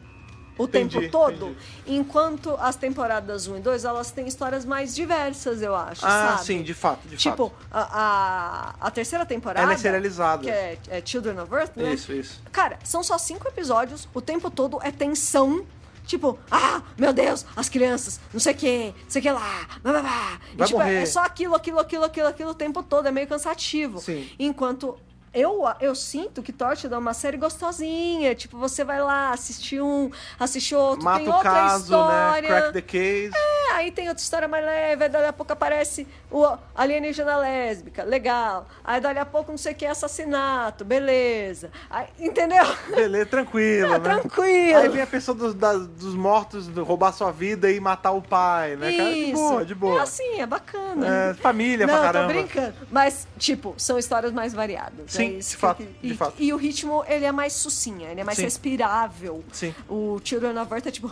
[SPEAKER 2] o
[SPEAKER 1] Entendi,
[SPEAKER 2] tempo todo.
[SPEAKER 1] entendi.
[SPEAKER 2] Enquanto as temporadas 1 e 2, elas têm histórias mais diversas, eu acho,
[SPEAKER 1] Ah,
[SPEAKER 2] sabe?
[SPEAKER 1] sim, de fato, de
[SPEAKER 2] Tipo,
[SPEAKER 1] fato.
[SPEAKER 2] a, a, a terceira temporada.
[SPEAKER 1] Ela é serializada.
[SPEAKER 2] Que é, é Children of Earth, né?
[SPEAKER 1] Isso, isso.
[SPEAKER 2] Cara, são só cinco episódios, o tempo todo é tensão. Tipo, ah, meu Deus, as crianças, não sei o que, não sei o que lá, blá, blá, blá. E,
[SPEAKER 1] Vai
[SPEAKER 2] tipo,
[SPEAKER 1] morrer.
[SPEAKER 2] é só aquilo, aquilo, aquilo, aquilo, aquilo o tempo todo, é meio cansativo.
[SPEAKER 1] Sim.
[SPEAKER 2] Enquanto eu, eu sinto que Torchwood é uma série gostosinha. Tipo, você vai lá, assistir um, assistir outro, tem
[SPEAKER 1] Mata o
[SPEAKER 2] outra
[SPEAKER 1] caso,
[SPEAKER 2] história.
[SPEAKER 1] né? Crack the case.
[SPEAKER 2] É, aí tem outra história mais leve, daí a pouco aparece o alienígena lésbica, legal. Aí dali a pouco não sei o que é assassinato, beleza. Aí, entendeu?
[SPEAKER 1] Beleza, tranquilo,
[SPEAKER 2] É,
[SPEAKER 1] né?
[SPEAKER 2] tranquilo.
[SPEAKER 1] Aí vem a pessoa dos, das- dos mortos roubar sua vida e matar o pai, né, cara? De boa, de boa.
[SPEAKER 2] É assim, é bacana.
[SPEAKER 1] É, família
[SPEAKER 2] não,
[SPEAKER 1] pra caramba.
[SPEAKER 2] tô brincando. Mas, tipo, são histórias mais variadas.
[SPEAKER 1] Sim,
[SPEAKER 2] é isso
[SPEAKER 1] de
[SPEAKER 2] que-
[SPEAKER 1] fato,
[SPEAKER 2] e,
[SPEAKER 1] de fato.
[SPEAKER 2] E o ritmo, ele é mais sucinha, ele é mais
[SPEAKER 1] Sim.
[SPEAKER 2] respirável.
[SPEAKER 1] Sim.
[SPEAKER 2] O Children of Earth é tipo,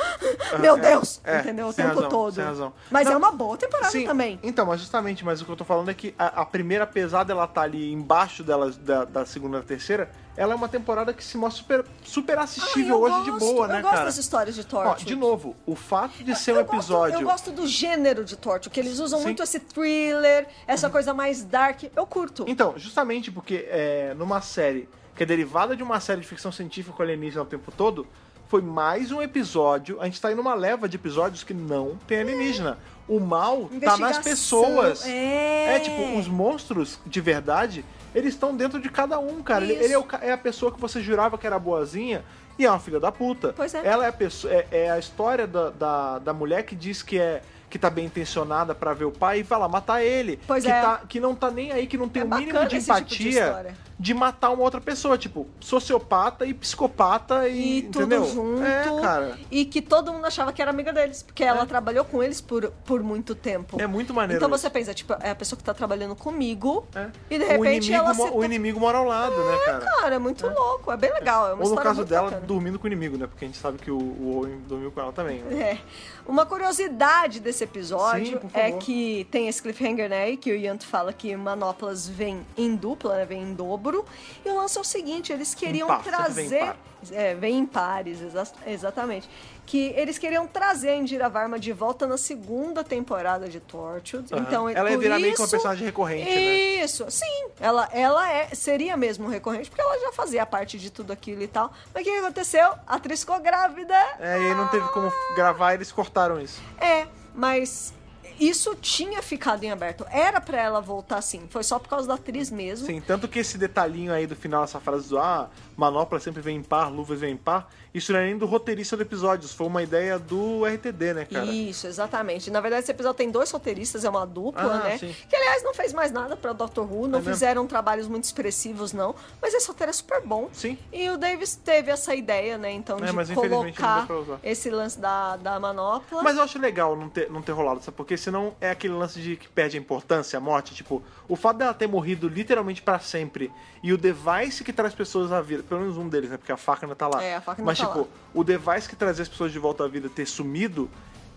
[SPEAKER 2] meu Deus!
[SPEAKER 1] é,
[SPEAKER 2] entendeu? O
[SPEAKER 1] sem
[SPEAKER 2] tempo
[SPEAKER 1] razão,
[SPEAKER 2] todo.
[SPEAKER 1] sem razão.
[SPEAKER 2] Mas
[SPEAKER 1] Não,
[SPEAKER 2] é uma boa temporada
[SPEAKER 1] Sim,
[SPEAKER 2] também.
[SPEAKER 1] Então, mas justamente, mas o que eu tô falando é que a, a primeira, apesar dela tá ali embaixo dela, da, da segunda e da terceira, ela é uma temporada que se mostra super, super assistível
[SPEAKER 2] Ah, eu
[SPEAKER 1] hoje de
[SPEAKER 2] gosto,
[SPEAKER 1] boa, né,
[SPEAKER 2] Eu gosto
[SPEAKER 1] cara?
[SPEAKER 2] das histórias de
[SPEAKER 1] Ó,
[SPEAKER 2] Torchwood.
[SPEAKER 1] de novo, o fato de ser
[SPEAKER 2] Eu
[SPEAKER 1] um
[SPEAKER 2] gosto-
[SPEAKER 1] episódio.
[SPEAKER 2] eu gosto do gênero de Torchwood, que eles usam
[SPEAKER 1] Sim.
[SPEAKER 2] muito esse thriller, essa coisa mais dark. Eu curto.
[SPEAKER 1] Então, justamente porque é, numa série que é derivada de uma série de ficção científica com alienígena o tempo todo, foi mais um episódio. A gente tá aí numa leva de episódios que não tem alienígena. O mal tá nas
[SPEAKER 2] Investigação,
[SPEAKER 1] pessoas.
[SPEAKER 2] é.
[SPEAKER 1] tipo, os monstros de verdade, eles estão dentro de cada um, cara. Ele,
[SPEAKER 2] Isso.
[SPEAKER 1] ele é, o ca- é a pessoa que você jurava que era boazinha e é uma filha da puta.
[SPEAKER 2] Pois é.
[SPEAKER 1] Ela é a, pessoa, é, é a história da, da, da mulher que diz que é. Que tá bem intencionada pra ver o pai e vai lá matar ele.
[SPEAKER 2] Pois
[SPEAKER 1] que
[SPEAKER 2] é.
[SPEAKER 1] tá- que não tá nem aí, que não tem
[SPEAKER 2] É
[SPEAKER 1] o mínimo
[SPEAKER 2] bacana
[SPEAKER 1] de
[SPEAKER 2] esse tipo de
[SPEAKER 1] empatia
[SPEAKER 2] história.
[SPEAKER 1] de, matar uma outra pessoa, tipo, sociopata e psicopata e,
[SPEAKER 2] e
[SPEAKER 1] entendeu?
[SPEAKER 2] tudo junto.
[SPEAKER 1] É, cara.
[SPEAKER 2] E que todo mundo achava que era amiga deles, porque ela trabalhou com eles por, por muito tempo.
[SPEAKER 1] É muito maneiro.
[SPEAKER 2] então
[SPEAKER 1] isso.
[SPEAKER 2] você pensa, tipo, é a pessoa que tá trabalhando comigo
[SPEAKER 1] É.
[SPEAKER 2] e de
[SPEAKER 1] o
[SPEAKER 2] repente
[SPEAKER 1] inimigo,
[SPEAKER 2] ela
[SPEAKER 1] mo-
[SPEAKER 2] se.
[SPEAKER 1] o inimigo mora ao lado, né, cara?
[SPEAKER 2] Cara, é muito louco, é bem legal. É uma
[SPEAKER 1] Ou no
[SPEAKER 2] história
[SPEAKER 1] caso
[SPEAKER 2] muito
[SPEAKER 1] dela,
[SPEAKER 2] bacana.
[SPEAKER 1] dormindo com o inimigo, né? Porque a gente sabe que o, o Owen dormiu com ela também. né?
[SPEAKER 2] É. Uma curiosidade desse episódio
[SPEAKER 1] Sim, por
[SPEAKER 2] é
[SPEAKER 1] favor.
[SPEAKER 2] que tem esse cliffhanger, né? Que o Ian fala que manoplas vêm em dupla, né? Vem em dobro. E o lance é o seguinte: eles queriam
[SPEAKER 1] par, sempre vem em
[SPEAKER 2] trazer.
[SPEAKER 1] par.
[SPEAKER 2] É, vem em pares, exa- exatamente. Que eles queriam trazer a Indira Varma de volta na segunda temporada de Tortured.
[SPEAKER 1] Aham.
[SPEAKER 2] Então,
[SPEAKER 1] Ela ia
[SPEAKER 2] por
[SPEAKER 1] virar
[SPEAKER 2] isso...
[SPEAKER 1] meio que uma personagem recorrente, né?
[SPEAKER 2] Isso, sim. Ela, ela é, seria mesmo recorrente, porque ela já fazia parte de tudo aquilo e tal. Mas o que aconteceu? A atriz ficou grávida.
[SPEAKER 1] É, e aí não teve como gravar, eles cortaram isso.
[SPEAKER 2] É, mas isso tinha ficado em aberto. Era pra ela voltar sim. Foi só por causa da atriz mesmo.
[SPEAKER 1] Sim, tanto que esse detalhinho aí do final, essa frase do ah, manopla sempre vem em par, luvas vem em par, isso não é nem do roteirista do episódio, isso foi uma ideia do RTD, né, cara?
[SPEAKER 2] Isso, exatamente. Na verdade, esse episódio tem dois roteiristas, é uma dupla,
[SPEAKER 1] Ah,
[SPEAKER 2] né?
[SPEAKER 1] sim.
[SPEAKER 2] Que, aliás, não fez mais nada pra Doctor Who, não
[SPEAKER 1] É mesmo?
[SPEAKER 2] fizeram trabalhos muito expressivos, não. Mas esse roteiro é super bom.
[SPEAKER 1] Sim.
[SPEAKER 2] E o Davis teve essa ideia, né? Então,
[SPEAKER 1] É,
[SPEAKER 2] de
[SPEAKER 1] mas infelizmente não
[SPEAKER 2] colocar
[SPEAKER 1] deu pra usar.
[SPEAKER 2] esse lance da, da manopla.
[SPEAKER 1] Mas eu acho legal não ter, não ter rolado, sabe? Porque senão é aquele lance de que perde a importância, a morte. Tipo, o fato dela ter morrido literalmente pra sempre e o device que traz pessoas à vida, pelo menos um deles, né? Porque a faca ainda tá lá.
[SPEAKER 2] É, a faca ainda
[SPEAKER 1] Mas,
[SPEAKER 2] tá
[SPEAKER 1] tipo,
[SPEAKER 2] lá.
[SPEAKER 1] o device que traz as pessoas de volta à vida ter sumido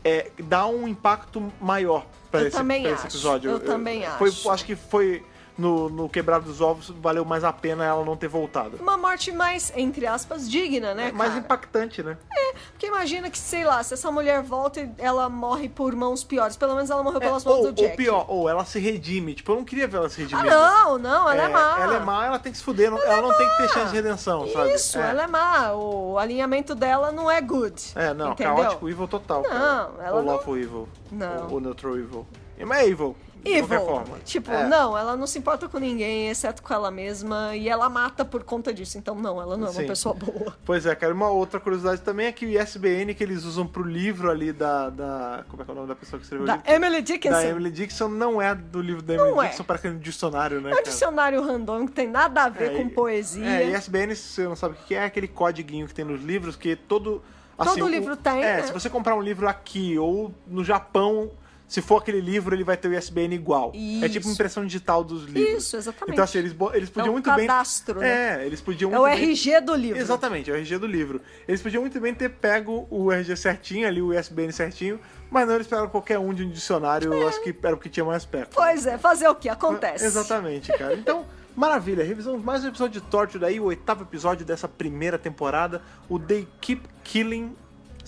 [SPEAKER 1] é, dá um impacto maior pra,
[SPEAKER 2] Eu
[SPEAKER 1] esse,
[SPEAKER 2] também
[SPEAKER 1] pra esse
[SPEAKER 2] acho,
[SPEAKER 1] episódio. É,
[SPEAKER 2] eu também
[SPEAKER 1] foi-
[SPEAKER 2] acho.
[SPEAKER 1] Acho que foi no, no Quebrado dos Ovos, valeu mais a pena ela não ter voltado.
[SPEAKER 2] Uma morte mais, entre aspas, digna, né?
[SPEAKER 1] mais
[SPEAKER 2] cara? É,
[SPEAKER 1] impactante, né?
[SPEAKER 2] Porque imagina que, sei lá, se essa mulher volta e ela morre por mãos piores. Pelo menos ela morreu
[SPEAKER 1] É,
[SPEAKER 2] pelas mãos
[SPEAKER 1] ou,
[SPEAKER 2] do Jack.
[SPEAKER 1] ou pior, ou ela se redime. Tipo, eu não queria ver ela se redimir.
[SPEAKER 2] Ah, não, não, ela é, má. é
[SPEAKER 1] Ela é má, ela tem que se fuder. não- Ela, não tem que ter chance de redenção, sabe?
[SPEAKER 2] Isso, ela é má. O alinhamento dela não é good.
[SPEAKER 1] É, não,
[SPEAKER 2] entendeu?
[SPEAKER 1] caótico evil total.
[SPEAKER 2] Não,
[SPEAKER 1] cara.
[SPEAKER 2] ela
[SPEAKER 1] Ou
[SPEAKER 2] não-
[SPEAKER 1] lawful evil.
[SPEAKER 2] Não.
[SPEAKER 1] Ou, ou neutral evil. Mas é evil. de qualquer
[SPEAKER 2] Evil.
[SPEAKER 1] forma.
[SPEAKER 2] Tipo,
[SPEAKER 1] É.
[SPEAKER 2] não, ela não se importa com ninguém, exceto com ela mesma, e ela mata por conta disso. Então, não, ela não é
[SPEAKER 1] Sim.
[SPEAKER 2] uma pessoa boa.
[SPEAKER 1] Pois é, cara. Uma outra curiosidade também é que o ISBN que eles usam pro livro ali da. da como é que é o nome da pessoa que escreveu o
[SPEAKER 2] Da
[SPEAKER 1] livro?
[SPEAKER 2] Emily Dickinson.
[SPEAKER 1] Da Emily Dixon não é do livro da Emily
[SPEAKER 2] Não é.
[SPEAKER 1] Dixon, para aquele dicionário, né?
[SPEAKER 2] É um
[SPEAKER 1] cara?
[SPEAKER 2] dicionário random que tem nada a ver
[SPEAKER 1] É,
[SPEAKER 2] com
[SPEAKER 1] e-
[SPEAKER 2] poesia.
[SPEAKER 1] É, ISBN, se você não sabe o que é, é aquele codiguinho que tem nos livros, que todo.
[SPEAKER 2] Todo livro tem,
[SPEAKER 1] É,
[SPEAKER 2] né?
[SPEAKER 1] se você comprar um livro aqui ou no Japão, se for aquele livro, ele vai ter o ISBN igual. É tipo
[SPEAKER 2] Isso.
[SPEAKER 1] impressão digital dos livros.
[SPEAKER 2] Isso, exatamente.
[SPEAKER 1] Então, assim, eles, bo- eles podiam
[SPEAKER 2] um
[SPEAKER 1] muito
[SPEAKER 2] cadastro,
[SPEAKER 1] bem.
[SPEAKER 2] né?
[SPEAKER 1] É, eles podiam
[SPEAKER 2] É o
[SPEAKER 1] muito bem-
[SPEAKER 2] RG do livro.
[SPEAKER 1] Exatamente, é o RG do livro. Eles podiam muito bem ter pego o RG certinho, ali o ISBN certinho, mas não, eles pegaram qualquer um de um dicionário,
[SPEAKER 2] É.
[SPEAKER 1] eu acho que era o que tinha mais perto.
[SPEAKER 2] Pois é, fazer o que? Acontece.
[SPEAKER 1] Exatamente, cara. Então, maravilha. Revisamos mais um episódio de Torture daí, o oitavo episódio dessa primeira temporada, o They Keep Killing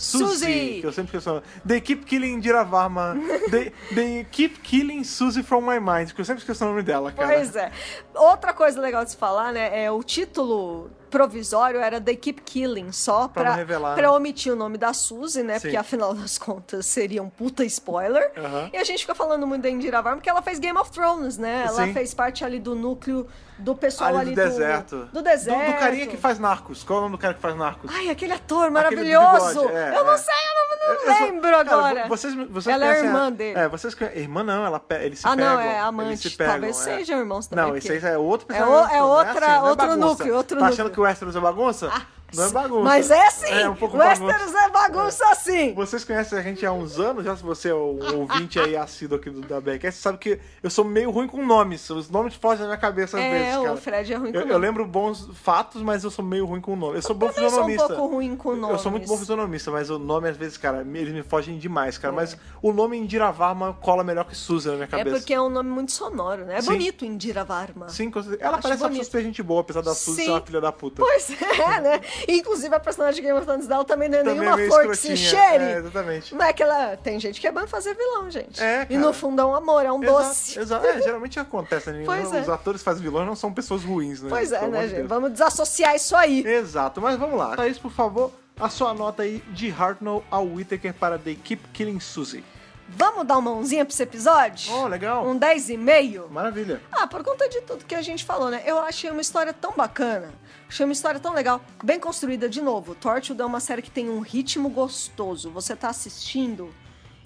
[SPEAKER 1] Suzy.
[SPEAKER 2] Suzy!
[SPEAKER 1] Que eu sempre esqueço o nome. They Keep Killing Indira Varma. they, they Keep Killing Suzy from My Mind, que eu sempre esqueço o nome dela, cara.
[SPEAKER 2] Pois é. Outra coisa legal de se falar, né? É o título provisório era The Keep Killing, só
[SPEAKER 1] Pra
[SPEAKER 2] pra,
[SPEAKER 1] não revelar,
[SPEAKER 2] pra
[SPEAKER 1] né?
[SPEAKER 2] omitir o nome da Suzy, né?
[SPEAKER 1] Sim.
[SPEAKER 2] Porque afinal das contas seria um puta spoiler.
[SPEAKER 1] Aham.
[SPEAKER 2] E a gente fica falando muito da Indira Varma porque ela fez Game of Thrones, né? Ela
[SPEAKER 1] Sim.
[SPEAKER 2] fez parte ali do núcleo do pessoal
[SPEAKER 1] Ali,
[SPEAKER 2] ali,
[SPEAKER 1] do, deserto.
[SPEAKER 2] Do deserto.
[SPEAKER 1] Do, do carinha que faz narcos. Qual é o nome do cara que faz narcos?
[SPEAKER 2] Ai, aquele ator
[SPEAKER 1] Aquele do
[SPEAKER 2] maravilhoso!
[SPEAKER 1] bigode, é,
[SPEAKER 2] eu não
[SPEAKER 1] é.
[SPEAKER 2] sei, eu não, não
[SPEAKER 1] Eu sou-
[SPEAKER 2] lembro
[SPEAKER 1] cara,
[SPEAKER 2] agora.
[SPEAKER 1] vo- vocês, vocês
[SPEAKER 2] ela é a
[SPEAKER 1] conhecem
[SPEAKER 2] irmã dele.
[SPEAKER 1] É, vocês conhe- Irmã não, ela, pe- eles se
[SPEAKER 2] Ah,
[SPEAKER 1] pegam.
[SPEAKER 2] não, é amante.
[SPEAKER 1] Eles se pegam,
[SPEAKER 2] Talvez
[SPEAKER 1] é.
[SPEAKER 2] sejam irmãos também,
[SPEAKER 1] Não,
[SPEAKER 2] porque-
[SPEAKER 1] isso aí já é outro
[SPEAKER 2] É o-
[SPEAKER 1] personagem.
[SPEAKER 2] é
[SPEAKER 1] não
[SPEAKER 2] outra-
[SPEAKER 1] não
[SPEAKER 2] outro
[SPEAKER 1] bagunça.
[SPEAKER 2] núcleo, outro
[SPEAKER 1] Tá
[SPEAKER 2] núcleo. Ah,
[SPEAKER 1] achando que o Westeros é bagunça? não é bagunça.
[SPEAKER 2] Mas é sim!
[SPEAKER 1] É um pouco bagunça.
[SPEAKER 2] Westeros é bagunça sim!
[SPEAKER 1] Vocês conhecem a gente há uns anos, já se você é um ouvinte aí assíduo aqui do da BRCast, você sabe que eu sou meio ruim com nomes. Os nomes fogem da minha cabeça às
[SPEAKER 2] É,
[SPEAKER 1] vezes,
[SPEAKER 2] o
[SPEAKER 1] cara.
[SPEAKER 2] Fred é ruim com
[SPEAKER 1] eu, eu
[SPEAKER 2] nome.
[SPEAKER 1] lembro bons fatos, mas eu sou meio ruim com nome. Eu sou bom
[SPEAKER 2] também sou um
[SPEAKER 1] fisionomista.
[SPEAKER 2] pouco ruim com
[SPEAKER 1] Eu sou muito
[SPEAKER 2] nomes.
[SPEAKER 1] bom fisionomista, mas o nome às vezes, cara, me- eles me fogem demais, cara. Mas o nome Indira Varma cola melhor que Susan na minha
[SPEAKER 2] É
[SPEAKER 1] cabeça.
[SPEAKER 2] porque é um nome muito sonoro, né? É
[SPEAKER 1] Sim.
[SPEAKER 2] bonito Indira Varma.
[SPEAKER 1] Sim, com certeza. Ela
[SPEAKER 2] Acho
[SPEAKER 1] parece uma pessoa
[SPEAKER 2] bonito.
[SPEAKER 1] super gente boa, apesar da Suzy
[SPEAKER 2] Sim.
[SPEAKER 1] ser uma filha da puta.
[SPEAKER 2] Pois é, né? Inclusive a personagem de Game of Thrones dela também não é
[SPEAKER 1] Também é
[SPEAKER 2] nenhuma
[SPEAKER 1] meio
[SPEAKER 2] flor que se
[SPEAKER 1] escrotinha.
[SPEAKER 2] cheire.
[SPEAKER 1] É, exatamente.
[SPEAKER 2] Não é que ela... Tem gente que é bom em fazer vilão, gente.
[SPEAKER 1] É,
[SPEAKER 2] e
[SPEAKER 1] cara.
[SPEAKER 2] no fundo é um amor, é um
[SPEAKER 1] Exato,
[SPEAKER 2] doce.
[SPEAKER 1] Exato. É, geralmente acontece, né?
[SPEAKER 2] Pois
[SPEAKER 1] Os
[SPEAKER 2] é.
[SPEAKER 1] atores que fazem vilões não são pessoas ruins, né?
[SPEAKER 2] Pois é,
[SPEAKER 1] Pelo amor
[SPEAKER 2] né,
[SPEAKER 1] de
[SPEAKER 2] gente?
[SPEAKER 1] Deus.
[SPEAKER 2] Vamos desassociar isso aí.
[SPEAKER 1] Exato, mas vamos lá. Thaís, por favor, a sua nota aí de Hartnell ao Whittaker para The Keep Killing Suzy.
[SPEAKER 2] Vamos dar uma mãozinha pra esse episódio?
[SPEAKER 1] Oh, legal.
[SPEAKER 2] Um 10,5?
[SPEAKER 1] Maravilha.
[SPEAKER 2] Ah, por conta de tudo que a gente falou, né? Eu achei uma história tão bacana. Achei uma história tão legal, bem construída de novo. Torchwood é uma série que tem um ritmo gostoso. Você tá assistindo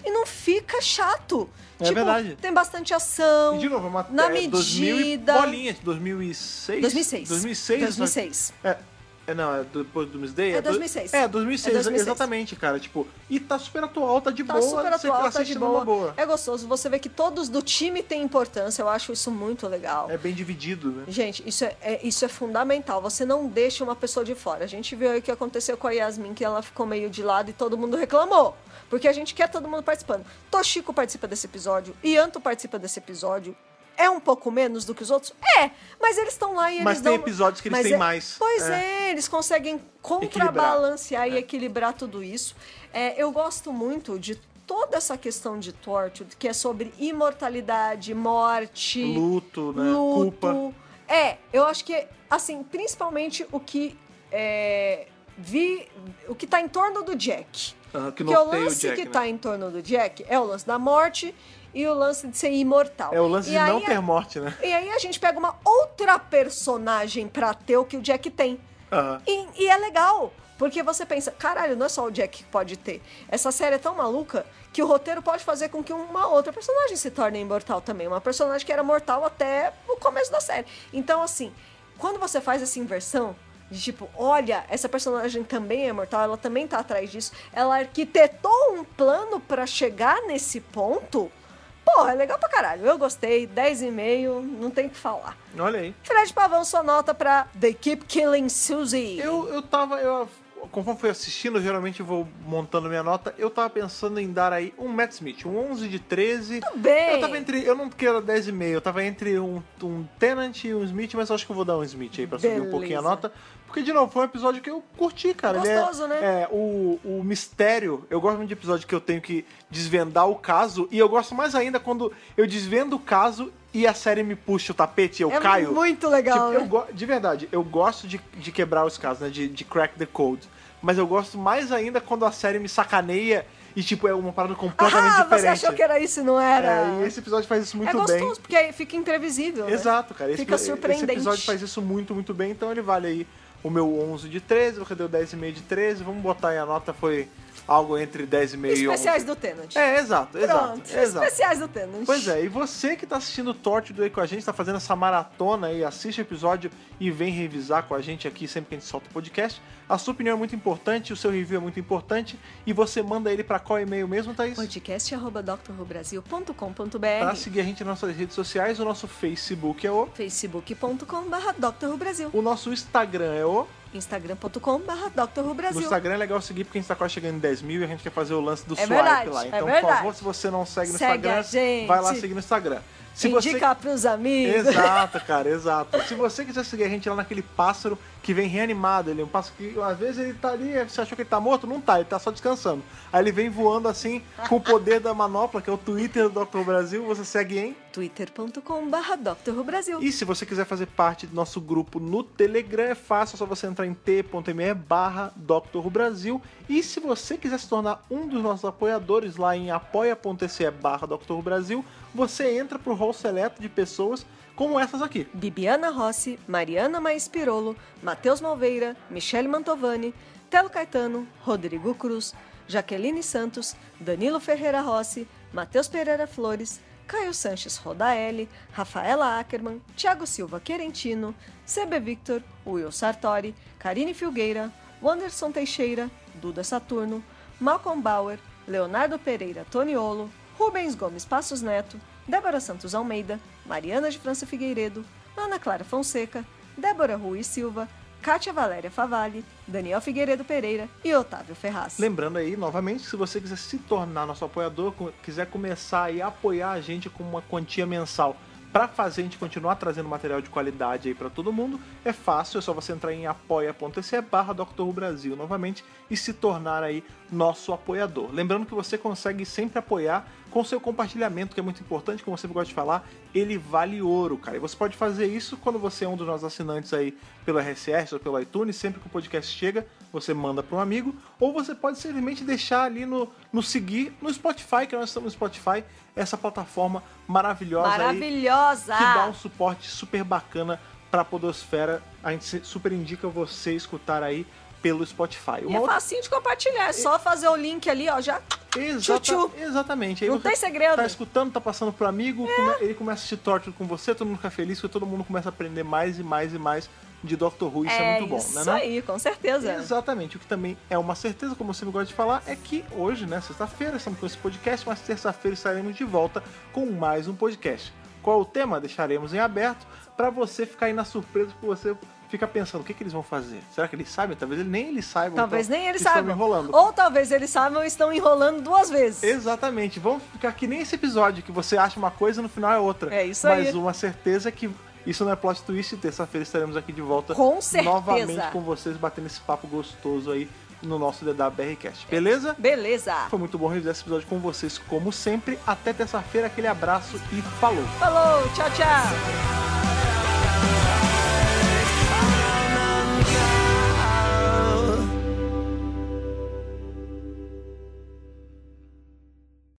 [SPEAKER 2] e não fica chato.
[SPEAKER 1] É
[SPEAKER 2] tipo,
[SPEAKER 1] verdade.
[SPEAKER 2] tem bastante ação.
[SPEAKER 1] E de novo, é uma
[SPEAKER 2] Então, na
[SPEAKER 1] é, 2000 e
[SPEAKER 2] medida.
[SPEAKER 1] bolinhas, 2006?
[SPEAKER 2] 2006.
[SPEAKER 1] 2006.
[SPEAKER 2] 2006.
[SPEAKER 1] só- É, é, não, é depois do Doomsday?
[SPEAKER 2] É
[SPEAKER 1] do-
[SPEAKER 2] 2006.
[SPEAKER 1] É, 2006,
[SPEAKER 2] É 2006.
[SPEAKER 1] exatamente, cara. Tipo, e tá super atual, tá de
[SPEAKER 2] Tá
[SPEAKER 1] boa.
[SPEAKER 2] super
[SPEAKER 1] você
[SPEAKER 2] atual, tá de
[SPEAKER 1] assistindo
[SPEAKER 2] boa.
[SPEAKER 1] numa boa.
[SPEAKER 2] É gostoso. Você vê que todos do time têm importância. Eu acho isso muito legal.
[SPEAKER 1] É bem dividido, né?
[SPEAKER 2] Gente, isso é, é- isso é fundamental. Você não deixa uma pessoa de fora. A gente viu aí o que aconteceu com a Yasmin, que ela ficou meio de lado e todo mundo reclamou. Porque a gente quer todo mundo participando. Toshiko participa desse episódio, Ianto participa desse episódio. É um pouco menos do que os outros? É, mas eles estão lá e eles
[SPEAKER 1] Mas tem
[SPEAKER 2] dão-
[SPEAKER 1] episódios que eles
[SPEAKER 2] Mas
[SPEAKER 1] têm
[SPEAKER 2] é-
[SPEAKER 1] mais.
[SPEAKER 2] Pois
[SPEAKER 1] É.
[SPEAKER 2] é. eles conseguem contrabalancear e equilibrar tudo isso. É, eu gosto muito de toda essa questão de Tortured, que é sobre imortalidade, morte
[SPEAKER 1] Luto, né?
[SPEAKER 2] luto.
[SPEAKER 1] Culpa.
[SPEAKER 2] É, eu acho que, assim, principalmente o que é, vi, o que tá em torno do Jack.
[SPEAKER 1] Aham, que
[SPEAKER 2] Porque o
[SPEAKER 1] norteia o
[SPEAKER 2] lance
[SPEAKER 1] Jack,
[SPEAKER 2] que
[SPEAKER 1] né?
[SPEAKER 2] tá em torno do Jack é o lance da morte e o lance de ser imortal.
[SPEAKER 1] É o lance
[SPEAKER 2] E
[SPEAKER 1] de não
[SPEAKER 2] aí-
[SPEAKER 1] ter morte, né?
[SPEAKER 2] E aí a gente pega uma outra personagem pra ter o que o Jack tem.
[SPEAKER 1] Aham.
[SPEAKER 2] E, e é legal, porque você pensa, caralho, não é só o Jack que pode ter. Essa série é tão maluca que o roteiro pode fazer com que uma outra personagem se torne imortal também. Uma personagem que era mortal até o começo da série. Então, assim, quando você faz essa inversão. De tipo, olha, essa personagem também é mortal, ela também tá atrás disso. Ela arquitetou um plano pra chegar nesse ponto. Porra, é legal pra caralho. Eu gostei, 10,5, não tem o que falar.
[SPEAKER 1] Olha aí.
[SPEAKER 2] Fred Pavão, sua nota pra The Keep Killing Suzy.
[SPEAKER 1] Eu, eu tava. Eu, conforme fui assistindo, eu geralmente vou montando minha nota. Eu tava pensando em dar aí um Matt Smith, um 11 de 13.
[SPEAKER 2] Tudo bem.
[SPEAKER 1] Eu tava entre. Eu não queria 10,5. Eu tava entre um, um Tenant e um Smith, mas eu acho que eu vou dar um Smith aí pra subir um
[SPEAKER 2] Beleza.
[SPEAKER 1] pouquinho a nota. Porque, de novo, foi um episódio que eu curti, cara. Ele é-
[SPEAKER 2] Gostoso, né?
[SPEAKER 1] É, o, o mistério. Eu gosto muito de episódio que eu tenho que desvendar o caso. E eu gosto mais ainda quando eu desvendo o caso e a série me puxa o tapete e eu
[SPEAKER 2] é
[SPEAKER 1] caio.
[SPEAKER 2] muito legal.
[SPEAKER 1] Tipo, eu
[SPEAKER 2] né?
[SPEAKER 1] go- de verdade, eu gosto de, de quebrar os casos, né? De, de crack the code. Mas eu gosto mais ainda quando a série me sacaneia E, tipo, é uma parada completamente
[SPEAKER 2] Ah,
[SPEAKER 1] diferente.
[SPEAKER 2] você achou que era isso, não era?
[SPEAKER 1] É, e esse episódio faz isso muito
[SPEAKER 2] É
[SPEAKER 1] bem.
[SPEAKER 2] gostoso, porque aí fica imprevisível. né?
[SPEAKER 1] Exato, cara. Esse,
[SPEAKER 2] Fica
[SPEAKER 1] esse
[SPEAKER 2] surpreendente.
[SPEAKER 1] episódio faz isso muito, muito bem. Então ele vale aí o meu 11 de 13, o cadê o 10,5 de 13? Vamos botar aí a nota, foi algo entre 10,5 e 11.
[SPEAKER 2] Especiais do Tenant.
[SPEAKER 1] É, exato, exato,
[SPEAKER 2] Pronto,
[SPEAKER 1] exato.
[SPEAKER 2] especiais do Tenant.
[SPEAKER 1] Pois é, e você que tá assistindo o Torte do aí com a gente, tá fazendo essa maratona aí, assiste o episódio e vem revisar com a gente aqui sempre que a gente solta o podcast. A sua opinião é muito importante, o seu review é muito importante, e você manda ele pra qual e-mail mesmo, Thaís? Pra
[SPEAKER 2] podcast.drrubrasil.com.br
[SPEAKER 1] seguir a gente nas nossas redes sociais, o nosso Facebook é o.
[SPEAKER 2] facebook.com.br drrubrasil
[SPEAKER 1] O nosso Instagram é o.
[SPEAKER 2] instagram.com.br
[SPEAKER 1] No
[SPEAKER 2] drrubrasil
[SPEAKER 1] Instagram é legal seguir porque a gente tá quase chegando em 10 mil e a gente quer fazer o lance do
[SPEAKER 2] É
[SPEAKER 1] swipe
[SPEAKER 2] verdade,
[SPEAKER 1] lá.
[SPEAKER 2] é
[SPEAKER 1] Então, por
[SPEAKER 2] verdade.
[SPEAKER 1] favor, se você não segue no
[SPEAKER 2] Segue
[SPEAKER 1] Instagram,
[SPEAKER 2] a gente.
[SPEAKER 1] vai lá seguir no Instagram. Se
[SPEAKER 2] Indica pros amigos.
[SPEAKER 1] Exato, cara, exato. Se você quiser seguir a gente lá naquele pássaro que vem reanimado, ele é um pássaro que às vezes ele tá ali, você achou que ele tá morto? Não tá, ele tá só descansando. Aí ele vem voando assim com o poder da manopla, que é o Twitter do Dr. Brasil, você segue em.
[SPEAKER 2] twitter.com.br drrubrasil
[SPEAKER 1] E se você quiser fazer parte do nosso grupo no Telegram, é fácil, é só você entrar em t.me barra Dr. Brasil. E se você quiser se tornar um dos nossos apoiadores lá em apoia.se barra Dr. Brasil, você entra pro hall seleto de pessoas como essas aqui.
[SPEAKER 2] Bibiana Rossi, Mariana Maes Pirolo, Matheus Malveira, Michele Mantovani, Telo Caetano, Rodrigo Cruz, Jaqueline Santos, Danilo Ferreira Rossi, Matheus Pereira Flores, Caio Sanches Rodaelli, Rafaela Ackerman, Thiago Silva Querentino, CB Victor, Will Sartori, Karine Filgueira, Wanderson Teixeira, Duda Saturno, Malcolm Bauer, Leonardo Pereira Toniolo, Rubens Gomes Passos Neto, Débora Santos Almeida, Mariana de França Figueiredo, Ana Clara Fonseca, Débora Ruiz Silva, Kátia Valéria Favalli, Daniel Figueiredo Pereira e Otávio Ferraz.
[SPEAKER 1] Lembrando aí, novamente, se você quiser se tornar nosso apoiador, co- quiser começar e apoiar a gente com uma quantia mensal para fazer a gente continuar trazendo material de qualidade aí para todo mundo, é fácil, é só você entrar em apoia.se é barra Dr. Brasil novamente e se tornar aí nosso apoiador. Lembrando que você consegue sempre apoiar com seu compartilhamento, que é muito importante, como eu sempre gosto de falar, ele vale ouro, cara. E você pode fazer isso quando você é um dos nossos assinantes aí pelo RSS ou pelo iTunes, sempre que o podcast chega, você manda para um amigo, ou você pode simplesmente deixar ali no, no seguir no Spotify, que nós estamos no Spotify, essa plataforma maravilhosa, aí,
[SPEAKER 2] Maravilhosa!
[SPEAKER 1] que dá um suporte super bacana para a Podosfera. A gente se- super indica você escutar aí pelo Spotify.
[SPEAKER 2] E é facinho de compartilhar, é só fazer o link ali, ó, já
[SPEAKER 1] Exata-
[SPEAKER 2] Tchutchu.
[SPEAKER 1] Exatamente. Aí
[SPEAKER 2] Não
[SPEAKER 1] você
[SPEAKER 2] tem segredo. É.
[SPEAKER 1] Tá escutando, tá passando pro amigo, come- ele começa a assistir Torture com você, todo mundo fica feliz, porque todo mundo começa a aprender mais e mais e mais de Doctor Who. Isso é, muito bom,
[SPEAKER 2] isso
[SPEAKER 1] né? né?
[SPEAKER 2] aí, com certeza.
[SPEAKER 1] Exatamente. O que também é uma certeza, como eu sempre gosto de falar, é que hoje, né, sexta-feira, estamos com esse podcast, mas terça-feira estaremos de volta com mais um podcast. Qual o tema? Deixaremos em aberto para você ficar aí na surpresa, porque você fica pensando o que, que eles vão fazer. Será que eles sabem? Talvez ele- nem eles saibam.
[SPEAKER 2] Talvez
[SPEAKER 1] então,
[SPEAKER 2] nem eles
[SPEAKER 1] estão
[SPEAKER 2] saibam.
[SPEAKER 1] enrolando.
[SPEAKER 2] Ou talvez eles saibam e estão enrolando duas vezes.
[SPEAKER 1] Exatamente. Vamos ficar que nem esse episódio, que você acha uma coisa e no final é outra.
[SPEAKER 2] É isso
[SPEAKER 1] Mas
[SPEAKER 2] aí.
[SPEAKER 1] uma certeza é que isso não é plot twist. Terça-feira estaremos aqui de volta
[SPEAKER 2] Com certeza.
[SPEAKER 1] novamente com vocês, batendo esse papo gostoso aí no nosso DWRcast. Beleza?
[SPEAKER 2] Beleza.
[SPEAKER 1] Foi muito bom revisar esse episódio com vocês, como sempre. Até terça-feira, aquele abraço e falou!
[SPEAKER 2] Falou, tchau, tchau.